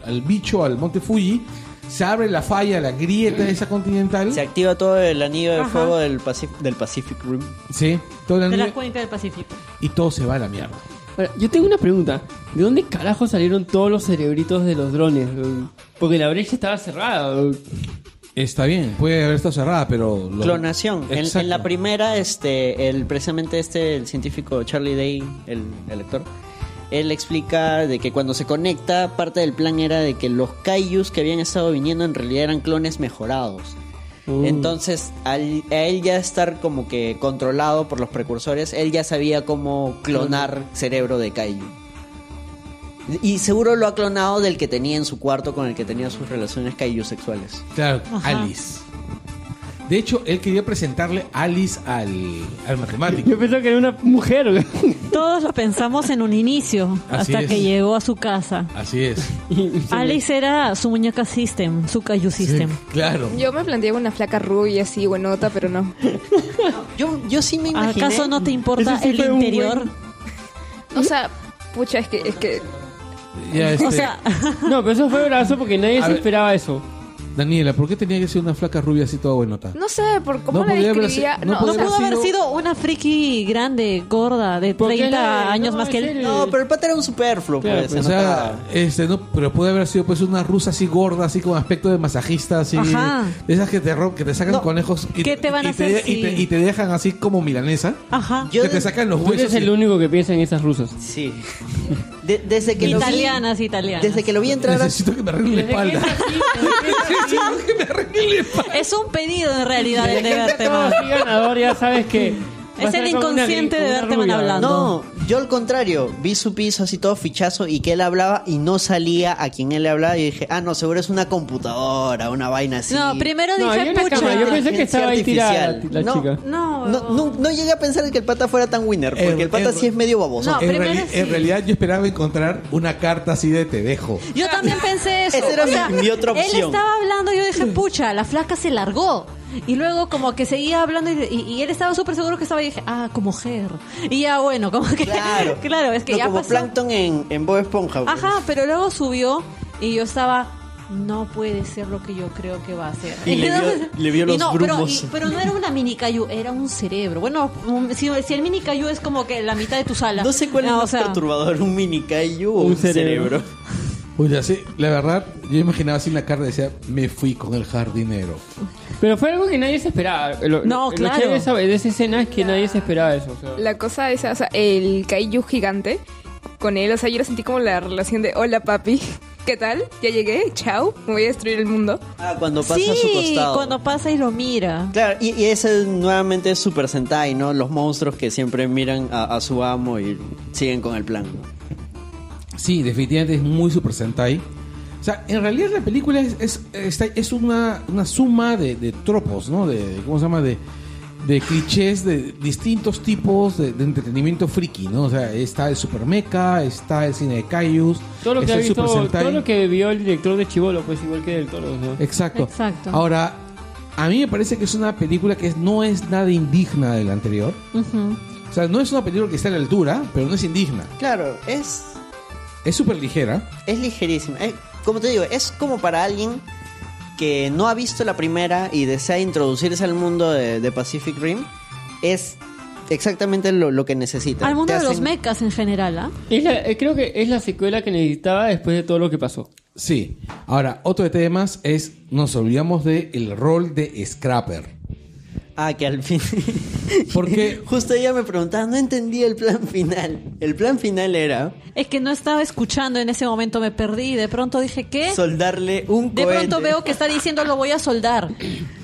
Speaker 4: al bicho, al monte Fuji, se abre la falla, la grieta esa continental.
Speaker 3: Se activa todo el anillo de
Speaker 2: Ajá.
Speaker 3: fuego del, Pacif- del Pacific Rim.
Speaker 4: Sí, todo el
Speaker 2: De la
Speaker 4: anillo,
Speaker 2: cuenca del Pacífico.
Speaker 4: y todo se va a la mierda.
Speaker 5: Ahora, yo tengo una pregunta. ¿De dónde carajo salieron todos los cerebritos de los drones? Porque la brecha estaba cerrada.
Speaker 4: Está bien, puede haber estado cerrada, pero. lo-
Speaker 3: Clonación. En,
Speaker 4: Exacto.
Speaker 3: en la primera, este, el, precisamente este, el científico Charlie Day, el, el actor, él explica de que cuando se conecta, parte del plan era de que los Kaijus que habían estado viniendo en realidad eran clones mejorados.
Speaker 4: Mm.
Speaker 3: Entonces, al, a él ya estar como que controlado por los precursores, él ya sabía cómo clonar cerebro de Kaiju. Y seguro lo ha clonado del que tenía en su cuarto con el que tenía sus relaciones Kaiju sexuales.
Speaker 4: Claro,
Speaker 2: Ajá.
Speaker 4: Alice. De hecho, él quería presentarle Alice al, al matemático.
Speaker 5: Yo pensaba que era una mujer. güey.
Speaker 2: Todos lo pensamos en un inicio,
Speaker 4: Así
Speaker 2: hasta
Speaker 4: es.
Speaker 2: que llegó a su casa.
Speaker 4: Así es.
Speaker 2: Alice era su muñeca System, su Cayu System.
Speaker 4: Sí, claro.
Speaker 6: Yo me planteaba una flaca rubia así, buenota, pero no.
Speaker 3: Yo, yo sí me
Speaker 4: Ah,
Speaker 3: imaginé.
Speaker 2: ¿Acaso no te importa
Speaker 5: Ese sí
Speaker 2: el
Speaker 5: fue un buen-
Speaker 2: interior?
Speaker 6: O sea, pucha, es que, es que
Speaker 4: Ya, este,
Speaker 2: O sea,
Speaker 5: No, pero eso fue brazo porque nadie
Speaker 4: A
Speaker 5: se
Speaker 4: ver.
Speaker 5: esperaba eso.
Speaker 4: Daniela, ¿por qué tenía que ser una flaca rubia así toda buenota?
Speaker 6: no sé por cómo
Speaker 4: No
Speaker 6: la
Speaker 4: podía haber
Speaker 6: describía.
Speaker 4: sido- no
Speaker 6: No, o
Speaker 2: no
Speaker 4: podía
Speaker 6: sea,
Speaker 2: pudo haber
Speaker 4: sido-
Speaker 2: sido una friki grande, gorda, de
Speaker 5: ¿Por qué
Speaker 2: 30
Speaker 5: la-
Speaker 2: años
Speaker 5: no,
Speaker 2: más que
Speaker 5: en
Speaker 2: él.
Speaker 5: serio.
Speaker 3: No, pero el pata era un superfluo,
Speaker 5: Claro,
Speaker 3: pues.
Speaker 5: pues,
Speaker 4: O
Speaker 3: se
Speaker 4: sea,
Speaker 3: notaba.
Speaker 4: este, no, pero puede haber sido pues una rusa así gorda, así con aspecto de masajista, así.
Speaker 2: Ajá.
Speaker 4: De esas que te, ro- que te sacan conejos y,
Speaker 2: ¿qué te van a
Speaker 4: y
Speaker 2: hacer
Speaker 4: de- y, te,
Speaker 2: si-
Speaker 4: y te dejan así como milanesa.
Speaker 2: Ajá.
Speaker 3: Yo
Speaker 4: que te
Speaker 3: de-
Speaker 4: sacan los
Speaker 5: Tú eres
Speaker 4: huesos. y-
Speaker 5: el único que piensa en esas rusas.
Speaker 3: Sí. De- desde que
Speaker 2: Italianas,
Speaker 3: lo
Speaker 2: italianas.
Speaker 3: vi, desde que lo vi entrar a-
Speaker 4: Necesito que me arregle la espalda. Necesito que me arregle la espalda.
Speaker 2: Es un pedido en realidad el de
Speaker 5: Verte
Speaker 2: verte
Speaker 5: todo
Speaker 2: mal.
Speaker 5: así ganador, ya sabes que.
Speaker 2: Es
Speaker 5: va a ser
Speaker 2: el
Speaker 5: como una
Speaker 2: inconsciente
Speaker 5: gri-
Speaker 2: de
Speaker 5: una
Speaker 2: Berteman
Speaker 5: rubia.
Speaker 2: hablando.
Speaker 3: No, yo al contrario, vi su piso así todo fichazo y que él hablaba y no salía a quien él le hablaba y dije, ah, no, seguro es una computadora, una vaina así.
Speaker 2: No, primero
Speaker 5: No, había
Speaker 2: dije,
Speaker 5: una cámara, yo
Speaker 2: pucha.
Speaker 5: pensé que estaba ahí tirada
Speaker 3: Artificial.
Speaker 5: la
Speaker 3: No.
Speaker 5: chica.
Speaker 2: No,
Speaker 3: No, no, no llegué a pensar que el pata fuera tan winner, porque
Speaker 4: Eh,
Speaker 3: el pata
Speaker 4: eh,
Speaker 3: sí es medio baboso.
Speaker 2: No,
Speaker 4: en,
Speaker 2: primero
Speaker 4: reali-
Speaker 2: sí.
Speaker 4: en realidad yo esperaba encontrar una carta así de te dejo.
Speaker 2: Yo también pensé eso.
Speaker 3: Esa era
Speaker 2: O sea,
Speaker 3: mi- mi otra
Speaker 2: Él
Speaker 3: opción.
Speaker 2: estaba hablando y yo dije, pucha, la flaca se largó. Y luego como que seguía hablando y, y- y él estaba súper seguro que estaba y dije, ah, como mujer. Y ya bueno, como que...
Speaker 3: Claro.
Speaker 2: claro, es que
Speaker 3: No,
Speaker 2: ya
Speaker 3: como
Speaker 2: pasó.
Speaker 3: Plankton en, en Bob Esponja. pues.
Speaker 2: Ajá, pero luego subió y yo estaba... No puede ser lo que yo creo que va a ser.
Speaker 3: Y le vio- le vio
Speaker 2: Y
Speaker 3: los
Speaker 2: no, pero-
Speaker 3: brumos.
Speaker 2: y- Pero, no era una mini cayu, era un cerebro. Bueno, un- si, si el mini cayu es como que la mitad de tu sala.
Speaker 3: No sé cuál
Speaker 2: No,
Speaker 3: es
Speaker 2: o
Speaker 3: más
Speaker 2: sea,
Speaker 3: perturbador, un mini kaiju o
Speaker 5: Un
Speaker 3: un,
Speaker 5: cerebro.
Speaker 3: cerebro.
Speaker 4: Uy, Pues ya sé, la verdad, yo imaginaba así la carta decía, me fui con el jardinero.
Speaker 5: Pero fue algo que nadie se esperaba. Lo-
Speaker 2: No,
Speaker 5: lo
Speaker 2: claro.
Speaker 5: chévere de esa, de esa escena es que nadie se esperaba eso. o sea.
Speaker 6: la cosa esa, o sea, el kaiju gigante con él, o sea, yo lo sentí como la relación de hola papi, ¿qué tal? Ya llegué, chao, me voy a destruir el mundo.
Speaker 3: Ah, cuando pasa
Speaker 2: sí,
Speaker 3: a su costado.
Speaker 2: cuando pasa y lo mira.
Speaker 3: Claro, y, y ese nuevamente es Super Sentai, ¿no? Los monstruos que siempre miran a, a su amo y siguen con el plan. ¿no?
Speaker 4: Sí, definitivamente es muy Super Sentai. O sea, en realidad la película es, es, está- es una, una suma de, de tropos, ¿no? De, de- ¿Cómo se llama? De, de clichés de distintos tipos de, de entretenimiento friki, ¿no? O sea, está el Super Mecha, está el cine de Caius,
Speaker 5: Todo lo que
Speaker 4: está
Speaker 5: ha
Speaker 4: el
Speaker 5: visto,
Speaker 4: Super Sentai.
Speaker 5: todo lo que vio el director de Chivolo, pues igual que del Toro. ¿no?
Speaker 4: Exacto.
Speaker 2: Exacto.
Speaker 4: Ahora, a mí me parece que es una película que es- no es nada indigna de la anterior.
Speaker 2: Ujú.
Speaker 4: O sea, no es una película que está a la altura, pero no es indigna.
Speaker 3: Claro, es,
Speaker 4: Es súper ligera.
Speaker 3: es ligerísima. Es- como te digo, es como para alguien que no ha visto la primera y desea introducirse al mundo de, de Pacific Rim. Es exactamente lo, lo que necesita.
Speaker 2: Al mundo
Speaker 3: Te
Speaker 2: de los
Speaker 3: hacen-
Speaker 2: mecas en general, ¿ah?
Speaker 5: Es la- eh, creo que es la secuela que necesitaba después de todo lo que pasó.
Speaker 4: Sí. Ahora, otro de temas es, nos olvidamos de el rol de Scrapper.
Speaker 3: Ah, que al fin.
Speaker 4: Porque-
Speaker 3: Justo ella me preguntaba, no entendí el plan final. El plan final era
Speaker 2: Es que no estaba escuchando en ese momento, me perdí. De pronto dije, ¿qué?
Speaker 3: soldarle un
Speaker 2: de
Speaker 3: cohete.
Speaker 2: pronto veo que está diciendo, lo voy a soldar.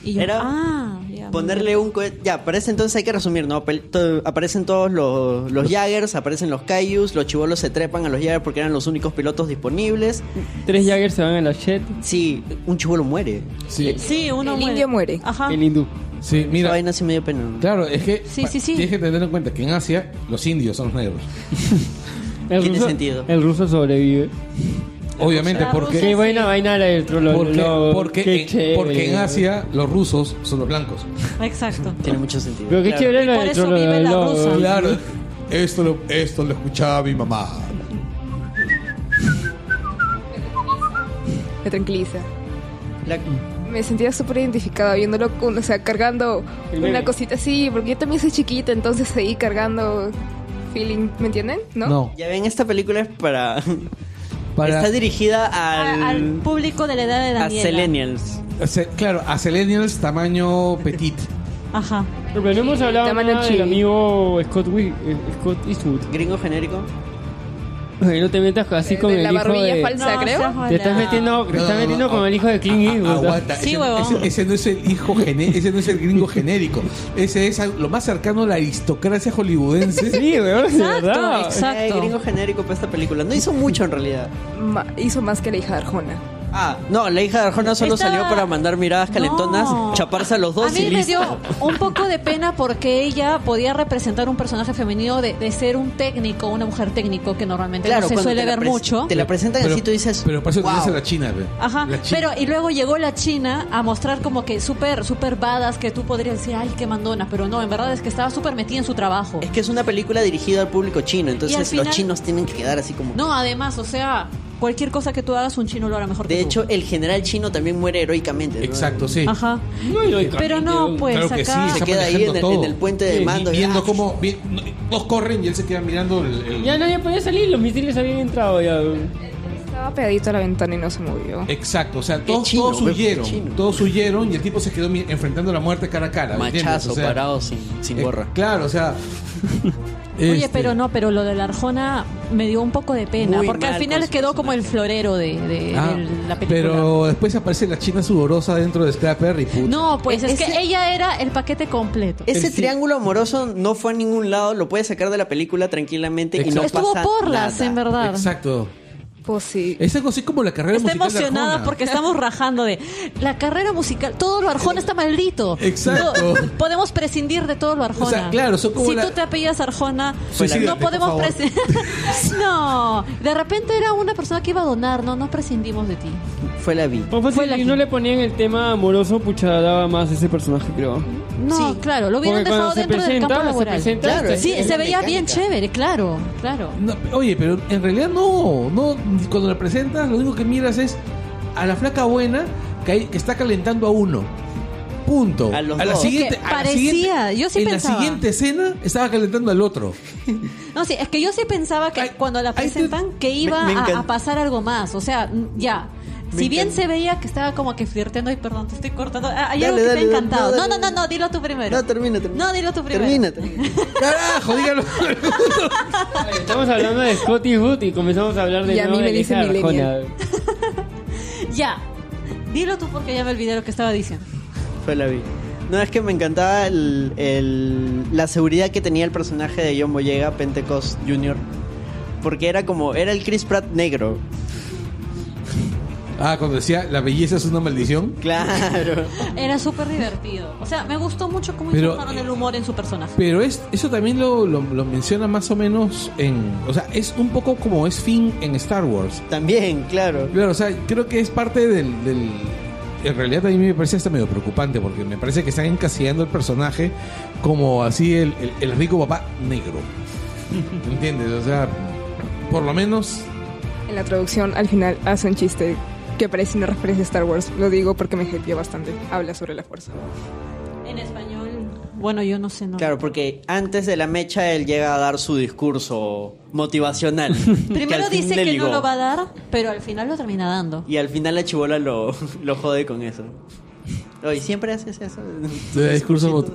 Speaker 2: Y yo,
Speaker 3: Era
Speaker 2: ah, ya,
Speaker 3: Ponerle un cohete. Ya, aparece entonces, hay que resumir, ¿no? Pel- to- Aparecen todos los, los Jaggers, aparecen los Kaijus, los chivolos se trepan a los Jaggers porque eran los únicos pilotos disponibles.
Speaker 5: Tres Jaggers se van a la Shed.
Speaker 3: Sí, un chivolo muere.
Speaker 4: Sí,
Speaker 2: Sí, uno
Speaker 6: El
Speaker 2: muere.
Speaker 6: indio muere.
Speaker 2: Ajá.
Speaker 5: El hindú.
Speaker 4: sí,
Speaker 3: Esa
Speaker 4: mira.
Speaker 3: vaina sí me dio pena.
Speaker 4: Claro, es que
Speaker 2: Sí,
Speaker 4: pa-
Speaker 2: sí, sí.
Speaker 4: tienes que tener en cuenta que en Asia los indios son los negros.
Speaker 5: El
Speaker 3: Tiene
Speaker 5: ruso,
Speaker 3: sentido.
Speaker 5: El ruso sobrevive.
Speaker 4: Obviamente,
Speaker 2: Claro,
Speaker 4: porque,
Speaker 5: Qué buena vaina la del trolo.
Speaker 4: porque,
Speaker 5: lo- qué
Speaker 4: porque, en,
Speaker 5: chévere.
Speaker 4: porque en Asia los rusos son los blancos.
Speaker 2: Exacto.
Speaker 3: Tiene mucho sentido.
Speaker 5: Pero qué
Speaker 3: claro.
Speaker 5: chévere la
Speaker 2: Por
Speaker 5: del
Speaker 2: eso
Speaker 5: trolo.
Speaker 2: vive la
Speaker 5: lo-
Speaker 2: rusa.
Speaker 4: Claro, esto lo, esto lo escuchaba mi mamá.
Speaker 6: Me tranquiliza.
Speaker 3: La-
Speaker 6: Me sentía súper identificada viéndolo, con- o sea, cargando
Speaker 5: El
Speaker 6: una
Speaker 5: meme.
Speaker 6: cosita así, porque yo también soy chiquita, entonces ahí cargando feeling, ¿me entienden? ¿No?
Speaker 3: Ya ven, esta película es para.
Speaker 4: Para,
Speaker 3: Está dirigida
Speaker 2: A- al
Speaker 3: al.
Speaker 2: público de la edad de
Speaker 3: Mm. a
Speaker 2: Daniela.
Speaker 3: Selenials.
Speaker 4: a ce- claro, a Selenials tamaño petit.
Speaker 2: Ajá.
Speaker 5: Pero no hemos hablado
Speaker 6: tamaño
Speaker 5: nada del
Speaker 6: chibi.
Speaker 5: amigo Scott, Wi- eh, Scott Eastwood.
Speaker 3: Gringo genérico.
Speaker 5: Ay, no te metas así
Speaker 6: De-
Speaker 5: con
Speaker 6: de
Speaker 5: el
Speaker 6: la
Speaker 5: hijo
Speaker 6: barbilla
Speaker 5: de...
Speaker 6: falsa. sea, creo.
Speaker 2: seas
Speaker 5: Te estás
Speaker 2: mala.
Speaker 5: metiendo, te
Speaker 4: No,
Speaker 5: estás
Speaker 4: no, no,
Speaker 5: metiendo
Speaker 4: no,
Speaker 5: con
Speaker 4: a-
Speaker 5: el hijo de Clint
Speaker 4: a- a-
Speaker 5: Eastwood.
Speaker 4: Aguanta,
Speaker 2: Sí,
Speaker 4: ese,
Speaker 2: huevón.
Speaker 4: ese- ese no es el hijo gené- ese no es el gringo genérico. Ese es al- lo más cercano a la aristocracia hollywoodense.
Speaker 5: Sí, weón, de
Speaker 2: Exacto,
Speaker 5: verdad.
Speaker 2: Exacto.
Speaker 3: Eh, gringo genérico para esta película. No hizo mucho en realidad.
Speaker 6: Ma- hizo más que la hija de Arjona.
Speaker 3: Ah, no, la hija de Arjona solo
Speaker 2: Estaba-
Speaker 3: salió para mandar miradas calentonas,
Speaker 2: No.
Speaker 3: chaparse a los dos
Speaker 2: A mí
Speaker 3: y
Speaker 2: me
Speaker 3: listo.
Speaker 2: dio un poco de pena porque ella podía representar un personaje femenino de, de ser un técnico, una mujer técnico que normalmente no se
Speaker 3: cuando
Speaker 2: suele
Speaker 3: te la
Speaker 2: ver
Speaker 3: pres-
Speaker 2: mucho.
Speaker 3: Te la presentan
Speaker 4: Pero-
Speaker 3: así, tú dices.
Speaker 4: Pero para eso
Speaker 3: "Wow".
Speaker 4: tienes a la China, ve.
Speaker 2: Ajá,
Speaker 4: La China.
Speaker 2: pero y luego llegó la China a mostrar como que súper, súper badas que tú podrías decir, ay, qué mandona, pero no, en verdad es que estaba súper metida en su trabajo.
Speaker 3: Es que es una película dirigida al público chino,
Speaker 2: Y
Speaker 3: entonces
Speaker 2: al final-
Speaker 3: los chinos tienen que quedar así como.
Speaker 2: No, además, o sea, cualquier cosa que tú hagas, un chino lo hará mejor
Speaker 3: De
Speaker 2: que tú.
Speaker 3: hecho, el general chino también muere heroicamente. ¿no?
Speaker 4: Exacto, sí.
Speaker 2: Ajá. Pero no, pues
Speaker 4: claro que sí,
Speaker 2: acá.
Speaker 3: Se
Speaker 4: está
Speaker 3: queda ahí en
Speaker 4: manejando
Speaker 3: el, en
Speaker 4: todo.
Speaker 3: el puente de
Speaker 5: Sí,
Speaker 3: mando. y-
Speaker 4: Viendo
Speaker 3: ah,
Speaker 4: cómo vi- no- dos corren y él se queda mirando el, el-
Speaker 5: Ya nadie podía salir, los misiles habían entrado ya.
Speaker 6: Estaba pegadito a la ventana y no se movió.
Speaker 4: Exacto, o sea, todos,
Speaker 3: chino,
Speaker 4: todos
Speaker 3: ve, qué chino.
Speaker 4: huyeron, todos huyeron y el tipo se quedó mi- enfrentando la muerte cara a cara. ¿me entiendes?
Speaker 3: Machazo,
Speaker 4: O sea,
Speaker 3: parado sin, sin
Speaker 4: eh,
Speaker 3: gorra.
Speaker 4: Claro, o sea.
Speaker 2: Oye,
Speaker 4: este,
Speaker 2: pero no, pero lo de la Arjona me dio un poco de pena,
Speaker 3: Muy
Speaker 2: porque al
Speaker 3: mal
Speaker 2: final
Speaker 3: con su
Speaker 2: quedó como el florero de, de-
Speaker 4: ah,
Speaker 2: de la película.
Speaker 4: pero después aparece la china sudorosa dentro de Scrapper y puta.
Speaker 2: No, pues es
Speaker 3: Ese-
Speaker 2: que ella era el paquete completo.
Speaker 3: Ese
Speaker 4: El fi-
Speaker 3: triángulo amoroso no fue a ningún lado, lo puedes sacar de la película tranquilamente y no
Speaker 4: Exacto.
Speaker 2: Estuvo
Speaker 3: pasa
Speaker 2: porlas,
Speaker 3: nada.
Speaker 2: en verdad.
Speaker 4: Exacto.
Speaker 6: Pues sí.
Speaker 4: Es algo así como la carrera
Speaker 2: Está
Speaker 4: musical. de
Speaker 2: emocionada
Speaker 4: Arjona.
Speaker 2: porque estamos rajando de la carrera musical. Todo lo Arjona está maldito.
Speaker 4: Exacto.
Speaker 2: No, podemos prescindir de todo lo Arjona.
Speaker 4: O sea, claro, son como
Speaker 2: si
Speaker 4: la-
Speaker 2: tú te apellidas Arjona,
Speaker 4: Suicídate,
Speaker 2: no podemos
Speaker 4: por favor.
Speaker 2: prescindir. no, de repente era una persona que iba a donar, no, no prescindimos de ti.
Speaker 3: Fue la vi.
Speaker 5: O fácil,
Speaker 2: Fue la
Speaker 5: si
Speaker 2: que-
Speaker 5: no le ponían el tema amoroso, pucha, daba más ese personaje, creo.
Speaker 2: No, claro, lo hubieran
Speaker 5: Porque cuando
Speaker 2: dejado
Speaker 5: se
Speaker 2: dentro del campo
Speaker 5: presenta, se
Speaker 2: laboral.
Speaker 5: presenta.
Speaker 3: Claro,
Speaker 5: este-
Speaker 2: Sí,
Speaker 3: es
Speaker 2: se veía
Speaker 3: mecánica.
Speaker 2: bien chévere, claro, claro.
Speaker 4: No, oye, pero en realidad no, no. Cuando la presentas, lo único que miras es a la flaca buena que, hay- que está calentando a uno. Punto.
Speaker 3: A los
Speaker 4: la
Speaker 3: dos.
Speaker 4: siguiente,
Speaker 2: Es que
Speaker 4: a la
Speaker 2: parecía,
Speaker 4: siguiente-
Speaker 2: yo sí
Speaker 4: en
Speaker 2: pensaba.
Speaker 4: la siguiente escena estaba calentando al otro.
Speaker 2: No, sí, es que yo sí pensaba que
Speaker 4: Ay,
Speaker 2: cuando la
Speaker 4: ay, te-
Speaker 2: presentan que iba
Speaker 3: me
Speaker 2: a- a,
Speaker 3: encanta.
Speaker 2: pasar algo más, o sea, mm, ya.
Speaker 3: Me
Speaker 2: Si bien
Speaker 3: encanta.
Speaker 2: se veía que estaba como que flirteando, y perdón, te estoy cortando. Ah, Hay
Speaker 3: Dale,
Speaker 2: algo que
Speaker 3: dale,
Speaker 2: te ha
Speaker 3: dale,
Speaker 2: encantado.
Speaker 3: no,
Speaker 2: No, no,
Speaker 3: dale,
Speaker 2: no, no,
Speaker 3: dale.
Speaker 2: dilo tú primero.
Speaker 3: No, termina, termina.
Speaker 2: No, dilo tú primero.
Speaker 3: Termina, termina.
Speaker 4: Carajo, dígalo.
Speaker 5: Estamos hablando de Scott Eastwood y comenzamos a hablar de
Speaker 6: Y a
Speaker 5: nuevo
Speaker 6: mí me
Speaker 5: de
Speaker 6: dice
Speaker 5: Lisa Arjona.
Speaker 6: millennial.
Speaker 2: Ya. Dilo tú porque ya me olvidé lo que estaba diciendo.
Speaker 3: Fue la vi. No, es que me encantaba el- el- la seguridad que tenía el personaje de John Boyega, Pentecost Jr. Porque era como, era el Chris Pratt negro.
Speaker 4: ah, cuando decía la belleza es una maldición.
Speaker 3: Claro.
Speaker 2: Era súper divertido. O sea, me gustó mucho cómo
Speaker 4: Pero-
Speaker 2: incorporaron el humor en su personaje.
Speaker 4: Pero es, eso también lo, lo, lo menciona más o menos en. O sea, es un poco como es Finn en Star Wars.
Speaker 3: También, claro.
Speaker 4: Claro, o sea, creo que es parte del, del- En realidad a mí me parece hasta medio preocupante porque me parece que están encasillando el personaje como así el, el- el rico papá negro. ¿Entiendes? O sea, por lo menos...
Speaker 6: En la traducción, al final, hace un chiste que parece una referencia a Star Wars. Lo digo porque me hypeó bastante. Habla sobre la fuerza.
Speaker 2: En español, bueno, yo no sé, no.
Speaker 3: Claro, porque antes de la mecha él llega a dar su discurso motivacional. que
Speaker 2: Primero
Speaker 3: al fin
Speaker 2: dice
Speaker 3: le
Speaker 2: que no
Speaker 3: ligó.
Speaker 2: lo va a dar, pero al final lo termina dando.
Speaker 3: Y al final la chibola lo, lo jode con eso. Oye, siempre haces eso.
Speaker 4: De discurso voto.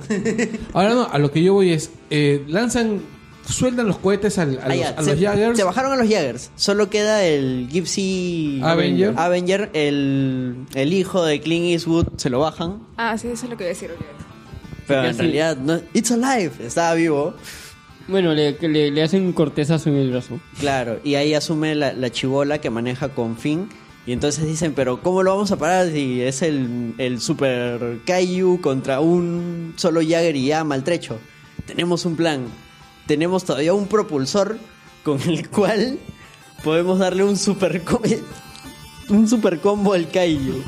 Speaker 4: Ahora no, a lo que yo voy es, eh, lanzan, sueltan los cohetes al- a,
Speaker 3: Ah,
Speaker 4: los,
Speaker 3: ya,
Speaker 4: a
Speaker 3: se,
Speaker 4: los Jaggers.
Speaker 3: se bajaron a los Jaggers. Solo queda el Gypsy
Speaker 4: Avenger.
Speaker 3: Avenger, el, el hijo de Clint Eastwood, se lo bajan.
Speaker 6: Ah, sí, eso es lo que voy a decir. ok.
Speaker 3: Pero en
Speaker 5: Sí.
Speaker 3: realidad, no, it's alive, estaba vivo.
Speaker 5: Bueno, le, que le, le hacen un cortezazo en el brazo.
Speaker 3: Claro, y ahí asume la, la chivola que maneja con Finn. Y entonces dicen, pero ¿cómo lo vamos a parar si es el, el super Kaiju contra un solo Jagger y ya maltrecho? Tenemos un plan. Tenemos todavía un propulsor con el cual podemos darle un super co- un super combo al Kaiju.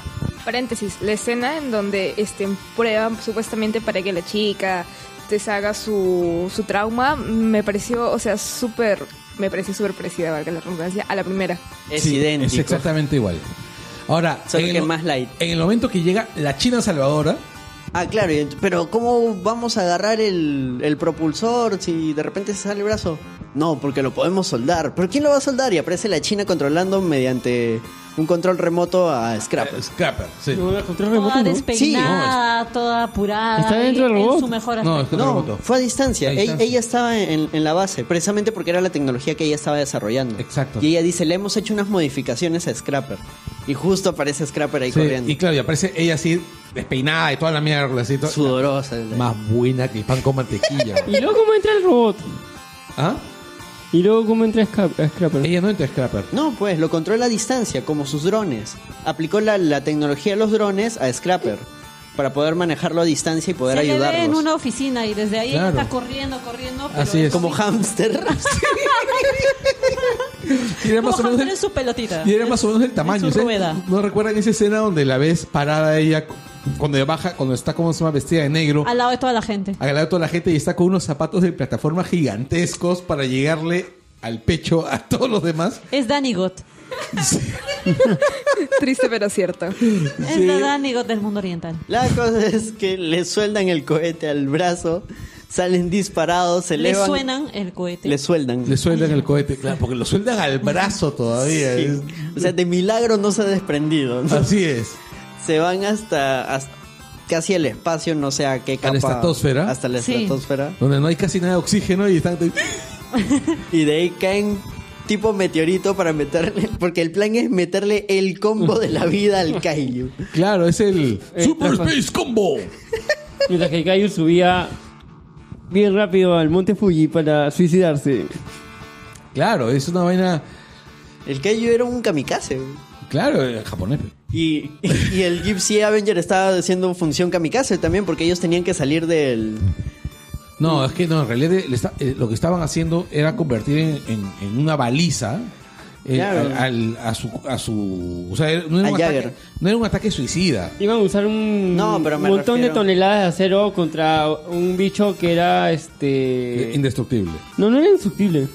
Speaker 6: Paréntesis, la escena en donde este, prueban supuestamente para que la chica deshaga su, su trauma, me pareció, o sea, súper, me pareció súper parecida, valga la redundancia, a la primera.
Speaker 3: Es
Speaker 4: Sí,
Speaker 3: idéntico.
Speaker 4: Es exactamente igual. Ahora,
Speaker 3: Solo que
Speaker 4: el-
Speaker 3: más light.
Speaker 4: en el momento que llega la China salvadora,
Speaker 3: Ah, claro, y ent- pero ¿cómo vamos a agarrar el, el propulsor si de repente se sale el brazo? No, porque lo podemos soldar. ¿Pero quién lo va a soldar? Y aparece la China controlando mediante un control remoto a Scrappers.
Speaker 4: Scrapper, sí.
Speaker 5: No, la
Speaker 3: Ah,
Speaker 5: contra
Speaker 2: Toda
Speaker 5: remoto, ¿no?
Speaker 2: despeinada, toda apurada.
Speaker 5: ¿Está dentro
Speaker 2: en-
Speaker 5: del
Speaker 2: en
Speaker 5: robot?
Speaker 2: su mejor
Speaker 4: No,
Speaker 2: aspecto.
Speaker 4: es control
Speaker 3: No,
Speaker 4: remoto.
Speaker 3: fue a distancia.
Speaker 4: A
Speaker 3: Ella,
Speaker 4: distancia.
Speaker 3: ella estaba en, en la base, precisamente porque era la tecnología que ella estaba desarrollando.
Speaker 4: Exacto.
Speaker 3: Y ella dice, le hemos hecho unas modificaciones a Scrapper. Y justo aparece Scrapper ahí
Speaker 4: Sí,
Speaker 3: corriendo.
Speaker 4: y claro, y aparece ella así, despeinada y toda la mierda, así, to-
Speaker 3: Sudorosa.
Speaker 4: más buena que el pan con mantequilla. güey.
Speaker 5: Y luego cómo entra el robot.
Speaker 4: ¿Ah?
Speaker 5: Y luego cómo entra Sca- Scrapper.
Speaker 4: Ella no entra a Scrapper.
Speaker 3: No, pues lo controla a distancia, como sus drones. Aplicó la, la tecnología de los drones a Scrapper para poder manejarlo a distancia y poder
Speaker 2: Se le ve
Speaker 3: ayudarlos.
Speaker 2: en una oficina y desde ahí
Speaker 4: Claro.
Speaker 2: está corriendo, corriendo. pero
Speaker 4: Así es.
Speaker 3: Como hámster.
Speaker 4: Y era
Speaker 2: Como
Speaker 4: más o menos
Speaker 2: Hunter
Speaker 4: el-
Speaker 2: en su pelotita.
Speaker 4: y era más o menos el tamaño.
Speaker 2: en su
Speaker 4: ¿sí?
Speaker 2: rueda.
Speaker 4: ¿No recuerdan esa escena donde la ves parada ella cu- cuando ella baja, cuando está como se llama vestida de negro?
Speaker 2: Al lado de toda la gente.
Speaker 4: agarrado a toda la gente y está con unos zapatos de plataforma gigantescos para llegarle al pecho a todos los demás.
Speaker 2: Es Danny Gott.
Speaker 6: Triste pero cierto.
Speaker 2: Es la Danny Gott del mundo oriental.
Speaker 3: la cosa es que le sueldan el cohete al brazo, salen disparados, se
Speaker 2: Le
Speaker 3: elevan.
Speaker 2: suenan el cohete.
Speaker 3: Le sueldan.
Speaker 4: Le sueldan el cohete, claro, porque lo sueldan al brazo todavía.
Speaker 3: Sí. O sea, de milagro no se ha desprendido.
Speaker 4: Es-
Speaker 3: ¿no?
Speaker 4: Así es.
Speaker 3: Se van hasta, hasta casi el espacio, no sé a qué
Speaker 4: A
Speaker 3: capa.
Speaker 4: la estratosfera.
Speaker 3: Hasta la
Speaker 2: Sí.
Speaker 3: estratosfera.
Speaker 4: Donde no hay casi nada de oxígeno y están...
Speaker 3: Y de ahí caen tipo meteorito para meterle. Porque el plan es meterle el combo de la vida al Kaiju.
Speaker 4: Claro, es el...
Speaker 5: Eh,
Speaker 4: Super
Speaker 5: Rafa.
Speaker 4: Space Combo.
Speaker 5: Mientras que Caillou subía bien rápido al monte Fuji para suicidarse.
Speaker 4: Claro, es una vaina...
Speaker 3: El Kaiju era un kamikaze.
Speaker 4: Claro, eh, japonés. pe.
Speaker 3: Y, y el Gypsy Avenger estaba haciendo función kamikaze también, porque ellos tenían que salir del.
Speaker 4: No, es que no, en realidad le está- eh, lo que estaban haciendo era convertir en, en- en una baliza eh,
Speaker 3: Claro.
Speaker 4: al- al- a, su, a su... O sea, era- no era,
Speaker 3: Al
Speaker 4: un ataque,
Speaker 3: Jagger.
Speaker 4: no era un ataque suicida.
Speaker 5: Iban a usar un
Speaker 3: No, pero me
Speaker 5: montón
Speaker 3: refiero-
Speaker 5: de toneladas de acero contra un bicho que era este.
Speaker 4: Eh, Indestructible.
Speaker 5: No, no era insustible.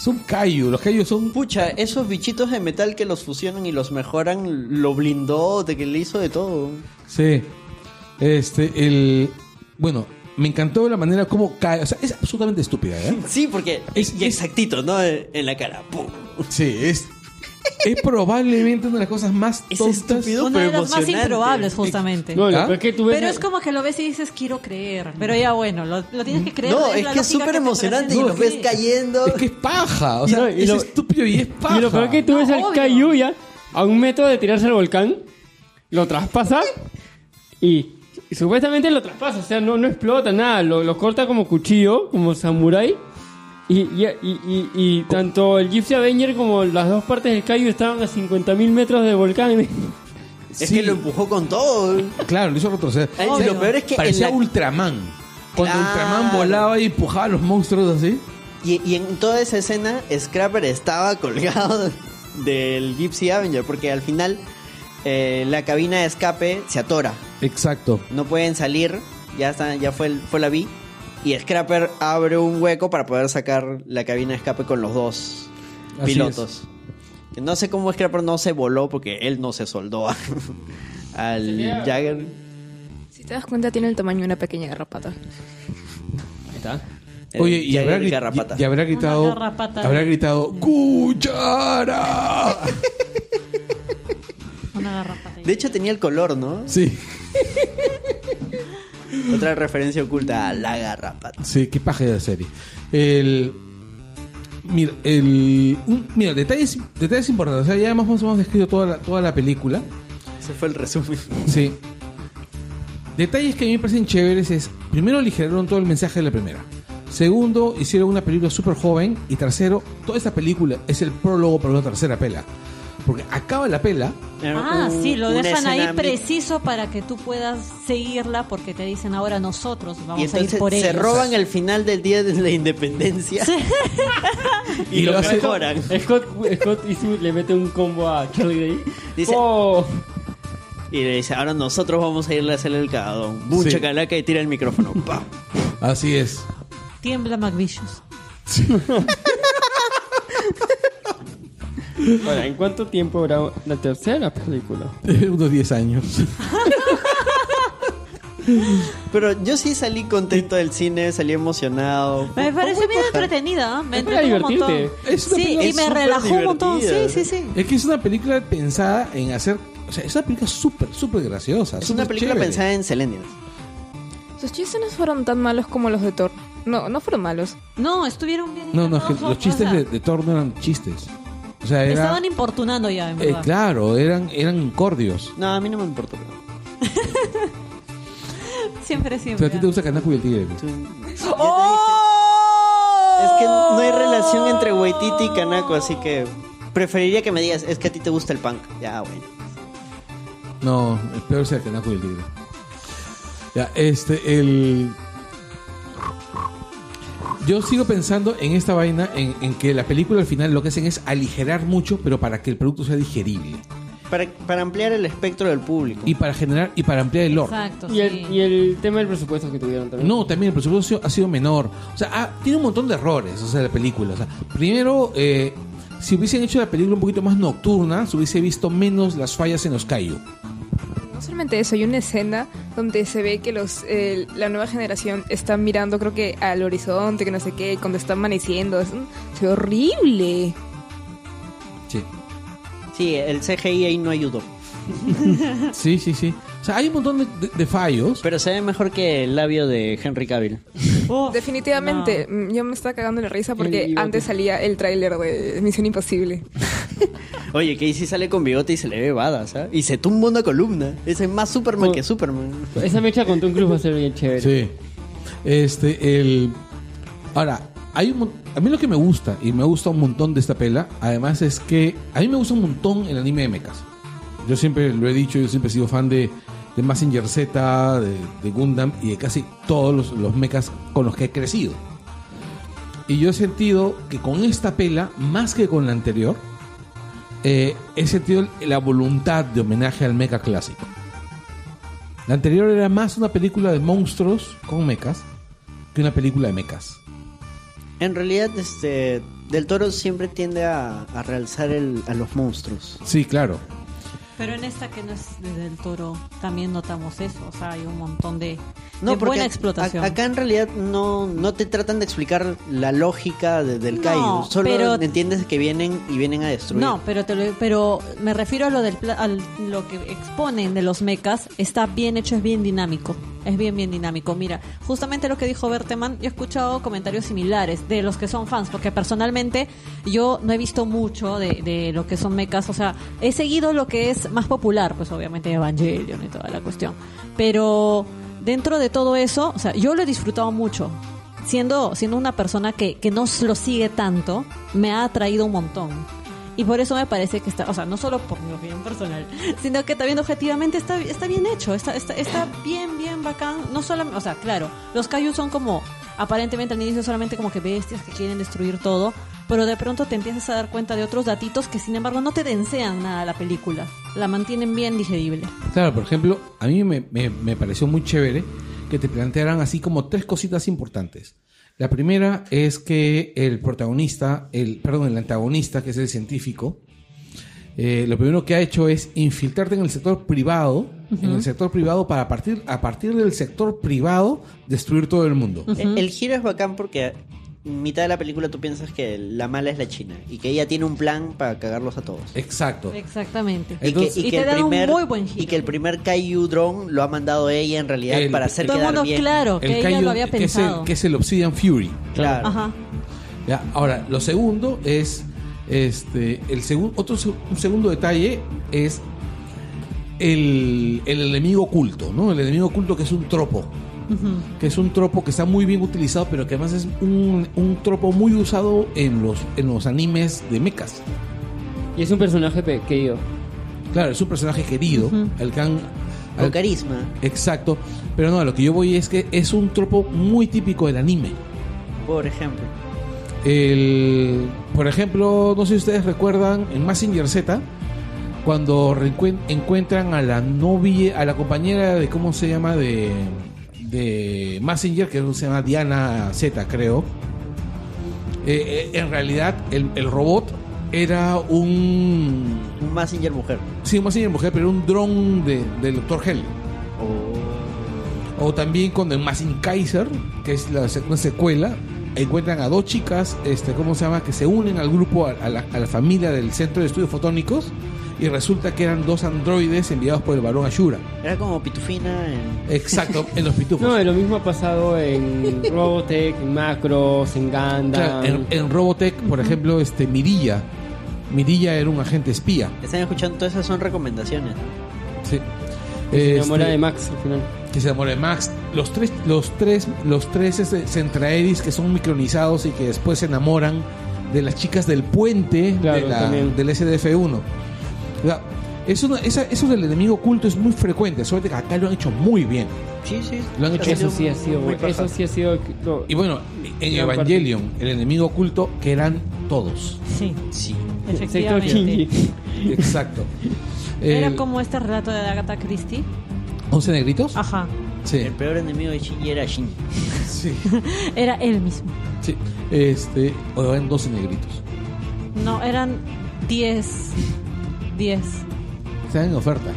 Speaker 4: Son Kaiju, los Kaiju son...
Speaker 3: Pucha, esos bichitos de metal que los fusionan y los mejoran, lo blindó, de que le hizo de todo.
Speaker 4: Sí. Este, el... Bueno, me encantó la manera como cae... O sea, es absolutamente estúpida, ¿eh?
Speaker 3: Sí, porque.
Speaker 4: Es-
Speaker 3: y
Speaker 4: es-
Speaker 3: exactito, ¿no? En la cara. ¡Pum!
Speaker 4: Sí, es... Es probablemente una de las cosas más
Speaker 3: Es
Speaker 4: tontas.
Speaker 3: estúpido,
Speaker 2: Una
Speaker 3: pero
Speaker 2: de las más
Speaker 3: emocionante.
Speaker 2: improbables, justamente.
Speaker 5: No, lo
Speaker 4: ¿Ah?
Speaker 5: peor que tú ves-
Speaker 2: Pero es como que lo ves y dices, quiero creer. Pero ya bueno, lo, lo tienes que creer.
Speaker 3: Mm. No, es
Speaker 2: la
Speaker 3: que
Speaker 2: lógica
Speaker 3: es súper
Speaker 2: te
Speaker 3: emocionante y
Speaker 2: presenta.
Speaker 3: los ves
Speaker 2: Sí.
Speaker 3: cayendo.
Speaker 4: Es que es paja. O sea,
Speaker 5: Y lo- y
Speaker 4: es
Speaker 5: lo-
Speaker 4: estúpido y es paja.
Speaker 5: Y lo peor que tú
Speaker 2: No,
Speaker 5: ves al
Speaker 2: obvio.
Speaker 5: Caillou ya a un metro de tirarse al volcán, lo traspasa y, y supuestamente lo traspasa, o sea, no, no explota nada, lo, lo corta como cuchillo, como samurái. Y, y, y- y- y tanto el Gypsy Avenger como las dos partes del Caillou estaban a 50.000 metros de volcán.
Speaker 3: Es
Speaker 4: Sí.
Speaker 3: que lo empujó con todo.
Speaker 4: Claro, lo hizo retroceder.
Speaker 3: Ay,
Speaker 4: O sea,
Speaker 3: lo peor es que
Speaker 4: parecía
Speaker 3: en la-
Speaker 4: Ultraman. Cuando
Speaker 3: Claro.
Speaker 4: Ultraman volaba y empujaba a los monstruos así.
Speaker 3: Y, y en toda esa escena, Scrapper estaba colgado del Gypsy Avenger, porque al final eh, la cabina de escape se atora.
Speaker 4: Exacto.
Speaker 3: No pueden salir, ya está, ya fue, el- fue la vi. Y Scrapper abre un hueco para poder sacar la cabina de escape con los dos
Speaker 4: Así
Speaker 3: pilotos. No sé cómo Scrapper no se voló porque él no se soldó a- al Jagger.
Speaker 6: Si te das cuenta, tiene el tamaño de una pequeña garrapata.
Speaker 3: El
Speaker 4: Oye, y
Speaker 3: Jagger
Speaker 4: habrá, gri-
Speaker 3: garrapata.
Speaker 4: y- y habrá gritado.
Speaker 2: Una garrapata.
Speaker 4: Habrá gritado. ¡Cuchara!
Speaker 2: Una garrapata.
Speaker 3: De hecho tenía el color, ¿no?
Speaker 4: sí.
Speaker 3: Otra referencia oculta a la garrapata.
Speaker 4: Sí, qué paja de serie. El. Mira, el, un- mira detalles, detalles importantes. O sea, ya más o menos descrito toda la, toda la película.
Speaker 3: Ese fue el resumen.
Speaker 4: Sí. Detalles que a mí me parecen chéveres es, primero ligeraron todo el mensaje de la primera. Segundo, hicieron una película súper joven. Y tercero, toda esta película es el prólogo para una tercera pela. Porque acaba la pela.
Speaker 2: Ah,
Speaker 3: Un-
Speaker 2: sí, lo
Speaker 3: una
Speaker 2: dejan ahí
Speaker 3: escena mi-
Speaker 2: preciso para que tú puedas seguirla porque te dicen ahora nosotros
Speaker 3: Y
Speaker 2: vamos a ir
Speaker 3: entonces
Speaker 2: por
Speaker 3: se
Speaker 2: ellos.
Speaker 3: roban el final del día de la independencia. y,
Speaker 4: Y
Speaker 3: lo,
Speaker 4: lo hacen-
Speaker 3: mejoran.
Speaker 5: Scott, Scott Eastwood le mete un combo a Charlie Day.
Speaker 3: Dice-
Speaker 5: Oh,
Speaker 3: Y le dice, ahora nosotros vamos a irle a hacer el cagadón. Mucha
Speaker 4: Sí.
Speaker 3: calaca y tira el micrófono. Pa.
Speaker 4: Así es.
Speaker 2: Tiembla McVicious.
Speaker 5: Ahora, ¿en cuánto tiempo era la tercera película?
Speaker 4: Unos 10 años.
Speaker 3: Pero yo sí salí contento del cine, salí emocionado.
Speaker 2: Me
Speaker 3: Fue-
Speaker 2: pareció
Speaker 3: fue
Speaker 2: bien
Speaker 3: paja.
Speaker 2: entretenida, ¿eh? me
Speaker 5: Es para
Speaker 2: entretuvo un montón.
Speaker 5: divertirte.
Speaker 4: Es una
Speaker 2: Sí,
Speaker 4: película
Speaker 2: y me
Speaker 3: súper
Speaker 2: relajó un montón. Sí,
Speaker 3: divertida.
Speaker 2: sí, sí.
Speaker 4: Es que es una película pensada en hacer... O sea, es una película súper, súper graciosa.
Speaker 3: Es una
Speaker 4: súper
Speaker 3: película
Speaker 4: chévere.
Speaker 3: pensada en Selenium.
Speaker 6: Sus chistes no fueron tan malos como los de Thor. No, no fueron malos.
Speaker 2: No, estuvieron bien.
Speaker 4: No, no, es que
Speaker 2: encarnados,
Speaker 4: los chistes
Speaker 2: o sea,
Speaker 4: de, de Thor no eran chistes. O sea,
Speaker 2: me
Speaker 4: era...
Speaker 2: estaban importunando ya, en
Speaker 4: eh,
Speaker 2: verdad.
Speaker 4: claro, eran, eran incordios.
Speaker 3: No, a mí no me importó.
Speaker 2: Siempre,
Speaker 4: O sea,
Speaker 2: siempre.
Speaker 4: a ti te gusta Canaco y el Tigre.
Speaker 3: Tú- Es que no hay relación entre Waititi y Kanako, así que preferiría que me digas, es que a ti te gusta el punk. Ya, bueno.
Speaker 4: No, el peor sea Canaco y el Tigre. Ya, este, el... Yo sigo pensando en esta vaina, en, en que la película al final lo que hacen es aligerar mucho, pero para que el producto sea digerible.
Speaker 3: Para, para ampliar el espectro del público.
Speaker 4: Y para generar, y para ampliar el lore.
Speaker 2: Exacto.
Speaker 5: Y el,
Speaker 2: sí.
Speaker 5: y el tema del presupuesto que tuvieron también.
Speaker 4: No, también el presupuesto ha sido menor. O sea, ah, tiene un montón de errores, o sea, la película. O sea, primero, eh, si hubiesen hecho la película un poquito más nocturna, se hubiese visto menos las fallas en los Caillou.
Speaker 6: No solamente eso, hay una escena donde se ve que los eh, la nueva generación está mirando, creo que al horizonte, que no sé qué, cuando está amaneciendo. Es un- se ve horrible.
Speaker 4: Sí.
Speaker 3: Sí, el CGI ahí no ayudó.
Speaker 4: Sí, sí, sí. O sea, hay un montón de, de- de fallos.
Speaker 3: Pero se ve mejor que el labio de Henry Cavill.
Speaker 2: Uf,
Speaker 6: Definitivamente, mm, yo me estaba cagando la risa
Speaker 5: El
Speaker 6: porque
Speaker 5: bigote.
Speaker 6: antes salía el tráiler de Misión Imposible.
Speaker 3: Oye, que ahí sí sale con bigote y se le ve bada, ¿sabes? Y se tumba una columna. Ese es más Superman
Speaker 5: Oh.
Speaker 3: que Superman.
Speaker 5: Esa mecha con Tom Cruise va a ser bien chévere.
Speaker 4: Sí. Este, el. Ahora, hay un, mon- a mí lo que me gusta, y me gusta un montón de esta pela, además es que a mí me gusta un montón el anime de mechas. Yo siempre lo he dicho, yo siempre he sido fan de, de Mazinger Z, de, de Gundam y de casi todos los, los mechas con los que he crecido. Y yo he sentido que con esta pela, más que con la anterior, eh, he sentido la voluntad de homenaje al mecha clásico. La anterior era más una película de monstruos con mechas que una película de mechas.
Speaker 3: En realidad, este. Del Toro siempre tiende a, a realzar el- a los monstruos.
Speaker 4: Sí, claro.
Speaker 2: Pero en esta que no es del toro, también notamos eso. O sea, hay un montón de,
Speaker 3: No,
Speaker 2: de
Speaker 3: porque
Speaker 2: buena
Speaker 3: a-
Speaker 2: explotación.
Speaker 3: a- acá en realidad no, no te tratan de explicar la lógica de- del
Speaker 2: No,
Speaker 3: Kaido. Solo
Speaker 2: pero-
Speaker 3: entiendes que vienen y vienen a destruir.
Speaker 2: No, pero te lo- pero me refiero a lo del pla- al- lo que exponen de los mecas está bien hecho, es bien dinámico, es bien bien dinámico. Mira, justamente lo que dijo Berteman, yo he escuchado comentarios similares de los que son fans, porque personalmente yo no he visto mucho de, de lo que son mecas, o sea, he seguido lo que es más popular, pues obviamente Evangelion y toda la cuestión, pero dentro de todo eso, o sea, yo lo he disfrutado mucho. Siendo, siendo una persona que, que no lo sigue tanto, me ha atraído un montón. Y por eso me parece que está, o sea, no solo por mi opinión personal, sino que también objetivamente está, está bien hecho, está, está, está bien, bien bacán. No solamente, o sea, claro, los Kaiju son como, aparentemente al inicio solamente como que bestias que quieren destruir todo, pero de pronto te empiezas a dar cuenta de otros datitos que sin embargo no te densean nada a la película, la mantienen bien digerible.
Speaker 4: Claro, por ejemplo, a mí me, me- me pareció muy chévere que te plantearan así como tres cositas importantes. La primera es que el protagonista, el, perdón, el antagonista, que es el científico, eh, lo primero que ha hecho es infiltrarte en el sector privado, en el sector privado para a partir, a partir del sector privado destruir todo el mundo.
Speaker 3: El, el giro es bacán porque mitad de la película tú piensas que la mala es la China y que ella tiene un plan para cagarlos a todos.
Speaker 4: Exacto.
Speaker 2: Exactamente.
Speaker 3: Y que,
Speaker 4: Eh, Entonces-
Speaker 3: y
Speaker 2: Y
Speaker 3: que
Speaker 2: te
Speaker 3: el
Speaker 2: dan un
Speaker 3: primer,
Speaker 2: muy buen giro.
Speaker 3: Y que el primer Kaiju Drone lo ha mandado ella en realidad
Speaker 4: El-
Speaker 3: para hacer
Speaker 2: Todo el
Speaker 3: quedar
Speaker 2: mundo
Speaker 3: bien.
Speaker 2: claro que ella
Speaker 4: Kaiju-
Speaker 2: lo había
Speaker 4: que es el-
Speaker 2: pensado.
Speaker 4: que es el Obsidian Fury.
Speaker 3: Claro.
Speaker 2: Ajá.
Speaker 4: Ya, ahora, lo segundo es. Este. El segundo. Otro se- un segundo detalle es el, el enemigo oculto, ¿no? El enemigo oculto que es un tropo. Que es un tropo que está muy bien utilizado, pero que además es un, un tropo muy usado en los, en los animes de mechas.
Speaker 5: Y es un personaje pe- querido.
Speaker 4: Claro, es un personaje querido, al que han-
Speaker 3: Con
Speaker 4: al-
Speaker 3: carisma.
Speaker 4: Exacto. Pero no, a lo que yo voy es que es un tropo muy típico del anime.
Speaker 3: Por ejemplo.
Speaker 4: El, por ejemplo, no sé si ustedes recuerdan en Massinger Z, cuando reencuen- encuentran a la novia, a la compañera de, ¿cómo se llama? De, de Massinger, que se llama Diana Z, creo. Eh, eh, en realidad, el, el robot era un.
Speaker 3: Un Massinger mujer.
Speaker 4: Sí, un Massinger mujer, pero era un dron de- del Dr. Hell.
Speaker 5: Oh.
Speaker 4: O también cuando en Massin Kaiser, que es la sec- una secuela, encuentran a dos chicas, este, ¿cómo se llama? Que se unen al grupo, a, a la, a la familia del Centro de Estudios Fotónicos, y resulta que eran dos androides enviados por el varón Ashura.
Speaker 3: Era como Pitufina en...
Speaker 4: Exacto, en los pitufos.
Speaker 5: No, lo mismo ha pasado en Robotech, en Macros, en Gundam.
Speaker 4: Claro, en, en Robotech, por ejemplo, este Mirilla. Mirilla era un agente espía.
Speaker 3: Están escuchando, todas esas son recomendaciones.
Speaker 4: Sí.
Speaker 5: Se enamora
Speaker 4: Este,
Speaker 5: de Max al final.
Speaker 4: que se enamora de Max. Los tres, los tres, los tres este, Centraedis que son micronizados y que después se enamoran de las chicas del puente
Speaker 5: Claro,
Speaker 4: de la-
Speaker 5: también.
Speaker 4: del SDF-1. O sea, eso, no- esa- eso del enemigo oculto es muy frecuente, sobre que acá lo han hecho muy bien.
Speaker 3: Sí, sí.
Speaker 4: Lo han hecho-
Speaker 5: Eso sí ha sido,
Speaker 3: muy
Speaker 5: eso
Speaker 3: paja.
Speaker 5: sí ha sido. lo-
Speaker 4: Y bueno, en
Speaker 5: Gran
Speaker 4: Evangelion, el enemigo oculto, que eran todos.
Speaker 2: Sí,
Speaker 3: Sí.
Speaker 5: sector Shinji.
Speaker 2: efectivamente.
Speaker 4: Exacto.
Speaker 2: Era
Speaker 4: El-
Speaker 2: como Ah. este relato de Agatha Christie.
Speaker 4: ¿11 negritos?
Speaker 2: Ajá.
Speaker 4: Sí.
Speaker 3: El peor enemigo de Shinji era Shinji.
Speaker 4: sí.
Speaker 2: Era él mismo.
Speaker 4: sí. Este, o eran 12 negritos.
Speaker 2: No, eran 10. 10.
Speaker 4: Están en oferta.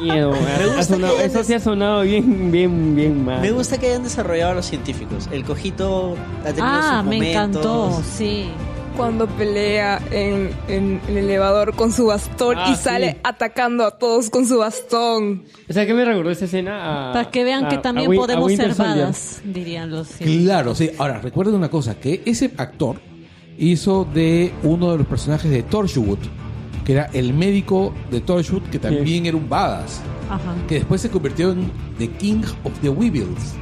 Speaker 5: Miedo, ha- ha
Speaker 3: gusta
Speaker 5: sonado-
Speaker 3: que hayan
Speaker 5: eso sí ha sonado bien, bien, bien mal.
Speaker 3: Me gusta que hayan desarrollado a los científicos. El cojito ha tenido
Speaker 2: Ah,
Speaker 3: sus momentos.
Speaker 2: me encantó. Sí.
Speaker 6: Cuando pelea en, en el elevador con su bastón
Speaker 5: Ah,
Speaker 6: y sale
Speaker 5: sí.
Speaker 6: atacando a todos con su bastón.
Speaker 5: O sea, que me recordó esa escena a-
Speaker 2: Para que vean
Speaker 5: a-
Speaker 2: que
Speaker 5: Ah, a
Speaker 2: también
Speaker 5: Win- a
Speaker 2: podemos
Speaker 5: Winter
Speaker 2: ser
Speaker 5: Soldier.
Speaker 2: badas, dirían los. sí.
Speaker 4: Claro, sí. Ahora, recuerden una cosa, que ese actor hizo de uno de los personajes de Torchwood, que era el médico de Torchwood, que también
Speaker 5: Sí.
Speaker 4: era un badass,
Speaker 2: Ajá.
Speaker 4: que después se convirtió en The King of the Weevils.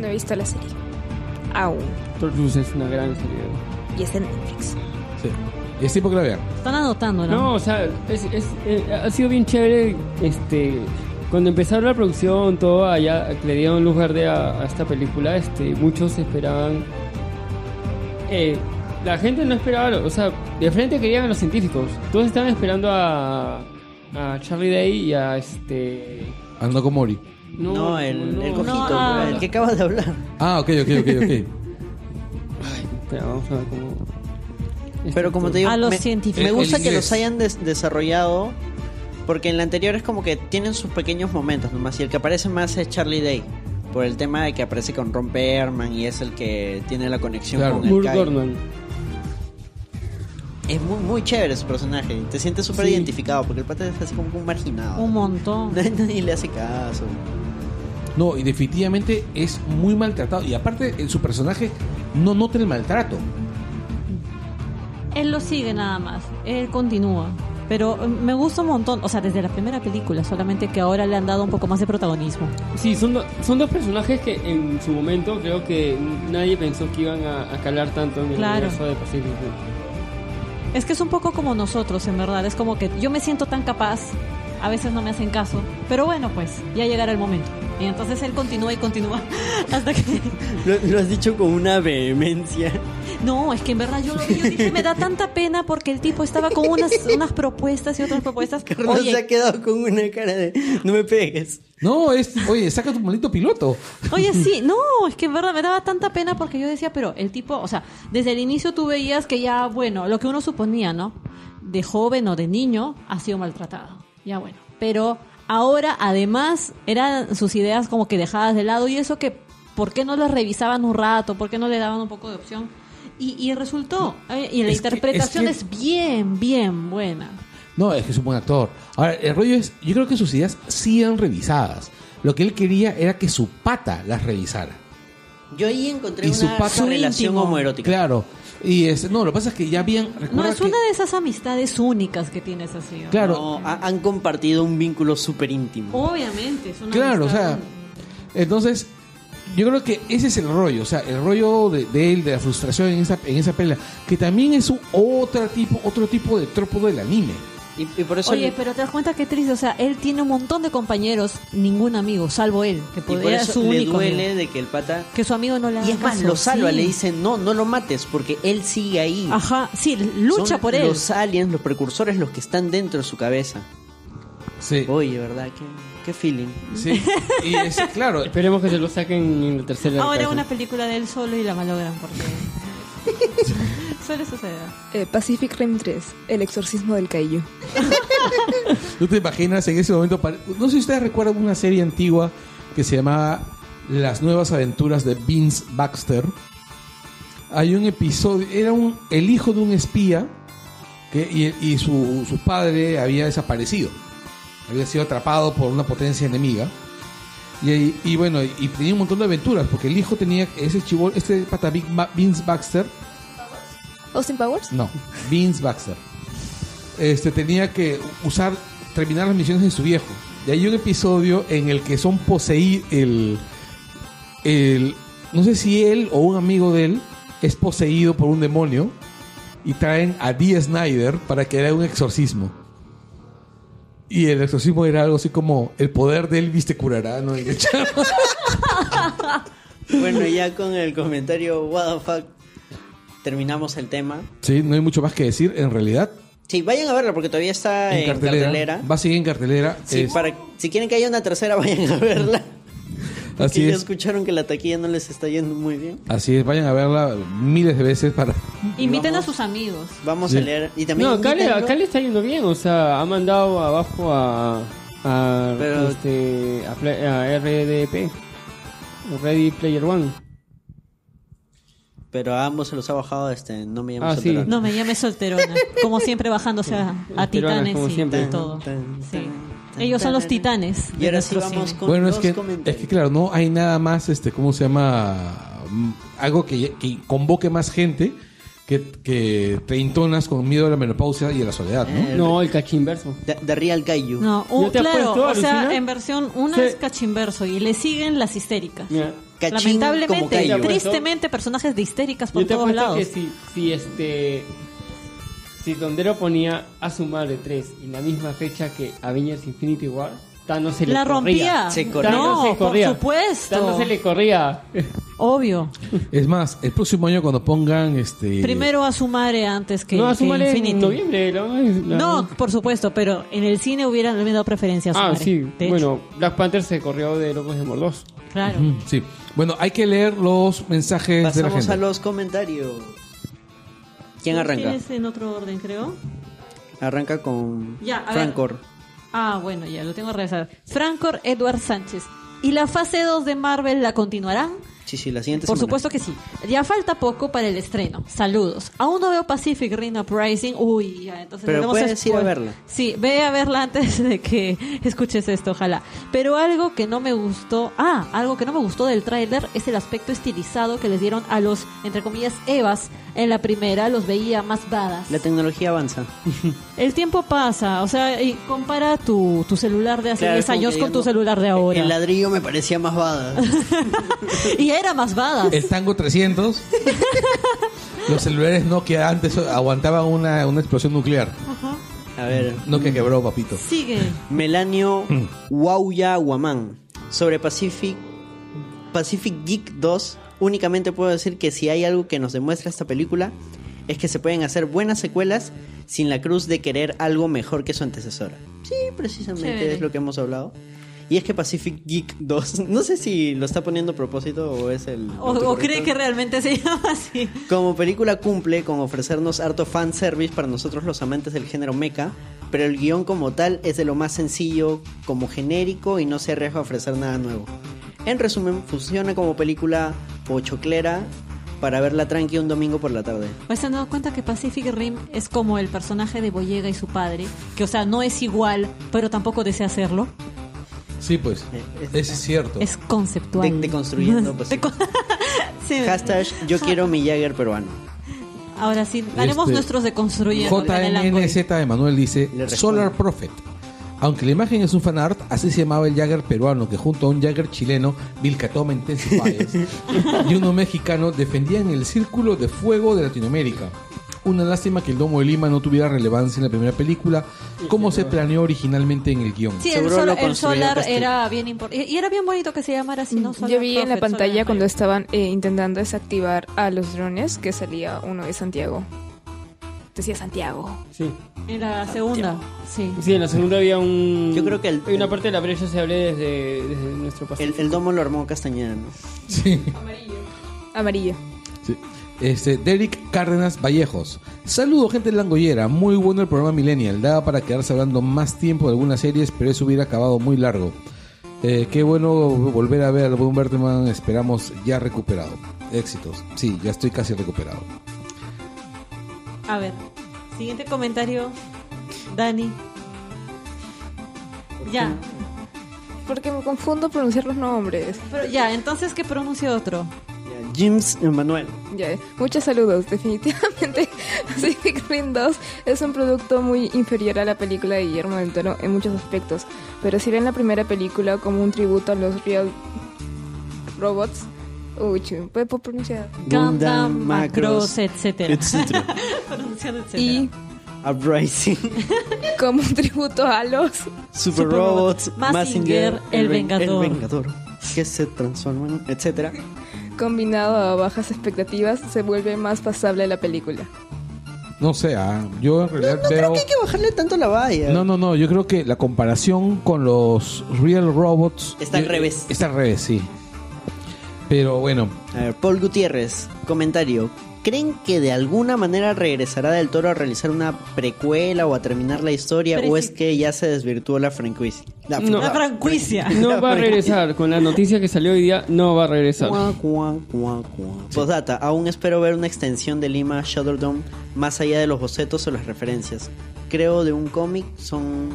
Speaker 6: No he visto la serie. Aún.
Speaker 5: Torchwood es una gran serie.
Speaker 6: Y es en Netflix.
Speaker 4: Sí. Es tiempo que la vean.
Speaker 2: Están anotando, ¿no?
Speaker 5: No, o sea, es- es- eh, ha sido bien chévere. Este, cuando empezaron la producción, todo allá que le dieron luz verde a, a esta película. Este, muchos esperaban. eh, la gente no esperaba, lo- o sea, de frente querían a los científicos. Todos estaban esperando a, a Charlie Day y a este.
Speaker 4: Ando Komori.
Speaker 5: No,
Speaker 3: No, el, el
Speaker 5: no.
Speaker 3: cojito,
Speaker 2: ah.
Speaker 3: el que acabas de hablar.
Speaker 4: Ah, ok, ok, ok, ok.
Speaker 5: Espera, vamos a ver cómo. este
Speaker 3: Pero como te digo,
Speaker 2: A los
Speaker 3: me,
Speaker 2: científicos.
Speaker 3: me
Speaker 4: El-
Speaker 3: gusta
Speaker 4: el
Speaker 3: que
Speaker 4: inglés.
Speaker 3: los hayan des- desarrollado porque en la anterior es como que tienen sus pequeños momentos nomás y el que aparece más es Charlie Day por el tema de que aparece con Ron Perlman y es el que tiene la conexión
Speaker 4: Claro.
Speaker 3: con el
Speaker 5: Burr
Speaker 3: Kai.
Speaker 5: Gordon.
Speaker 3: Es muy, muy chévere su personaje, te sientes súper
Speaker 5: Sí.
Speaker 3: identificado porque el pata es así como un marginado.
Speaker 2: Un montón.
Speaker 3: Nadie, nadie le hace caso.
Speaker 4: No, y definitivamente es muy maltratado. Y aparte, en su personaje no nota el maltrato.
Speaker 2: Él lo sigue nada más, él continúa. Pero eh, me gusta un montón, o sea, desde la primera película, solamente que ahora le han dado un poco más de protagonismo.
Speaker 5: Sí, son, do- son dos personajes que en su momento creo que nadie pensó que iban a, a calar tanto en el
Speaker 2: Claro.
Speaker 5: universo de Pacific Rim.
Speaker 2: Es que es un poco como nosotros, en verdad, es como que yo me siento tan capaz, a veces no me hacen caso, pero bueno, pues ya llegará el momento. Y entonces él continúa y continúa hasta que...
Speaker 3: Lo, lo has dicho con una vehemencia.
Speaker 2: No, es que en verdad yo lo vi, yo dije, me da tanta pena porque el tipo estaba con unas, unas propuestas y otras propuestas.
Speaker 3: Carlos se ha
Speaker 2: Oye,
Speaker 3: quedado con una cara de no me pegues.
Speaker 4: No, es, oye, saca tu maldito piloto.
Speaker 2: Oye, sí, no, es que en verdad me daba tanta pena porque yo decía, pero el tipo, o sea, desde el inicio tú veías que ya, bueno, lo que uno suponía, ¿no? De joven o de niño, ha sido maltratado. Ya bueno. Pero ahora, además, eran sus ideas como que dejadas de lado y eso que ¿Por qué no lo revisaban un rato? ¿Por qué no le daban un poco de opción? Y, y resultó. eh, y la
Speaker 4: Es que-
Speaker 2: interpretación
Speaker 4: es
Speaker 2: es, bien, bien buena.
Speaker 4: No, es que es un buen actor. Ahora, el rollo es, yo creo que sus ideas sí eran revisadas. Lo que él quería era que su pata las revisara.
Speaker 3: Yo ahí encontré
Speaker 4: Y su
Speaker 3: una
Speaker 4: paso
Speaker 3: relación
Speaker 2: íntimo.
Speaker 3: homoerótica.
Speaker 4: Claro. Y es, no, lo que pasa es que ya habían...
Speaker 2: No,
Speaker 4: recuerda
Speaker 2: es una
Speaker 4: que-
Speaker 2: de esas amistades únicas que tienes así. ¿no?
Speaker 4: Claro,
Speaker 3: No, ha- han compartido un vínculo súper íntimo.
Speaker 2: Oh. Obviamente, es una
Speaker 4: Claro, o
Speaker 2: amistad
Speaker 4: sea,
Speaker 2: única.
Speaker 4: entonces yo creo que ese es el rollo, o sea, el rollo de, de él, de la frustración en esa, en esa pelea, que también es un otro tipo, otro tipo de tropo del anime.
Speaker 3: Y, y por eso,
Speaker 2: Oye, pero te das cuenta qué triste, o sea, él tiene un montón de compañeros, ningún amigo, salvo él, que
Speaker 3: y por
Speaker 2: podría ser
Speaker 3: eso
Speaker 2: su
Speaker 3: le
Speaker 2: único
Speaker 3: duele
Speaker 2: amigo.
Speaker 3: de que el pata...
Speaker 2: que su amigo no le haga
Speaker 3: Y es más,
Speaker 2: caso,
Speaker 3: lo salva,
Speaker 2: sí.
Speaker 3: le dicen, no, no lo mates, porque él sigue ahí.
Speaker 2: Ajá, sí, lucha
Speaker 3: Son
Speaker 2: por él.
Speaker 3: Los aliens, los precursores, los que están dentro de su cabeza.
Speaker 4: Sí.
Speaker 3: Oye, ¿verdad? Qué, qué feeling.
Speaker 4: sí. Y es claro,
Speaker 5: Esperemos que se lo saquen en la tercera.
Speaker 2: Ahora
Speaker 5: ocasión.
Speaker 2: una película de él solo y la malogran porque suele suceder.
Speaker 6: Eh, Pacific Rim 3, El exorcismo del Kaiju.
Speaker 4: tú te imaginas en ese momento, pare- no sé si ustedes recuerdan una serie antigua que se llamaba Las nuevas aventuras de Vince Baxter. Hay un episodio, era un, el hijo de un espía que, y, y su, su padre había desaparecido. Había sido atrapado por una potencia enemiga. Y, ahí- y bueno, y tenía un montón de aventuras, porque el hijo tenía ese chivol, este pata Big Ma- Vince Baxter,
Speaker 6: Austin Powers.
Speaker 4: no, Vince Baxter. Este tenía que usar, terminar las misiones de su viejo. Y hay un episodio en el que son poseídos el, el, no sé si él o un amigo de él es poseído por un demonio y traen a Dee Snyder para que haga un exorcismo. Y el exorcismo era algo así como el poder de Elvis te curará, ¿no? Y-
Speaker 3: Bueno, ya con el comentario, what the fuck, terminamos el tema.
Speaker 4: sí, no hay mucho más que decir en realidad.
Speaker 3: Sí, vayan a verla porque todavía está en, cartelera.
Speaker 4: Va a seguir en cartelera.
Speaker 3: Sí,
Speaker 4: Es-
Speaker 3: para- si quieren que haya una tercera, vayan a verla. Porque
Speaker 4: así
Speaker 3: ya
Speaker 4: es.
Speaker 3: escucharon que la taquilla no les está yendo muy bien.
Speaker 4: Así es, vayan a verla miles de veces para...
Speaker 2: Inviten
Speaker 3: Vamos.
Speaker 2: a sus amigos.
Speaker 3: Vamos
Speaker 4: Sí.
Speaker 3: a leer. Y también
Speaker 5: No, acá le,
Speaker 3: invítenlo.
Speaker 5: acá le está yendo bien, o sea, ha mandado abajo a. a.
Speaker 3: Pero-
Speaker 5: este, a, Play- a RDP. Ready Player One.
Speaker 3: Pero a ambos se los ha bajado este. No me llamo
Speaker 5: Ah, sí.
Speaker 3: Solterón.
Speaker 2: No me llame solterona, como siempre bajándose a, a
Speaker 5: Solterona,
Speaker 2: titanes
Speaker 5: como
Speaker 2: y
Speaker 5: siempre.
Speaker 2: todo.
Speaker 3: Tan, tan,
Speaker 2: Sí.
Speaker 3: tan,
Speaker 2: Ellos son
Speaker 3: tan,
Speaker 2: los titanes.
Speaker 3: Y
Speaker 2: de
Speaker 3: ahora sí
Speaker 2: nuestro
Speaker 3: vamos
Speaker 2: cine.
Speaker 3: con
Speaker 4: Bueno, es
Speaker 3: los
Speaker 4: que, es
Speaker 3: comentarios.
Speaker 4: que claro, no hay nada más, este, ¿cómo se llama? Mm, Algo que, que convoque más gente que, que treintonas con miedo a la menopausia y a la soledad, ¿no?
Speaker 3: Eh,
Speaker 5: No, el cachimverso.
Speaker 3: The, The Real Kaiju.
Speaker 2: No, un-
Speaker 5: Yo te
Speaker 2: claro,
Speaker 5: apuesto,
Speaker 2: o sea,
Speaker 5: alucina.
Speaker 2: en versión una
Speaker 5: Sí.
Speaker 2: es cachimverso y le siguen las histéricas.
Speaker 5: Mira,
Speaker 3: Cachín como
Speaker 2: Lamentablemente,
Speaker 3: Kaiju.
Speaker 2: tristemente, personajes de histéricas por
Speaker 5: yo te
Speaker 2: todos
Speaker 5: apuesto
Speaker 2: lados.
Speaker 5: que si, si este. Si Dondero ponía a su madre 3 en la misma fecha que Avengers Infinity War, Thanos se le
Speaker 2: La
Speaker 5: corría.
Speaker 2: rompía.
Speaker 3: Se corría.
Speaker 5: Thanos
Speaker 2: No,
Speaker 5: se corría.
Speaker 2: por supuesto.
Speaker 5: Thanos se le corría.
Speaker 2: Obvio.
Speaker 4: Es más, el próximo año cuando pongan este...
Speaker 2: Primero a su madre antes que,
Speaker 5: no, a
Speaker 2: que
Speaker 5: su madre en
Speaker 2: Infinity.
Speaker 5: noviembre. ¿no? Es la-
Speaker 2: No, por supuesto, pero en el cine hubieran dado preferencia a su
Speaker 5: Ah,
Speaker 2: madre,
Speaker 5: sí.
Speaker 2: de hecho.
Speaker 5: Bueno, Black Panther se corrió de Locos de Mordos.
Speaker 2: Claro.
Speaker 4: Mm, Sí. Bueno, hay que leer los mensajes de la
Speaker 3: Pasamos
Speaker 4: gente.
Speaker 3: a los comentarios. ¿Quién
Speaker 2: ¿Tú
Speaker 3: arranca?
Speaker 2: tienes en otro orden, creo?
Speaker 3: Arranca con
Speaker 2: Ya, a ver.
Speaker 3: Francor.
Speaker 2: Ah, bueno, ya, lo tengo revisado. Francor Edward Sánchez. ¿Y la fase 2 de Marvel la continuarán?
Speaker 3: Sí, sí, la siguiente
Speaker 2: Por
Speaker 3: semana.
Speaker 2: supuesto que sí. Ya falta poco para el estreno. Saludos. Aún no veo Pacific Rim Uprising. Uy, ya, entonces
Speaker 3: Pero
Speaker 2: tenemos
Speaker 3: puedes ir
Speaker 2: spoil-
Speaker 3: a verla.
Speaker 2: Sí, ve a verla antes de que escuches esto, ojalá. Pero algo que no me gustó, ah, algo que no me gustó del tráiler es el aspecto estilizado que les dieron a los entre comillas evas en la primera, los veía más badas.
Speaker 3: La tecnología avanza.
Speaker 2: El tiempo pasa, o sea, y compara tu, tu celular de hace
Speaker 3: Claro,
Speaker 2: 10
Speaker 3: como
Speaker 2: años
Speaker 3: que
Speaker 2: con
Speaker 3: ya
Speaker 2: tu
Speaker 3: no-
Speaker 2: celular de ahora.
Speaker 3: El ladrillo me parecía más bada.
Speaker 2: Y era más badas.
Speaker 4: El Tango 300. los celulares Nokia antes aguantaban una, una explosión nuclear.
Speaker 3: A ver.
Speaker 4: Nokia quebró, papito.
Speaker 2: Sigue.
Speaker 3: Melanio Wauya Guamán. Sobre Pacific, Pacific Geek 2, únicamente puedo decir que si hay algo que nos demuestra esta película, es que se pueden hacer buenas secuelas sin la cruz de querer algo mejor que su antecesora. Sí, precisamente
Speaker 2: Chévere.
Speaker 3: es lo que hemos hablado. Y es que Pacific Geek 2, no sé si lo está poniendo a propósito o es el...
Speaker 2: O, o cree que realmente se llama así.
Speaker 3: Como película cumple con ofrecernos harto fanservice para nosotros los amantes del género mecha, pero el guión como tal es de lo más sencillo, como genérico y no se arriesga a ofrecer nada nuevo. En resumen, funciona como película pochoclera para verla tranqui un domingo por la tarde.
Speaker 2: ¿Pues se han dado cuenta que Pacific Rim es como el personaje de Boyega y su padre? Que, o sea, no es igual, pero tampoco desea hacerlo.
Speaker 4: Sí, pues.
Speaker 3: Eh, es-
Speaker 4: Eso es cierto.
Speaker 2: Es conceptual.
Speaker 3: De- deconstruyendo, pues,
Speaker 2: De con- Sí.
Speaker 3: Hashtag yo quiero mi Jagger peruano.
Speaker 2: Ahora sí, haremos
Speaker 4: Este,
Speaker 2: nuestros deconstruyendo. en el ángulo.
Speaker 4: JNNZ de Manuel dice
Speaker 3: Le respondo.
Speaker 4: Solar Prophet. Aunque la imagen es un fanart, así se llamaba el Jagger peruano que junto a un Jagger chileno, Vilcatoma Intensifies, y uno mexicano defendían el círculo de fuego de Latinoamérica. Una lástima que el Domo de Lima no tuviera relevancia en la primera película, como se planeó originalmente en el guión.
Speaker 2: Sí, el,
Speaker 3: Seguro
Speaker 2: sol-
Speaker 3: lo
Speaker 2: el
Speaker 3: construyó
Speaker 2: solar
Speaker 3: Castillo.
Speaker 2: era bien importante. Y era bien bonito que se llamara así, ¿no? Solar
Speaker 6: Mm, Yo vi en la
Speaker 2: Prophet,
Speaker 6: pantalla
Speaker 2: Solar
Speaker 6: cuando
Speaker 2: Prophet.
Speaker 6: estaban eh, intentando desactivar a los drones que salía uno de Santiago. Decía Santiago.
Speaker 5: Sí.
Speaker 2: En la segunda, sí.
Speaker 5: Sí, en la segunda había un.
Speaker 3: Yo creo que el-
Speaker 5: Hay una parte de la brecha se hable desde, desde nuestro pasado.
Speaker 3: El, el domo lo armó Castañeda, ¿no?
Speaker 4: Sí.
Speaker 6: Amarillo.
Speaker 4: Sí. Este, Derek Cárdenas Vallejos. Saludo, gente langollera. Muy bueno el programa Millennial. Daba para quedarse hablando más tiempo de algunas series, pero eso hubiera acabado muy largo. Eh, qué bueno volver a ver al buen Berteman. Esperamos ya recuperado. Éxitos. Sí, ya estoy casi recuperado.
Speaker 2: A ver, siguiente comentario, Dani. Ya,
Speaker 6: Porque me confundo pronunciar los nombres.
Speaker 2: pero ya, entonces que pronuncie otro.
Speaker 3: Ya, James Emanuel.
Speaker 6: Ya, eh. muchos saludos. Definitivamente, Pacific Rim 2 es un producto muy inferior a la película de Guillermo del Toro en muchos aspectos, pero sirve en la primera película como un tributo a los Real Robots. Uy, chu, ¿puedo puedo pronunciar?
Speaker 2: Gundam,
Speaker 3: Gundam,
Speaker 2: Macros,
Speaker 3: Macross,
Speaker 2: etcétera.
Speaker 3: Etc.
Speaker 2: Pronunciando etcétera.
Speaker 6: Y
Speaker 3: Uprising.
Speaker 6: como un tributo a los.
Speaker 3: Super
Speaker 2: Superbot,
Speaker 3: Robots.
Speaker 2: Mazinger,
Speaker 3: Mazinger.
Speaker 2: El
Speaker 3: Ven-
Speaker 2: Vengador.
Speaker 3: El Vengador. Que se transforman, etcétera.
Speaker 6: Combinado a bajas expectativas, se vuelve más pasable la película.
Speaker 4: No sé, ah, yo en realidad veo.
Speaker 3: Hay que bajarle tanto la valla.
Speaker 4: No, no, no. Yo creo que la comparación con los Real Robots.
Speaker 3: Está al
Speaker 4: yo-
Speaker 3: revés.
Speaker 4: Está al revés, sí. Pero bueno,
Speaker 3: A ver, Paul Gutiérrez, comentario. ¿Creen que de alguna manera regresará del toro a realizar una precuela o a terminar la historia?
Speaker 2: Pero
Speaker 3: ¿O
Speaker 2: es
Speaker 3: es que ya se desvirtuó la franquicia? La
Speaker 5: No.
Speaker 2: La franquicia.
Speaker 5: No va a regresar. Con la noticia que salió hoy día, no va a regresar.
Speaker 3: Cuá, cuá, cuá, cuá. Postdata, aún espero ver una extensión de Lima Shadow Dome más allá de los bocetos o las referencias. Creo de un cómic son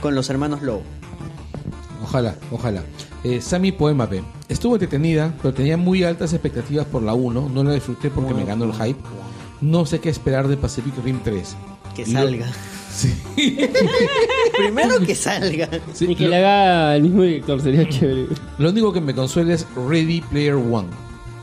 Speaker 3: con los hermanos Lowe.
Speaker 4: Ojalá, ojalá. Eh, Sammy Poema P. Estuvo detenida, pero tenía muy altas expectativas por la 1. No la disfruté porque me ganó el hype. No sé qué esperar de Pacific Rim 3.
Speaker 3: Que
Speaker 4: Lo-
Speaker 3: salga.
Speaker 4: Sí.
Speaker 3: Primero que salga.
Speaker 4: sí,
Speaker 5: Ni que
Speaker 4: lo,
Speaker 5: le haga el mismo director, sería chévere.
Speaker 4: lo único que me consuela es Ready Player One.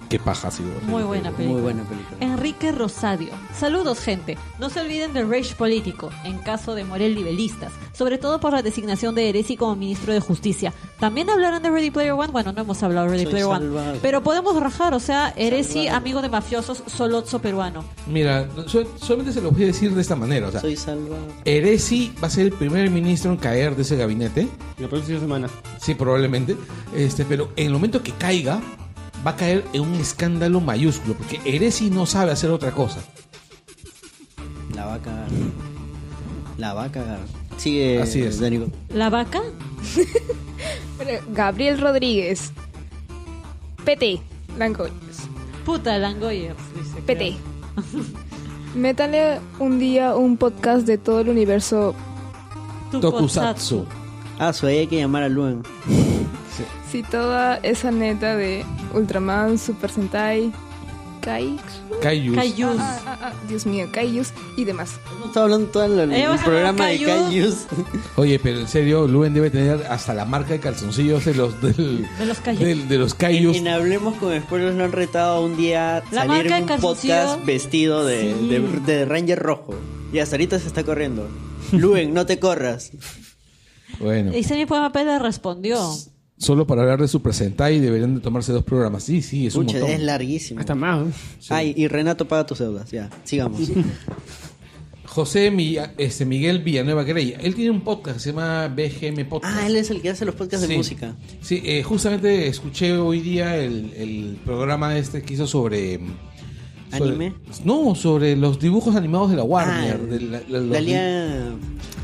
Speaker 4: Qué paja, ¿eh? sí. güey.
Speaker 2: Muy buena película.
Speaker 3: Muy buena película.
Speaker 2: Enrique Rosadio. Saludos, gente. No se olviden del rage político, en caso de Morel Libelistas, sobre todo por la designación de Eresi como ministro de Justicia. También hablarán de Ready Player One. Bueno, no hemos hablado de Ready
Speaker 3: Soy
Speaker 2: Player One.
Speaker 3: salvaje.
Speaker 2: Pero podemos rajar, o sea, Eresi, amigo de mafiosos, solozzo peruano.
Speaker 4: Mira, so- solamente se lo voy a decir de esta manera. O sea,
Speaker 3: Soy salvado.
Speaker 4: Eresi va a ser el primer ministro en caer de ese gabinete.
Speaker 5: La próxima semana.
Speaker 4: Sí, probablemente. Este, pero en el momento que caiga, va a caer en un escándalo mayúsculo, porque Eresi no sabe hacer otra cosa.
Speaker 3: La va a cagar. La va a cagar. Sigue.
Speaker 4: Así es.
Speaker 3: Dani.
Speaker 2: ¿La vaca?
Speaker 6: Bueno, Gabriel Rodríguez. PT. Blanco.
Speaker 2: Puta, Langoyer. dice,
Speaker 6: PT.
Speaker 2: creo.
Speaker 6: Métale un día un podcast de todo el universo.
Speaker 2: Tu
Speaker 4: Tokusatsu.
Speaker 3: Ah, su ahí hay que llamar a Luen.
Speaker 6: Si toda esa neta de Ultraman, Super Sentai, Kai.
Speaker 4: Kaijus.
Speaker 2: Cayus.
Speaker 6: Ah, ah, ah, Dios mío, Kaijus y demás.
Speaker 3: No estaba hablando todo el,
Speaker 2: Eh,
Speaker 3: el
Speaker 2: vas a
Speaker 3: programa
Speaker 2: hablar
Speaker 3: de
Speaker 2: Caillou.
Speaker 3: Cayus.
Speaker 4: Oye, pero en serio, Luen debe tener hasta la marca de calzoncillos de los del,
Speaker 2: De los Kaijus.
Speaker 4: del- de los
Speaker 3: En,
Speaker 4: Kaijus.
Speaker 3: en Hablemos con Spoilers lo han retado un día
Speaker 2: La
Speaker 3: salir
Speaker 2: marca de
Speaker 3: en un
Speaker 2: calzoncillo.
Speaker 3: podcast vestido de,
Speaker 2: Sí.
Speaker 3: de- de Ranger Rojo. Y hasta ahorita se está corriendo. Luen, no te corras.
Speaker 4: Bueno,
Speaker 2: Y Sammy Poema Pérez respondió.
Speaker 4: solo para hablar de su presentar y deberían de tomarse dos programas. Sí, sí, es un
Speaker 3: Pucha,
Speaker 4: montón.
Speaker 3: es larguísimo.
Speaker 5: Hasta más. ¿eh?
Speaker 3: Ay, y Renato paga tus deudas. Ya, sigamos.
Speaker 4: José Mi- este, Miguel Villanueva Grey. Él tiene un podcast que se llama BGM Podcast.
Speaker 3: ah, él es el que hace los podcasts
Speaker 4: Sí.
Speaker 3: de música.
Speaker 4: Sí, eh, justamente escuché hoy día el, el programa este que hizo sobre... sobre-
Speaker 3: ¿Anime?
Speaker 4: No, sobre los dibujos animados de la Warner.
Speaker 3: Ah,
Speaker 4: de la, la- los-
Speaker 3: La liga-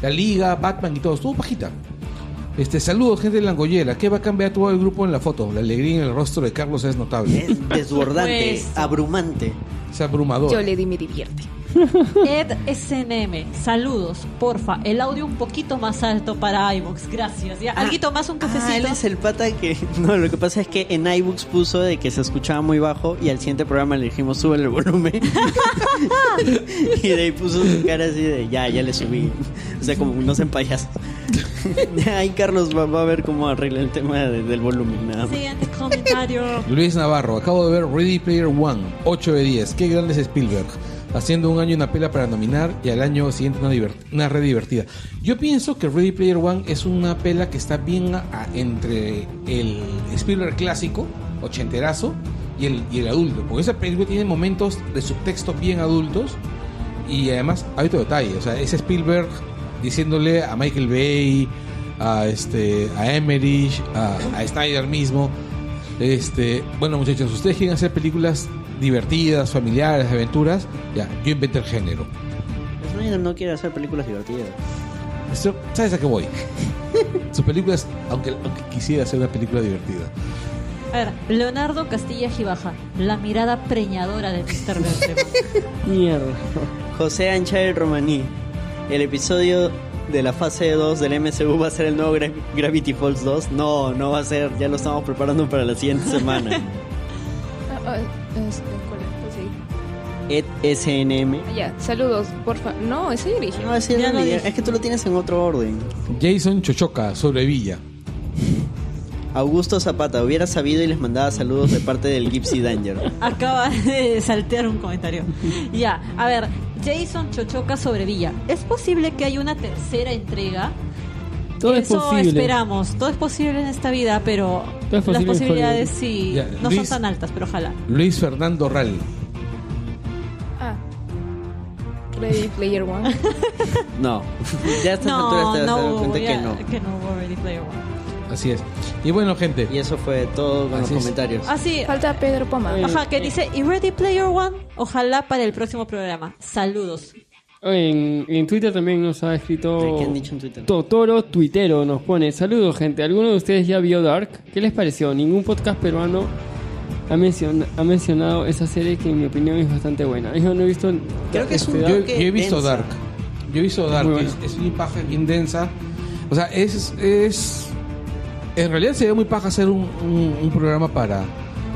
Speaker 4: la Liga, Batman y todo. Estuvo pajita. Este, saludos, gente de Langollera. ¿Qué va a cambiar todo el grupo en la foto? La alegría en el rostro de Carlos es notable.
Speaker 3: Es desbordante,
Speaker 2: Pues.
Speaker 3: abrumante.
Speaker 4: Es abrumador.
Speaker 6: Yo le di mi divierte.
Speaker 2: Ed SNM, saludos, porfa. El audio un poquito más alto para iVoox, gracias. Ya, alguito más, un cafecito.
Speaker 3: Ah, él es el pata que. No, lo que pasa es que en iBooks puso de que se escuchaba muy bajo y al siguiente programa le dijimos sube el volumen. y de ahí puso su cara así de ya, ya le subí. O sea, como no se empayas. ahí Carlos va, va a ver cómo arregla el tema de- del volumen, nada más.
Speaker 2: Siguiente comentario.
Speaker 4: Luis Navarro, acabo de ver Ready Player One, 8 de 10. Qué grande es Spielberg. Haciendo un año una pela para nominar y al año siguiente una, divert- una red divertida. Yo pienso que Ready Player One es una pela que está bien a- a- entre el Spielberg clásico, ochenterazo, y el, y el adulto. Porque esa película tiene momentos de subtexto bien adultos y además hay otro detalle. O sea, es Spielberg diciéndole a Michael Bay, a, este, a Emmerich, a, a Snyder mismo, este, bueno muchachos, ustedes quieren hacer películas divertidas, familiares, de aventuras, ya, yo inventé el género.
Speaker 3: Snyder Pues, no quiere hacer películas divertidas.
Speaker 4: Esto- ¿Sabes a qué voy? Sus películas, aunque, aunque quisiera hacer una película divertida.
Speaker 2: A ver, Leonardo Castilla Gibaja, la mirada preñadora de Mr. Bertemo.
Speaker 5: Mierda.
Speaker 3: José Anchael Romaní. El episodio de la fase 2 del MCU va a ser el nuevo Gra- Gravity Falls 2. No, no va a ser. Ya lo estamos preparando para la siguiente semana.
Speaker 6: Ah,
Speaker 3: Ed SNM.
Speaker 6: pues Ah, Ya, saludos, porfa. No, ese yo dije.
Speaker 3: No, ese
Speaker 2: Ya
Speaker 3: era
Speaker 2: lo
Speaker 3: mi-
Speaker 2: dije.
Speaker 3: es que tú lo tienes en otro orden.
Speaker 4: Jason Chochoca, sobre Villa.
Speaker 3: Augusto Zapata, hubiera sabido y les mandaba saludos de parte del Gypsy Danger.
Speaker 2: Acaba de saltear un comentario. Ya, a ver, Jason Chochoca sobre Villa. ¿Es posible que haya una tercera entrega?
Speaker 5: Todo es
Speaker 2: Eso
Speaker 5: posible.
Speaker 2: esperamos. Todo es posible en esta vida, pero
Speaker 5: Todo es
Speaker 2: las
Speaker 5: posible en
Speaker 2: posibilidades
Speaker 5: Hollywood.
Speaker 2: sí
Speaker 4: Ya,
Speaker 2: no son
Speaker 4: Luis-
Speaker 2: tan altas, pero ojalá.
Speaker 4: Luis Fernando Ral.
Speaker 6: Ah. Ready Player One.
Speaker 3: No, ya a estas alturas
Speaker 2: No,
Speaker 3: te vas a
Speaker 2: no
Speaker 3: dar
Speaker 2: hubo,
Speaker 3: cuenta
Speaker 2: ya-
Speaker 3: que no.
Speaker 2: que no hubo Ready Player One.
Speaker 4: Así es. Y bueno, gente.
Speaker 3: Y eso fue todo con los
Speaker 4: Así es.
Speaker 3: comentarios.
Speaker 2: Ah, sí,
Speaker 6: Falta Pedro Poma.
Speaker 5: Eh,
Speaker 2: Ajá, que dice, y Ready Player One, ojalá para el próximo programa. Saludos.
Speaker 5: En, en Twitter también nos ha escrito.
Speaker 3: ¿Qué han dicho en Twitter?
Speaker 5: Totoro Tuitero nos pone: Saludos, gente. ¿Alguno de ustedes ya vio Dark? ¿Qué les pareció? Ningún podcast peruano ha, mencion- ha mencionado esa serie que, en mi opinión, es bastante buena. Yo no he visto.
Speaker 3: Creo que es un
Speaker 5: este,
Speaker 4: yo,
Speaker 3: Dark es
Speaker 4: yo he visto
Speaker 3: densa.
Speaker 4: Dark. Yo he visto Dark.
Speaker 5: Muy
Speaker 4: Es,
Speaker 5: bueno.
Speaker 4: es una paja bien densa. O sea, es. es en realidad sería muy paja hacer un, un- un programa para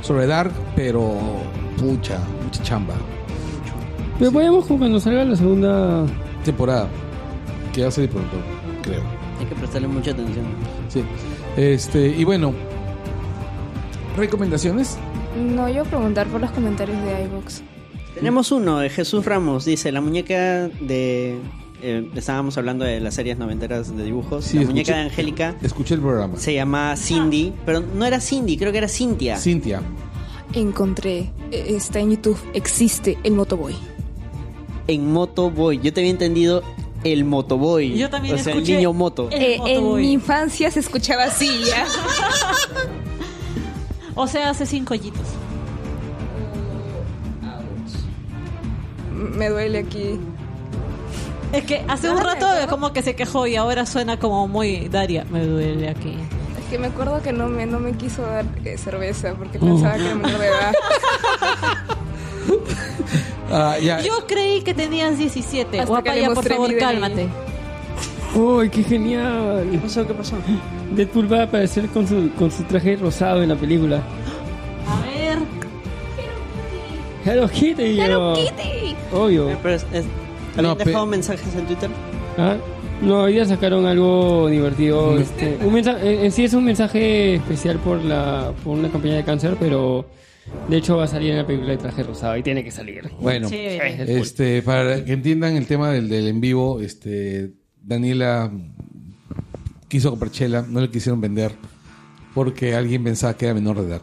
Speaker 4: sobre Dark, pero pucha, mucha chamba.
Speaker 5: Pero podemos, como cuando salga la segunda.
Speaker 4: Temporada que va a salir pronto, creo.
Speaker 3: Hay que prestarle mucha atención.
Speaker 4: Sí. Este, y bueno, recomendaciones.
Speaker 6: No, yo preguntar por los comentarios de iVoox.
Speaker 3: Tenemos uno de Jesús Ramos, dice, la muñeca de... eh, estábamos hablando de las series noventeras de dibujos.
Speaker 4: Sí,
Speaker 3: la
Speaker 4: escuché-
Speaker 3: muñeca de Angélica
Speaker 4: Escuché el programa.
Speaker 3: se llama Cindy, pero no era Cindy, creo que era Cintia.
Speaker 4: Cintia.
Speaker 6: Encontré, eh, está en YouTube, existe el Motoboy.
Speaker 3: En Motoboy. Yo te había entendido el Motoboy.
Speaker 2: Yo también
Speaker 3: O sea, el
Speaker 2: escuché
Speaker 3: niño moto.
Speaker 2: El
Speaker 6: Eh, en
Speaker 2: Motoboy.
Speaker 6: mi infancia se escuchaba así, ya.
Speaker 2: O sea, hace cinco hoyitos.
Speaker 6: Me duele aquí.
Speaker 2: Es que hace un
Speaker 6: Ah,
Speaker 2: rato
Speaker 6: ¿verdad?
Speaker 2: como que se quejó y ahora suena como muy Daria. Me duele aquí.
Speaker 6: Es que me acuerdo que no me, no me quiso dar eh, cerveza porque
Speaker 5: Uh.
Speaker 6: pensaba que era menor de edad.
Speaker 4: Ah, ya.
Speaker 2: Yo creí que tenías 17.
Speaker 6: Hasta
Speaker 2: Guapa,
Speaker 6: que le
Speaker 2: ya, por
Speaker 6: mostré mi
Speaker 2: favor,
Speaker 6: DNI.
Speaker 2: cálmate.
Speaker 5: ¡Uy, qué genial!
Speaker 3: ¿Qué pasó? ¿Qué pasó?
Speaker 5: Deadpool va a aparecer con su, con su traje rosado en la película.
Speaker 2: A ver.
Speaker 5: Hello Kitty. yo. Obvio.
Speaker 3: Eh, pero es- es- ¿Me
Speaker 4: No,
Speaker 3: han
Speaker 4: pe-
Speaker 3: dejado mensajes en Twitter?
Speaker 5: Ah, No, hoy día sacaron algo divertido.
Speaker 4: Me-
Speaker 5: Este, un mensa- en en sí es un mensaje especial por la por una campaña de cáncer, pero de hecho va a salir en la película de traje rosado y tiene que salir.
Speaker 4: Bueno.
Speaker 2: Chévere.
Speaker 5: Deadpool.
Speaker 4: Este, para que entiendan el tema del, del en vivo, este, Daniela quiso comprar chela, no le quisieron vender porque alguien pensaba que era menor de edad.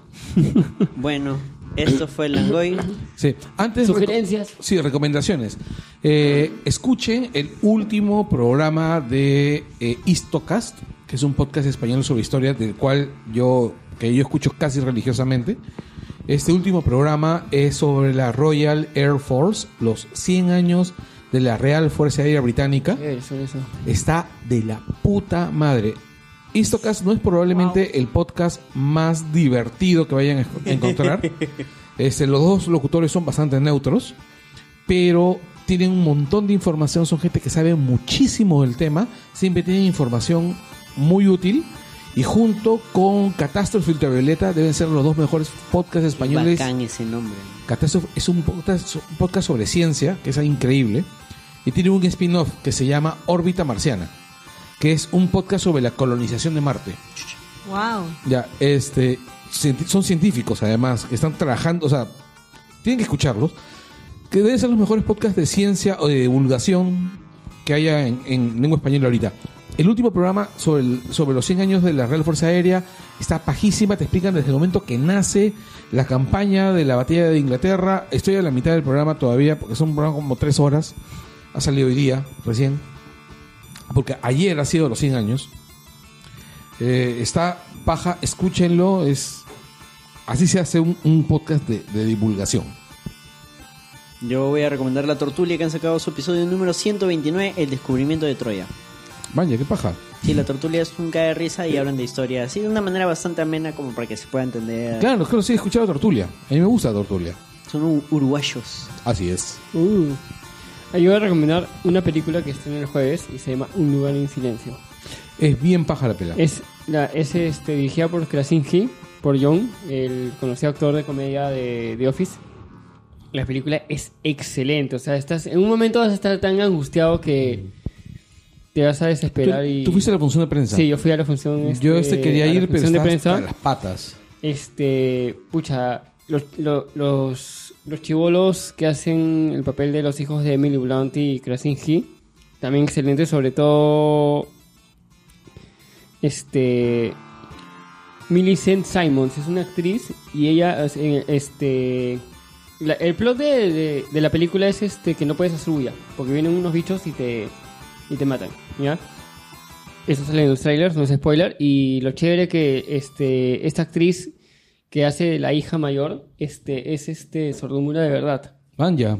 Speaker 3: Bueno, esto fue Langoy.
Speaker 4: Sí, antes
Speaker 5: Sugerencias.
Speaker 4: reco- sí, recomendaciones. Eh, escuchen el último programa de eh, Histocast, que es un podcast español sobre historia del cual yo que yo escucho casi religiosamente. Este último programa es sobre la Royal Air Force, los 100 años de la Real Fuerza Aérea Británica.
Speaker 5: Eso, eso.
Speaker 4: Está de la puta madre. Histocast no es probablemente el podcast más divertido que vayan a esco- a encontrar. Este, los dos locutores son bastante neutros, pero tienen un montón de información, son gente que sabe muchísimo del tema, siempre tienen información muy útil. Y junto con Catástrofe Ultravioleta deben ser los dos mejores podcasts españoles.
Speaker 3: Bacán ese nombre.
Speaker 4: Catástrofe es un podcast, un podcast sobre ciencia, que es increíble, y tiene un spin-off que se llama Órbita Marciana, que es un podcast sobre la colonización de Marte.
Speaker 2: Wow.
Speaker 4: Ya, este, cienti- son científicos además, que están trabajando, o sea, tienen que escucharlos, que deben ser los mejores podcasts de ciencia o de divulgación que haya en, en lengua española ahorita. El último programa sobre, el- sobre los 100 años de la Real Fuerza Aérea está pajísima, te explican desde el momento que nace la campaña de la batalla de Inglaterra. Estoy a la mitad del programa todavía, porque son un programa como tres horas. Ha salido hoy día, recién. Porque ayer ha sido los 100 años. Eh, está paja, escúchenlo. Es así se hace un, un podcast de, de divulgación.
Speaker 3: Yo voy a recomendar La Tortulia que han sacado su episodio número 129, El descubrimiento de Troya.
Speaker 4: Vaya, qué paja.
Speaker 3: Sí, La Tortulia es un cae de risa y hablan de historia así de una manera bastante amena como para que se pueda entender.
Speaker 4: Claro, claro, sí he escuchado Tortulia. A mí me gusta Tortulia.
Speaker 3: Son u- uruguayos.
Speaker 4: Así es.
Speaker 5: Uh. Ah, Yo voy a recomendar una película que estrena el jueves y se llama Un lugar en silencio.
Speaker 4: Es bien paja la pela.
Speaker 5: Es, la, es este, dirigida por Krasinski, por John, el conocido actor de comedia de, de Office. La película es excelente, o sea, estás en un momento vas a estar tan angustiado que te vas a
Speaker 4: ¿Tú,
Speaker 5: desesperar y
Speaker 4: tú fuiste a la función de prensa.
Speaker 5: Sí, yo fui a la función
Speaker 4: Yo este quería
Speaker 5: a la
Speaker 4: ir, pero
Speaker 5: función
Speaker 4: estaba
Speaker 5: de
Speaker 4: hasta
Speaker 5: prensa.
Speaker 4: las patas.
Speaker 5: Este, pucha, los, lo- los, los chivolos que hacen el papel de los hijos de Emily Blunt y Krasinski, también excelente, sobre todo, este, Millicent Simons, es una actriz y ella, es- eh, este, la- el plot de, de- de la película es este que no puedes hacer bulla, porque vienen unos bichos y te, y te matan, ¿ya? Eso sale en los trailers, no es spoiler. Y lo chévere que este, esta actriz que hace la hija mayor este, es este sordomura de verdad.
Speaker 4: Vaya.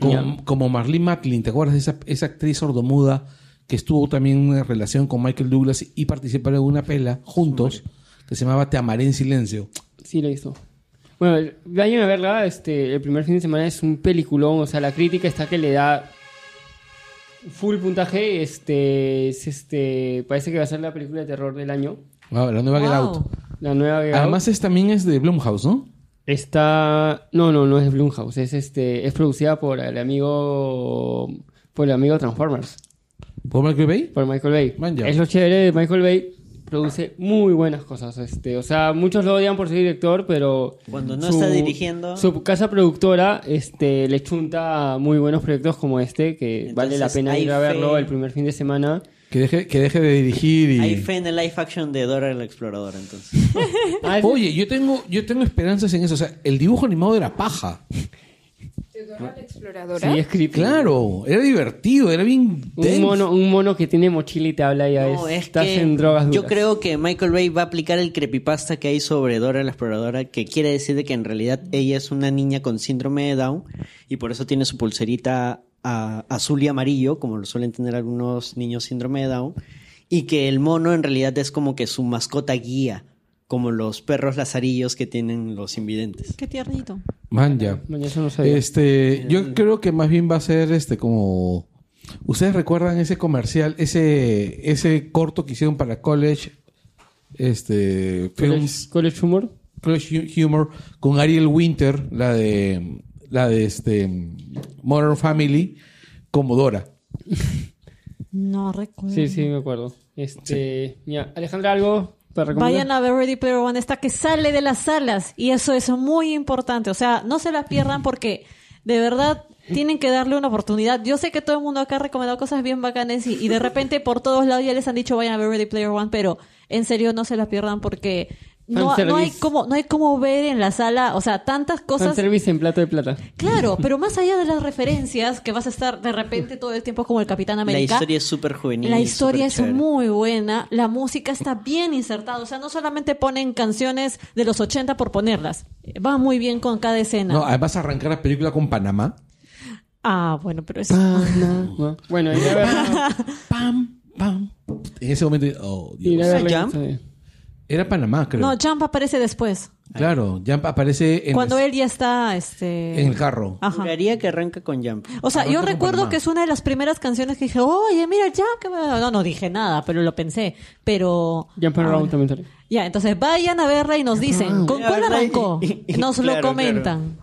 Speaker 4: Como,
Speaker 5: Ya.
Speaker 4: como Marlene Matlin, ¿te acuerdas de esa, esa actriz sordomuda que estuvo también en una relación con Michael Douglas y participaron en una pela juntos que se llamaba Te amaré en silencio?
Speaker 5: Sí, lo hizo. Bueno, vayan a verla. Este, el primer fin de semana es un peliculón. O sea, la crítica está que le da full puntaje. Este, es este, parece que va a ser la película de terror del año.
Speaker 4: Ah, la nueva Get
Speaker 2: Wow.
Speaker 4: Out.
Speaker 5: La nueva Get Out.
Speaker 4: Además es, también es de Blumhouse, ¿no?
Speaker 5: Está. No, no, no es de Blumhouse. Es este. Es producida por el amigo. Por el amigo Transformers.
Speaker 4: ¿Por Michael Bay?
Speaker 5: Por Michael Bay.
Speaker 4: Man, ya.
Speaker 5: Es lo chévere de Michael Bay. Produce muy buenas cosas. Este. O sea, muchos lo odian por ser director, pero.
Speaker 3: Cuando no está dirigiendo-
Speaker 5: Su casa productora este, le chunta muy buenos proyectos como este, que vale la
Speaker 3: Entonces,
Speaker 5: pena
Speaker 3: hay
Speaker 5: ir a verlo
Speaker 3: fe.
Speaker 5: el primer fin de semana.
Speaker 4: Que deje, que deje de dirigir y...
Speaker 3: Hay fe en el live action de Dora la Exploradora, entonces.
Speaker 5: Ah, es-
Speaker 4: Oye, yo tengo, yo tengo esperanzas en eso. O sea, el dibujo animado era paja.
Speaker 6: la exploradora?
Speaker 5: sí, es creepy.
Speaker 4: Claro, era divertido, era bien... denso.
Speaker 5: Un mono, un mono que tiene mochila y te habla y a
Speaker 3: No,
Speaker 5: veces
Speaker 3: es
Speaker 5: estás
Speaker 3: que
Speaker 5: en drogas
Speaker 3: yo
Speaker 5: duras.
Speaker 3: creo que Michael Bay va a aplicar el creepypasta que hay sobre Dora la Exploradora, que quiere decir de que en realidad ella es una niña con síndrome de Down y por eso tiene su pulserita ah, azul y amarillo, como lo suelen tener algunos niños síndrome de Down, y que el mono en realidad es como que su mascota guía, como los perros lazarillos que tienen los invidentes.
Speaker 2: Qué tiernito.
Speaker 4: Man, ya.
Speaker 5: Bueno, eso no sabía.
Speaker 4: Este, yo creo que más bien va a ser este como... ¿Ustedes recuerdan ese comercial, ese, ese corto que hicieron para College, este, Films,
Speaker 5: College, College Humor.
Speaker 4: College Hu- Humor, con Ariel Winter, la de, la de este, Modern Family, como Dora?
Speaker 2: No recuerdo.
Speaker 5: Sí,
Speaker 4: Mm.
Speaker 5: sí, me acuerdo. Este, ya. Alejandra, algo para recomendar.
Speaker 2: Vayan a ver Ready Player One, esta que sale de las salas. Y eso es muy importante. O sea, no se la pierdan porque de verdad tienen que darle una oportunidad. Yo sé que todo el mundo acá ha recomendado cosas bien bacanes y, y de repente por todos lados ya les han dicho vayan a ver Ready Player One, pero en serio no se la pierdan porque no,
Speaker 5: Fanservice.
Speaker 2: no hay como no hay como ver en la sala, o sea, tantas cosas
Speaker 5: servicio en plato de plata.
Speaker 2: Claro, pero más allá de las referencias que vas a estar de repente todo el tiempo como el Capitán América.
Speaker 3: La historia es súper juvenil.
Speaker 2: La
Speaker 3: y
Speaker 2: historia
Speaker 3: súper
Speaker 2: es
Speaker 3: chévere.
Speaker 2: muy buena, la música está bien insertada, o sea, no solamente ponen canciones de los 80 por ponerlas, va muy bien con cada escena.
Speaker 4: No, además arrancar la película con Panamá.
Speaker 2: ah, bueno, pero eso...
Speaker 5: Bueno, ahí a ver.
Speaker 4: Pam, pam. en ese momento, oh, Dios.
Speaker 5: Y la
Speaker 3: ¿Esa
Speaker 5: agarré,
Speaker 3: Jump?
Speaker 5: ¿sabes?
Speaker 4: Era Panamá, creo.
Speaker 2: No, Champ aparece después.
Speaker 4: claro, Jump aparece en,
Speaker 2: cuando
Speaker 4: el,
Speaker 2: él ya está, este...
Speaker 4: en el Ah, carro.
Speaker 2: Ajá.
Speaker 3: Juraría que arranca con Jump.
Speaker 2: O sea, yo
Speaker 4: Arranca con
Speaker 2: recuerdo
Speaker 4: Panamá.
Speaker 2: que es una de las primeras canciones que dije, oye, mira, Jump. que me-". No, no dije nada, pero lo pensé. Pero...
Speaker 5: Jump and Around también sale.
Speaker 2: Ya, entonces vayan a verla y nos dicen, ¿con
Speaker 3: Ya,
Speaker 2: cuál
Speaker 3: Ah, ¿verdad?
Speaker 2: arrancó?
Speaker 3: Y- y-
Speaker 2: Nos
Speaker 3: claro,
Speaker 2: lo comentan.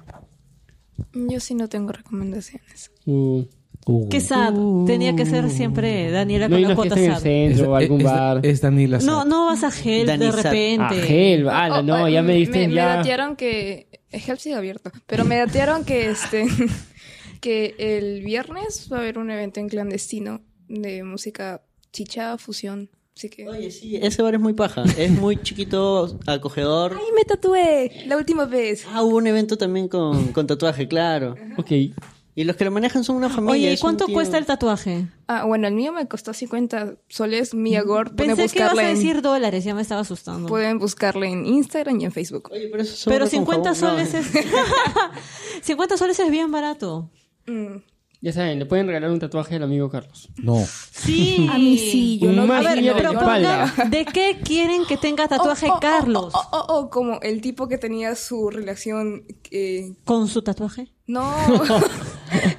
Speaker 6: Yo sí no tengo recomendaciones.
Speaker 5: Uh,
Speaker 4: Uh.
Speaker 2: Qué sad. Tenía que ser siempre Daniela
Speaker 5: no
Speaker 2: con
Speaker 5: hay
Speaker 2: la
Speaker 5: una
Speaker 2: cuota
Speaker 5: fiesta en el
Speaker 2: sad.
Speaker 5: centro o
Speaker 4: Es-
Speaker 5: algún
Speaker 4: es-
Speaker 5: bar.
Speaker 4: Es Daniela
Speaker 2: No,
Speaker 4: Sad.
Speaker 2: no vas a gel
Speaker 3: Dani
Speaker 2: de
Speaker 3: Sad.
Speaker 2: repente.
Speaker 5: Ah, gel. ala,
Speaker 6: Oh,
Speaker 5: no,
Speaker 6: oh,
Speaker 5: ya me diste
Speaker 6: me,
Speaker 5: ya.
Speaker 6: datearon que... eh, Help sigue abierto. Pero me datearon que este... que el viernes va a haber un evento en clandestino de música chicha, fusión. Así que...
Speaker 3: Oye, sí, ese bar es muy paja. Es muy chiquito, acogedor.
Speaker 6: ¡Ay, me tatué! La última vez.
Speaker 3: Ah, hubo un evento también con, con tatuaje, claro.
Speaker 5: Ok.
Speaker 3: Y los que lo manejan son una familia.
Speaker 2: Oye, ¿y
Speaker 3: es un
Speaker 2: cuánto
Speaker 3: tío.
Speaker 2: cuesta el tatuaje?
Speaker 6: Ah, bueno, el mío me costó 50 soles. Mia Gore. Pueden
Speaker 2: Pensé que ibas
Speaker 6: buscarla
Speaker 2: a
Speaker 6: en-
Speaker 2: decir dólares, ya me estaba asustando.
Speaker 6: Pueden buscarla en Instagram y en Facebook.
Speaker 3: Oye, pero eso es
Speaker 2: Pero
Speaker 3: obra
Speaker 2: 50
Speaker 3: con jabón. No,
Speaker 2: soles es... 50 soles es bien barato.
Speaker 6: Mm.
Speaker 5: Ya saben, le pueden regalar un tatuaje al amigo Carlos.
Speaker 4: No.
Speaker 2: Sí.
Speaker 6: A mí sí, yo
Speaker 5: Un
Speaker 6: no
Speaker 5: más
Speaker 2: A ver,
Speaker 5: niño de
Speaker 2: pero
Speaker 5: la
Speaker 2: pongan,
Speaker 5: espalda.
Speaker 2: ¿de qué quieren que tenga tatuaje
Speaker 6: Oh, oh, oh,
Speaker 2: Carlos?
Speaker 6: Oh, oh, oh, como el tipo que tenía su relación. eh,
Speaker 3: oh.
Speaker 2: ¿Con su tatuaje?
Speaker 6: no.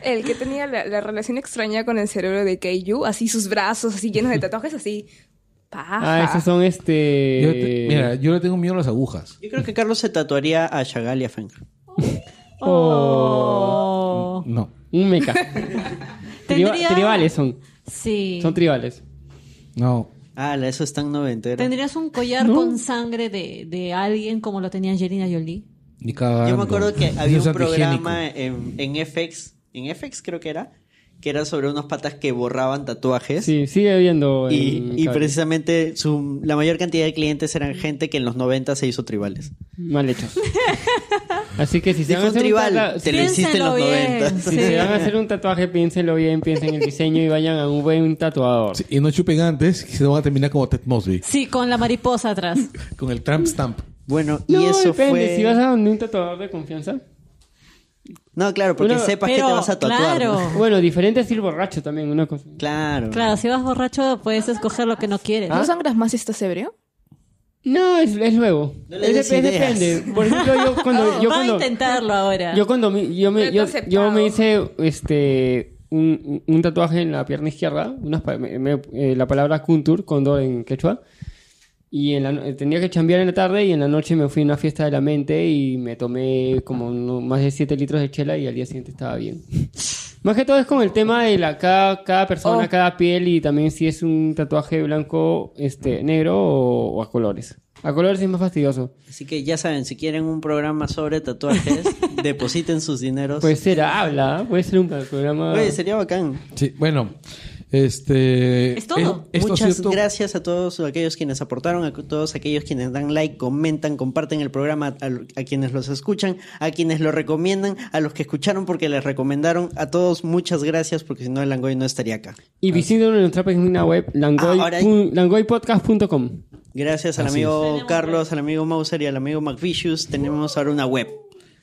Speaker 6: el que tenía la, la relación extraña con el cerebro de Keiju. Así sus brazos, así llenos de tatuajes, así. Paja.
Speaker 5: Ah, esos son este.
Speaker 4: Yo te- mira, yo le tengo miedo a las agujas.
Speaker 3: Yo creo que Carlos se tatuaría a Chagall y a Fenger.
Speaker 2: Oh.
Speaker 4: No.
Speaker 5: Un meca. Triba-
Speaker 2: Tendría-
Speaker 5: Tribales son.
Speaker 2: Sí.
Speaker 5: Son tribales.
Speaker 4: No.
Speaker 3: Ah, la- eso es tan noventero.
Speaker 2: ¿Tendrías un collar con sangre de, de alguien como lo tenía Angelina Jolie?
Speaker 4: Ni cagando.
Speaker 3: Yo me acuerdo que
Speaker 4: Eso
Speaker 3: había
Speaker 4: es
Speaker 3: un
Speaker 4: antihigiénico.
Speaker 3: programa en, en FX, en FX creo que era, que era sobre unos patas que borraban tatuajes.
Speaker 5: Sí, sigue habiendo.
Speaker 3: Y,
Speaker 5: en
Speaker 3: y
Speaker 5: cable.
Speaker 3: precisamente su- la mayor cantidad de clientes eran gente que en los 90 se hizo tribales.
Speaker 5: Mal hechos. Así que si se
Speaker 3: Dijo
Speaker 5: van a
Speaker 3: un
Speaker 5: hacer un
Speaker 3: tribal,
Speaker 5: tata-
Speaker 3: te lo hiciste en los
Speaker 2: Piénsalo bien.
Speaker 3: 90.
Speaker 5: si se van a hacer un tatuaje, piénsenlo bien, piensen en el diseño y vayan a un buen tatuador.
Speaker 4: Sí, y no chupen antes, que se van a terminar como Ted Mosby.
Speaker 2: Sí, con la mariposa atrás.
Speaker 4: Con el Trump Stamp.
Speaker 3: Bueno, y
Speaker 5: No,
Speaker 3: eso
Speaker 5: depende,
Speaker 3: fue...
Speaker 5: si vas a donde un tatuador de confianza.
Speaker 3: No, claro, porque
Speaker 5: Pero-
Speaker 3: sepas que te vas a tatuar.
Speaker 2: claro,
Speaker 3: ¿no?
Speaker 5: Bueno, diferente es ir borracho también, una cosa.
Speaker 3: Claro.
Speaker 2: claro, si vas borracho puedes escoger lo que no quieres.
Speaker 5: Ah,
Speaker 6: ¿No sangras más si estás ebrio?
Speaker 5: No, es, es luego.
Speaker 3: No le
Speaker 5: Es
Speaker 3: des
Speaker 5: dep- es
Speaker 3: ideas.
Speaker 5: depende. Por ejemplo, yo cuando. yo
Speaker 2: Oh, Va
Speaker 5: cuando-
Speaker 2: a intentarlo ahora.
Speaker 5: Yo cuando mi- yo me,
Speaker 6: Reto
Speaker 5: yo,
Speaker 6: aceptado.
Speaker 5: yo me hice este un, un tatuaje en la pierna izquierda, unas pa- me- me- eh, la palabra kuntur, cóndor en quechua. Y en la no- eh, tenía que chambear en la tarde y en la noche me fui a una fiesta de la mente y me tomé como uno- más de 7 litros de chela y al día siguiente estaba bien. Más que todo es con el tema de la cada, cada persona,
Speaker 6: Oh.
Speaker 5: cada piel y también si es un tatuaje blanco, este, negro o, o a colores. A colores es más fastidioso.
Speaker 3: Así que ya saben, si quieren un programa sobre tatuajes, depositen sus dineros.
Speaker 4: Pues,
Speaker 5: Puede ser Pues habla, puede ser un
Speaker 4: ah.
Speaker 5: programa.
Speaker 3: Oye, sería bacán.
Speaker 4: Sí, bueno. Este.
Speaker 2: Es todo.
Speaker 4: es- esto ha
Speaker 3: Muchas
Speaker 4: sido todo.
Speaker 3: gracias a todos aquellos quienes aportaron, a todos aquellos quienes dan like, comentan, comparten el programa, a, a quienes los escuchan, a quienes lo recomiendan, a los que escucharon porque les recomendaron. A todos, muchas gracias, porque si no, el Langoy no estaría acá.
Speaker 5: Y visiten nuestra página web langoy,
Speaker 3: Ah. Ahora hay-
Speaker 5: pun- langoypodcast.com.
Speaker 3: Gracias al
Speaker 4: Así
Speaker 3: amigo Carlos, al amigo Mauser y al amigo McVicious. Tenemos ahora una web.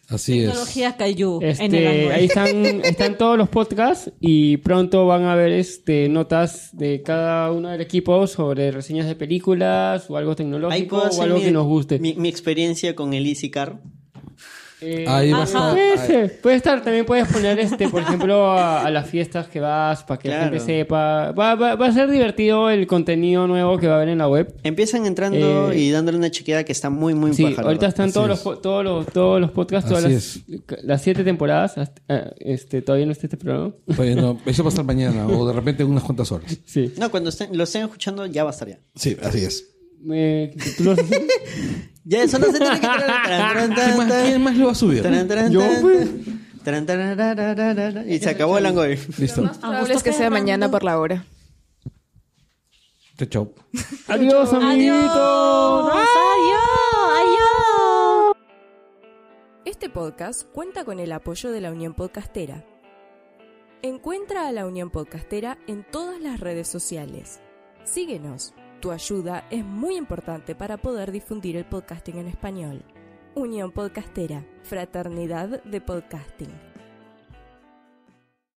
Speaker 4: Así es.
Speaker 2: Tecnología Caillou en el
Speaker 5: Este,
Speaker 2: Android.
Speaker 5: ahí están, están todos los podcasts y pronto van a ver este, notas de cada uno del equipo sobre reseñas de películas o algo
Speaker 3: Ahí
Speaker 5: tecnológico
Speaker 3: puedo
Speaker 5: o
Speaker 3: hacer
Speaker 5: algo
Speaker 3: mi-
Speaker 5: que nos guste.
Speaker 3: Mi, mi experiencia con el Easy Car.
Speaker 5: Eh,
Speaker 4: Ahí va a
Speaker 2: Ajá.
Speaker 4: estar.
Speaker 3: Ah,
Speaker 5: Puede ser, puede estar, también puedes poner este, por ejemplo, a, a las fiestas que vas para que la
Speaker 3: Claro.
Speaker 5: gente sepa. Va, va- va a ser divertido el contenido nuevo que va a haber en la web.
Speaker 3: Empiezan entrando
Speaker 5: Eh,
Speaker 3: y dándole una chequeada que está muy, muy
Speaker 5: Sí,
Speaker 3: paja, la
Speaker 5: ahorita
Speaker 3: verdad.
Speaker 5: están
Speaker 4: Así
Speaker 5: todos
Speaker 4: es.
Speaker 5: los, po- todos los todos los podcasts, todas
Speaker 4: Así
Speaker 5: las, las siete temporadas. hasta- ah, este, todavía no está este programa.
Speaker 4: Bueno, eso va a estar mañana o de repente en unas cuantas horas.
Speaker 5: Sí.
Speaker 3: No, cuando estén, lo estén escuchando ya va a estar ya.
Speaker 4: Sí, así es.
Speaker 5: Eh, tú los-
Speaker 3: Ya, son las siete que tarán, tarán,
Speaker 4: ¿Quién más, quién
Speaker 3: tarán,
Speaker 4: más lo va a subir?
Speaker 3: tarán, tarán,
Speaker 5: Yo,
Speaker 3: tarán,
Speaker 5: pues.
Speaker 3: tarán, tarán, tarán, tarán, tarán, Y se acabó el angoy.
Speaker 4: Listo.
Speaker 6: Probable es que sea mañana por la hora.
Speaker 4: Chao, chao.
Speaker 5: Adiós, amiguitos.
Speaker 2: Adiós. Adiós. Adiós.
Speaker 7: Este podcast cuenta con el apoyo de la Unión Podcastera. Encuentra a la Unión Podcastera en todas las redes sociales. Síguenos. Tu ayuda es muy importante para poder difundir el podcasting en español. Unión Podcastera, fraternidad de podcasting.